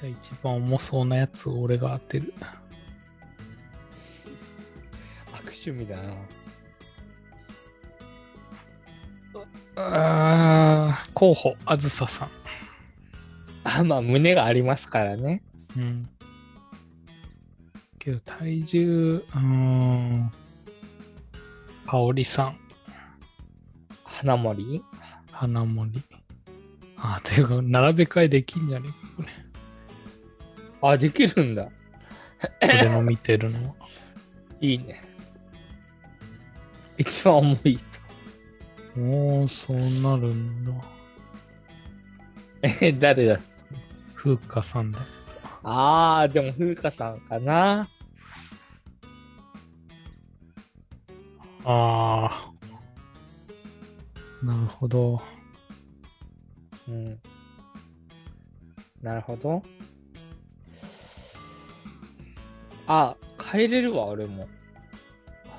[SPEAKER 1] あ一番重そうなやつを俺が当てる
[SPEAKER 2] 悪趣味だな。
[SPEAKER 1] あー候補あずささ
[SPEAKER 2] あ、まあ、胸がありますからね。
[SPEAKER 1] ん、うん、けど、体重、うーん、香織さん、
[SPEAKER 2] 花森
[SPEAKER 1] 花森。あ、というか、並べ替えできんじゃねえか、
[SPEAKER 2] あ、できるんだ。
[SPEAKER 1] これ。俺の見てるのは。
[SPEAKER 2] いいね。一番重いと。
[SPEAKER 1] もう、そうなるんだ。
[SPEAKER 2] え、誰だ
[SPEAKER 1] 風花さんだ。
[SPEAKER 2] あー、でも風花さんかな。
[SPEAKER 1] ああ。なるほど。
[SPEAKER 2] うん。なるほど。あ、帰れるわ、俺も。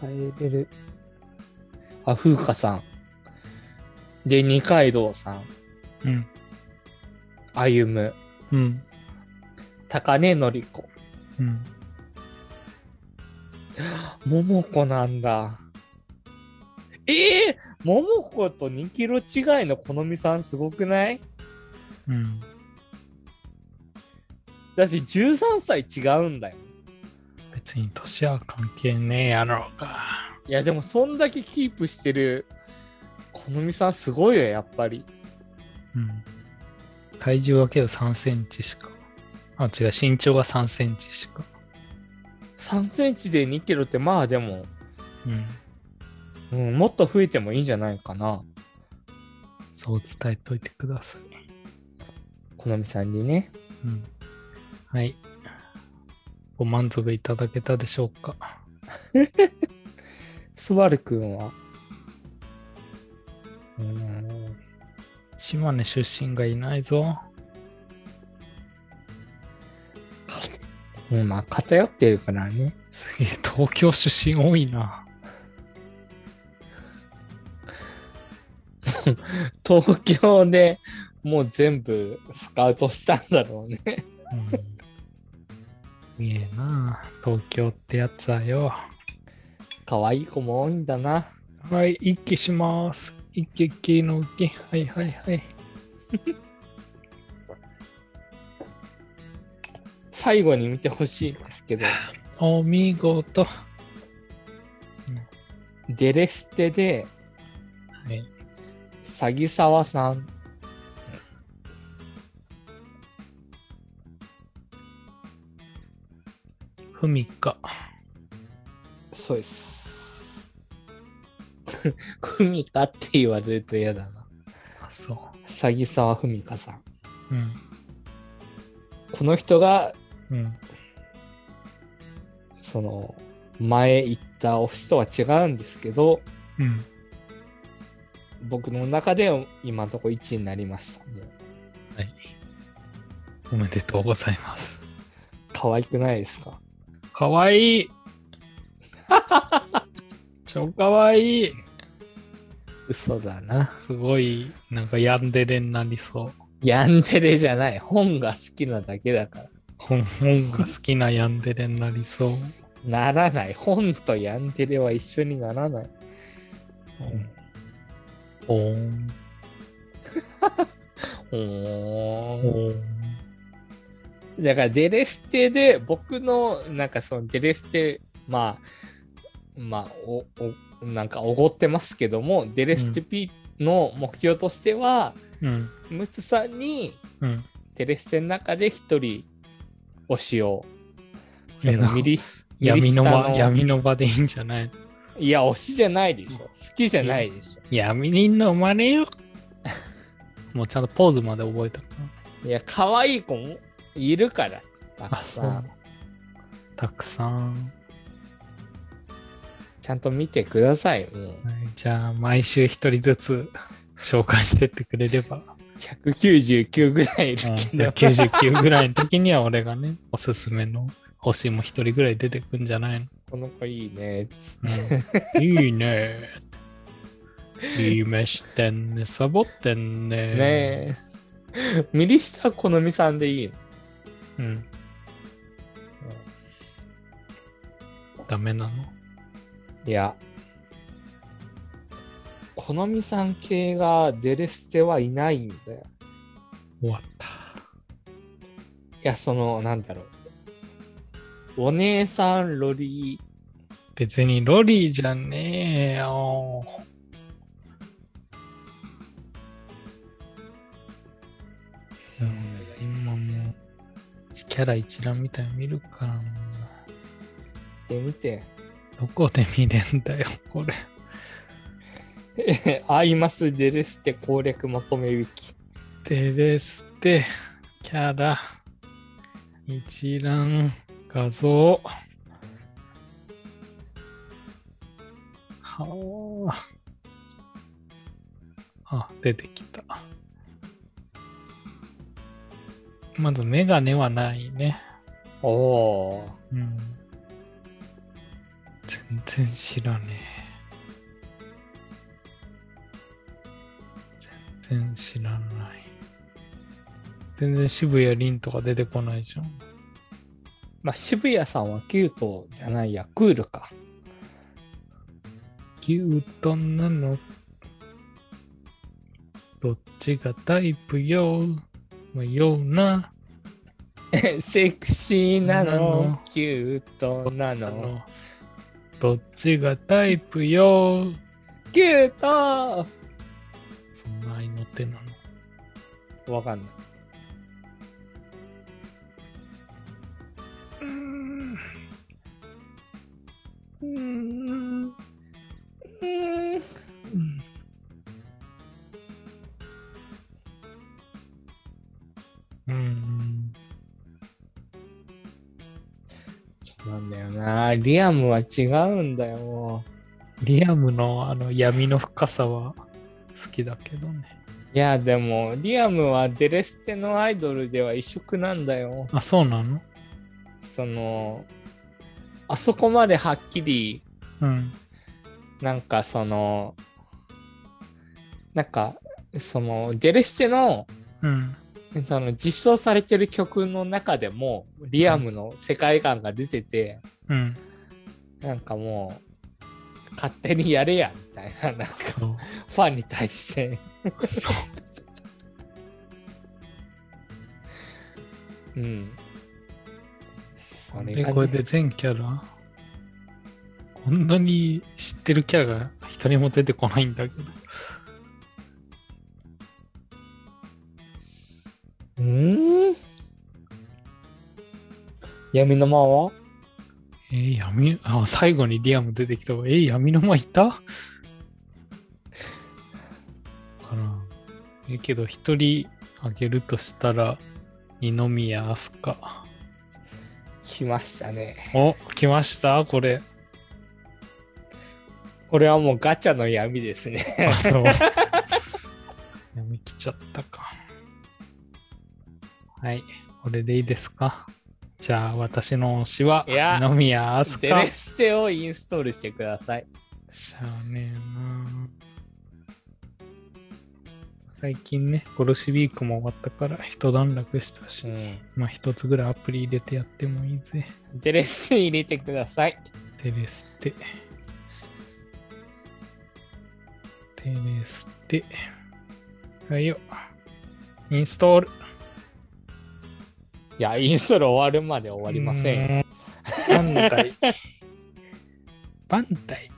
[SPEAKER 2] 帰れる。あ、風花さん。で、二階堂さん。
[SPEAKER 1] うん。
[SPEAKER 2] 歩む。
[SPEAKER 1] うん。
[SPEAKER 2] 高根のり子。
[SPEAKER 1] うん。
[SPEAKER 2] 桃子なんだ。ええー、桃子と2キロ違いの好みさんすごくない
[SPEAKER 1] うん。
[SPEAKER 2] だって13歳違うんだよ。
[SPEAKER 1] 別に年は関係ねえやろうが。
[SPEAKER 2] いやでもそんだけキープしてる好みさんすごいよやっぱり。
[SPEAKER 1] うん。体重はけど3センチしか。あ、違う、身長が3センチしか。
[SPEAKER 2] 3センチで2キロってまあでも、
[SPEAKER 1] うん。
[SPEAKER 2] うん、もっと増えてもいいんじゃないかな。
[SPEAKER 1] そう伝えといてください。
[SPEAKER 2] 好みさんにね。
[SPEAKER 1] うん。はい。ご満足いただけたでしょうか。
[SPEAKER 2] スバルくんはうーん。
[SPEAKER 1] 島根出身がいないぞ。
[SPEAKER 2] かうん、まあ偏ってるからね。
[SPEAKER 1] すげえ、東京出身多いな。
[SPEAKER 2] 東京でもう全部スカウトしたんだろうね。
[SPEAKER 1] うん、すげえな。東京ってやつはよ。
[SPEAKER 2] 可愛い子も多いんだな。
[SPEAKER 1] はい、一気します。一気一気の一気。はいはいはい。
[SPEAKER 2] 最後に見てほしいんですけど、
[SPEAKER 1] お見事。は
[SPEAKER 2] デレステで
[SPEAKER 1] い。
[SPEAKER 2] 詐欺沢さん。
[SPEAKER 1] ふみか。
[SPEAKER 2] そうです。ふみかって言われると嫌だな。
[SPEAKER 1] あ、そう。
[SPEAKER 2] 詐欺沢ふみかさん。
[SPEAKER 1] うん。
[SPEAKER 2] この人が、
[SPEAKER 1] うん。
[SPEAKER 2] その、前言った推しとは違うんですけど、
[SPEAKER 1] うん。
[SPEAKER 2] 僕の中では今のとこ1位になりました。もう
[SPEAKER 1] はい。おめでとうございます。
[SPEAKER 2] 可愛くないですか
[SPEAKER 1] かわい い。超かわいい。
[SPEAKER 2] 嘘だな。
[SPEAKER 1] すごい、なんかヤンデレになりそう。
[SPEAKER 2] ヤンデレじゃない。本が好きなだけだから。
[SPEAKER 1] 本本が好きなヤンデレになりそう。
[SPEAKER 2] ならない。本とヤンデレは一緒にならない。
[SPEAKER 1] ほーん。
[SPEAKER 2] うーん
[SPEAKER 1] ほーん。
[SPEAKER 2] だからデレステで、僕の、なんかそのデレステ、まあ、まあ、お、お、なんかおごってますけども、デレステ P の目標としては、
[SPEAKER 1] うん。
[SPEAKER 2] ムツさんに
[SPEAKER 1] うん。
[SPEAKER 2] デレステの中で一人推しを、そ
[SPEAKER 1] えな
[SPEAKER 2] のミリ、ミリ
[SPEAKER 1] 闇
[SPEAKER 2] 下
[SPEAKER 1] の場、
[SPEAKER 2] の
[SPEAKER 1] 闇の場でいいんじゃない
[SPEAKER 2] いや、推しじゃないでしょ。好きじゃないでしょ。
[SPEAKER 1] 闇人の生まれ よ。もうちゃんとポーズまで覚えたか
[SPEAKER 2] いや、可愛い子もいるから。た
[SPEAKER 1] な。あ、
[SPEAKER 2] く
[SPEAKER 1] そ
[SPEAKER 2] さ。。
[SPEAKER 1] うんたくさん。
[SPEAKER 2] ちゃんと見てください。もう
[SPEAKER 1] はいじゃあ、毎週一人ずつ 紹介してってくれれば、
[SPEAKER 2] 199ぐらいいるけど。
[SPEAKER 1] 99ぐらいの時には俺がね、おすすめの星も一人ぐらい出てくんじゃないの。
[SPEAKER 2] この子いいね。つ
[SPEAKER 1] うんいいね。いい目してんね、サボってんね。
[SPEAKER 2] ねえ。ミリシタ好みさんでいいの
[SPEAKER 1] うん。ダメなの
[SPEAKER 2] いや。好みさん系がデレステはいないんだよ。
[SPEAKER 1] 終わった。
[SPEAKER 2] いや、その、なんだろう。お姉さんロリ
[SPEAKER 1] 別にロリーじゃねえよ。うん今もう、キャラ一覧みたいに見るからな。
[SPEAKER 2] ーで見 て。
[SPEAKER 1] どこで見れんだよ、これ。
[SPEAKER 2] アイマスデレステ攻略まとめウィキ。
[SPEAKER 1] でですって、キャラ、一覧、画像。はあ。あ、出てきた。まずメガネはないね。
[SPEAKER 2] おお。
[SPEAKER 1] うん。全然知らねえ。全然知らない。全然渋谷凛とか出てこないじゃん。
[SPEAKER 2] まあ、渋谷さんはキュートじゃないや、クールか。
[SPEAKER 1] 牛丼なのどっちがタイプよまあ、ような
[SPEAKER 2] セクシーな
[SPEAKER 1] なの
[SPEAKER 2] の、キュートな
[SPEAKER 1] あ
[SPEAKER 2] の、
[SPEAKER 1] のどっちがタイプよ
[SPEAKER 2] キュー
[SPEAKER 1] そんな愛の手なの
[SPEAKER 2] トわかんない。
[SPEAKER 1] うーんうーん
[SPEAKER 2] うー
[SPEAKER 1] う
[SPEAKER 2] ん
[SPEAKER 1] んうん
[SPEAKER 2] そうなんだよな。リアムは違うんだよ。
[SPEAKER 1] リアムのあの闇の深さは好きだけどね。
[SPEAKER 2] いや、でも、リアムはデレステのアイドルでは異色なんだよ。
[SPEAKER 1] あ、そうなの
[SPEAKER 2] その、あそこまではっきり、
[SPEAKER 1] うん。
[SPEAKER 2] なんかその、なんか、その、デレステの、
[SPEAKER 1] うん。
[SPEAKER 2] その実装されてる曲の中でも、リアムの世界観が出てて、
[SPEAKER 1] うん。
[SPEAKER 2] なんかもう、勝手にやれや、みたいな、なんか、フ
[SPEAKER 1] そう。
[SPEAKER 2] ァンに対して。
[SPEAKER 1] そう。
[SPEAKER 2] うん。それ
[SPEAKER 1] で、
[SPEAKER 2] が、
[SPEAKER 1] これ
[SPEAKER 2] ね、
[SPEAKER 1] で全キャラこんなに知ってるキャラが一人も出てこないんだけど。
[SPEAKER 2] うーん闇の魔王
[SPEAKER 1] えー、闇、あ、最後にリアム出てきたわ。えー、闇の間いたかな。えー、けど、一人あげるとしたら、二宮飛鳥。
[SPEAKER 2] 来ましたね。
[SPEAKER 1] お、来ましたこれ。
[SPEAKER 2] これはもうガチャの闇ですね。
[SPEAKER 1] あ、そう。 闇来ちゃったか。はい。これでいいですかじゃあ、私の推しは、
[SPEAKER 2] いや
[SPEAKER 1] 二宮飛
[SPEAKER 2] デレ
[SPEAKER 1] 鳥。
[SPEAKER 2] ステをインストールしてください。
[SPEAKER 1] しゃあねえな最近ね、ゴロシビークも終わったから一段落したし、
[SPEAKER 2] うん。
[SPEAKER 1] まあ一つぐらいアプリ入れてやってもいいぜ。
[SPEAKER 2] デレステ入れてください。
[SPEAKER 1] テレステ。テレステ。はいよ。インストール。
[SPEAKER 2] いや、インストール終わるまで終わりませんよ。
[SPEAKER 1] うーん。バンダイ。バンダイ。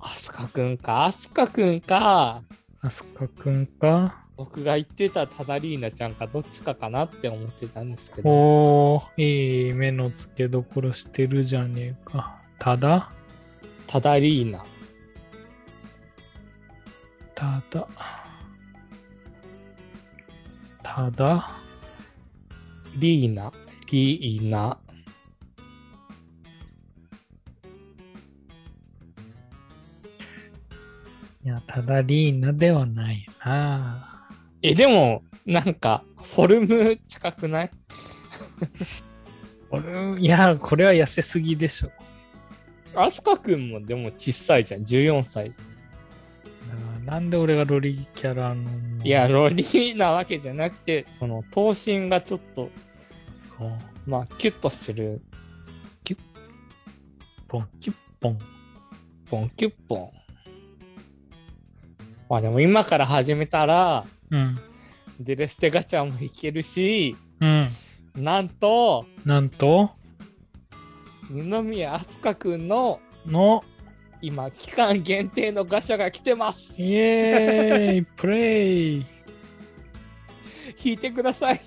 [SPEAKER 2] アスカくんか、アスカくんか。
[SPEAKER 1] アスカくんか。
[SPEAKER 2] 僕が言ってたタダリーナちゃんかどっちかかなって思ってたんですけど。
[SPEAKER 1] おー、いい目の付けどころしてるじゃねえか。ただ
[SPEAKER 2] タダリーナ。
[SPEAKER 1] ただ。ただ。
[SPEAKER 2] リーナ。リーナ。
[SPEAKER 1] いや、ただリーナではないな。
[SPEAKER 2] え、でも、なんか、フォルム近くない
[SPEAKER 1] 俺、いや、これは痩せすぎでしょ。
[SPEAKER 2] アスカくんもでも小さいじゃん。14歳じゃ
[SPEAKER 1] だからなんで俺がロリキャラの。
[SPEAKER 2] ん。いや、、ロリーなわけじゃなくて、その、頭身がちょっと、
[SPEAKER 1] そう。
[SPEAKER 2] まあ、キュッとしてる。
[SPEAKER 1] ポン、キュッポン。
[SPEAKER 2] ポンキュッポン。まあでも今から始めたら、
[SPEAKER 1] うん。
[SPEAKER 2] デレステガチャもいけるし、
[SPEAKER 1] うん。
[SPEAKER 2] なんと
[SPEAKER 1] なんと、
[SPEAKER 2] 二宮飛鳥くんの
[SPEAKER 1] の、
[SPEAKER 2] 今期間限定のガシャが来てます
[SPEAKER 1] イエーイ、プレイ、
[SPEAKER 2] 引いてください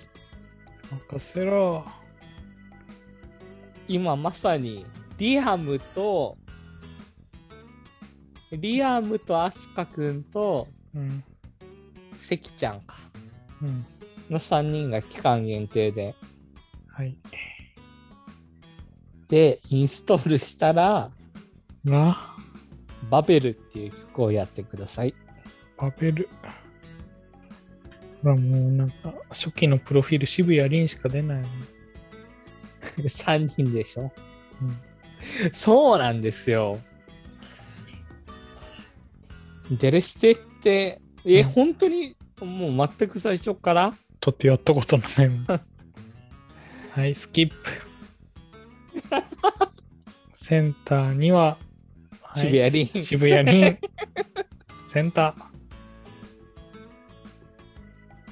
[SPEAKER 1] 任せろ。
[SPEAKER 2] 今まさにリアムとリアムとアスカくんと
[SPEAKER 1] うん、
[SPEAKER 2] 関ちゃんか
[SPEAKER 1] うん、
[SPEAKER 2] の3人が期間限定で
[SPEAKER 1] はい。
[SPEAKER 2] でインストールしたら
[SPEAKER 1] な、
[SPEAKER 2] 「バベル」っていう曲をやってください
[SPEAKER 1] バベル。ほら、もうなんか、初期のプロフィール、渋谷凛しか出ないもん。
[SPEAKER 2] 3人でしょ
[SPEAKER 1] うん
[SPEAKER 2] そうなんですよデレステってえ、
[SPEAKER 1] うん
[SPEAKER 2] 本当にもう全く最初から
[SPEAKER 1] とってやったことない もん。はい、スキップ。センターには、はい
[SPEAKER 2] 渋谷凛
[SPEAKER 1] 渋谷に、センター。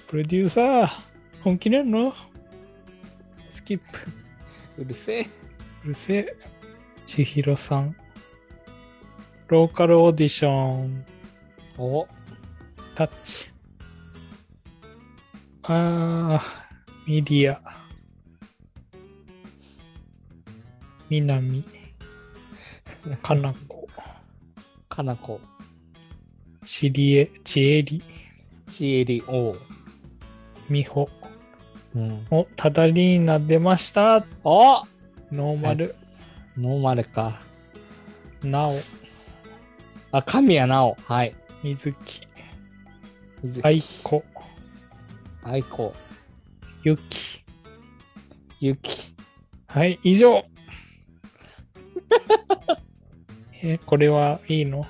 [SPEAKER 1] プロデューサー、本気なのスキップ。
[SPEAKER 2] うるせえ
[SPEAKER 1] うるせえ。千尋さん。ローカルオーディション。
[SPEAKER 2] お
[SPEAKER 1] タッチ。あー、メディア。南。かなこ。
[SPEAKER 2] かなこ
[SPEAKER 1] ちりえ、ちえり、
[SPEAKER 2] ちえりおう、
[SPEAKER 1] みほ。
[SPEAKER 2] うん、
[SPEAKER 1] お、タダリーナ出ました。
[SPEAKER 2] お
[SPEAKER 1] ノーマル、
[SPEAKER 2] ノーマルか
[SPEAKER 1] なお、
[SPEAKER 2] あ神谷奈緒はい
[SPEAKER 1] 水木、
[SPEAKER 2] 水木
[SPEAKER 1] あいこ、
[SPEAKER 2] 愛子
[SPEAKER 1] ゆき。
[SPEAKER 2] ゆき
[SPEAKER 1] はい、以上。え、これはいいの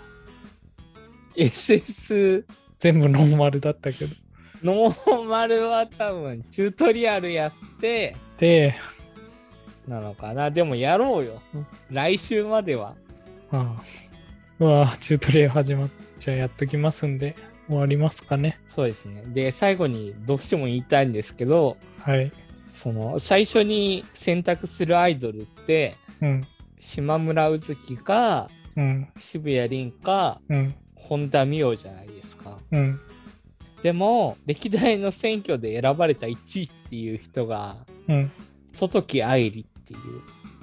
[SPEAKER 2] SS
[SPEAKER 1] 全部ノーマルだったけど。
[SPEAKER 2] ノーマルは多分チュートリアルやって
[SPEAKER 1] で、
[SPEAKER 2] なのかなでもやろうよ来週までは
[SPEAKER 1] ああ。うわあ、チュートリアル始まっちゃやっときますんで、終わりますかね。
[SPEAKER 2] そうですねで最後にどうしても言いたいんですけど
[SPEAKER 1] はい。
[SPEAKER 2] その最初に選択するアイドルって
[SPEAKER 1] うん、
[SPEAKER 2] 島村うずきか
[SPEAKER 1] うん、
[SPEAKER 2] 渋谷凛か
[SPEAKER 1] うん、
[SPEAKER 2] 本田美桜じゃないですか
[SPEAKER 1] うん。
[SPEAKER 2] でも歴代の選挙で選ばれた1位っていう人が
[SPEAKER 1] うん、
[SPEAKER 2] 都時愛理っていう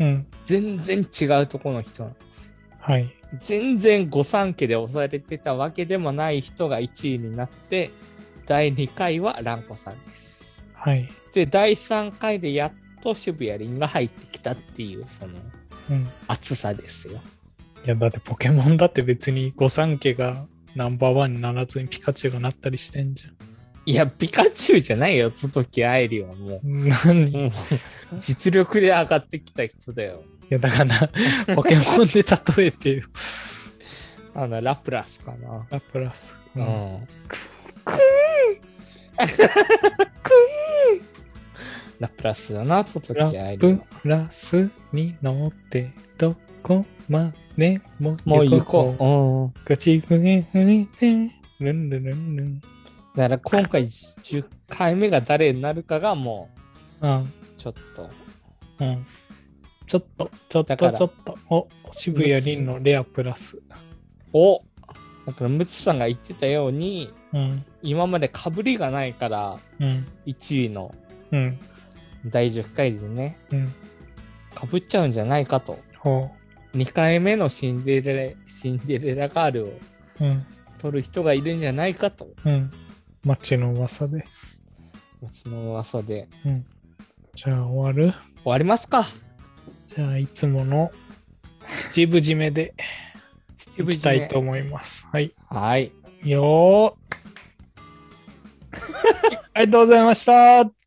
[SPEAKER 1] うん。
[SPEAKER 2] 全然違うとこの人なんです
[SPEAKER 1] はい。
[SPEAKER 2] 全然御三家で押されてたわけでもない人が1位になって第2回は蘭子さんです
[SPEAKER 1] はい。
[SPEAKER 2] で第3回でやっと渋谷凛が入ってきたっていうその
[SPEAKER 1] うん。い
[SPEAKER 2] 熱さですよ
[SPEAKER 1] や、だってポケモンだって別に御三家がナンバーワンにならずにピカチュウがなったりしてんじゃん。
[SPEAKER 2] いやピカチュウじゃないよ都時愛理 はもう
[SPEAKER 1] 何い
[SPEAKER 2] もう実力で上がってきた人だよ
[SPEAKER 1] や、だ から、ポケモンで例えてよ。
[SPEAKER 2] あのラプラスかな
[SPEAKER 1] ラプラス。
[SPEAKER 2] う
[SPEAKER 1] うん
[SPEAKER 2] んラプラスだな、トトキ
[SPEAKER 1] ラ
[SPEAKER 2] アイリ
[SPEAKER 1] プ
[SPEAKER 2] ン。
[SPEAKER 1] ラスに乗ってどこまでも
[SPEAKER 2] もう行こう。
[SPEAKER 1] ガチグエフリテルンルンルンルン。
[SPEAKER 2] うん、だから今回10回目が誰になるかがも
[SPEAKER 1] うん、
[SPEAKER 2] うちょっと。
[SPEAKER 1] うん。ちょっと、ちょっと、
[SPEAKER 2] だ
[SPEAKER 1] ち
[SPEAKER 2] から
[SPEAKER 1] ょっと。お、渋谷凛のレアプラス。
[SPEAKER 2] おだからムツさんが言ってたように、
[SPEAKER 1] うん、
[SPEAKER 2] 今までかぶりがないから、
[SPEAKER 1] うん、
[SPEAKER 2] 1位の
[SPEAKER 1] うん、
[SPEAKER 2] 第10回でね、
[SPEAKER 1] うん。
[SPEAKER 2] かぶっちゃうんじゃないかと。
[SPEAKER 1] ほ
[SPEAKER 2] 2回目のシンデレラ、シンデレラガールを
[SPEAKER 1] う。うん、
[SPEAKER 2] 取る人がいるんじゃないかと。
[SPEAKER 1] うん。街の噂で。
[SPEAKER 2] うちの噂で。
[SPEAKER 1] うん。じゃあ終わる
[SPEAKER 2] 終わりますか
[SPEAKER 1] じゃあいつもの秩父締めでい
[SPEAKER 2] 秩
[SPEAKER 1] き
[SPEAKER 2] 父
[SPEAKER 1] た
[SPEAKER 2] 締
[SPEAKER 1] い
[SPEAKER 2] め
[SPEAKER 1] と思います。はい。
[SPEAKER 2] はい。
[SPEAKER 1] よーありがとうございました。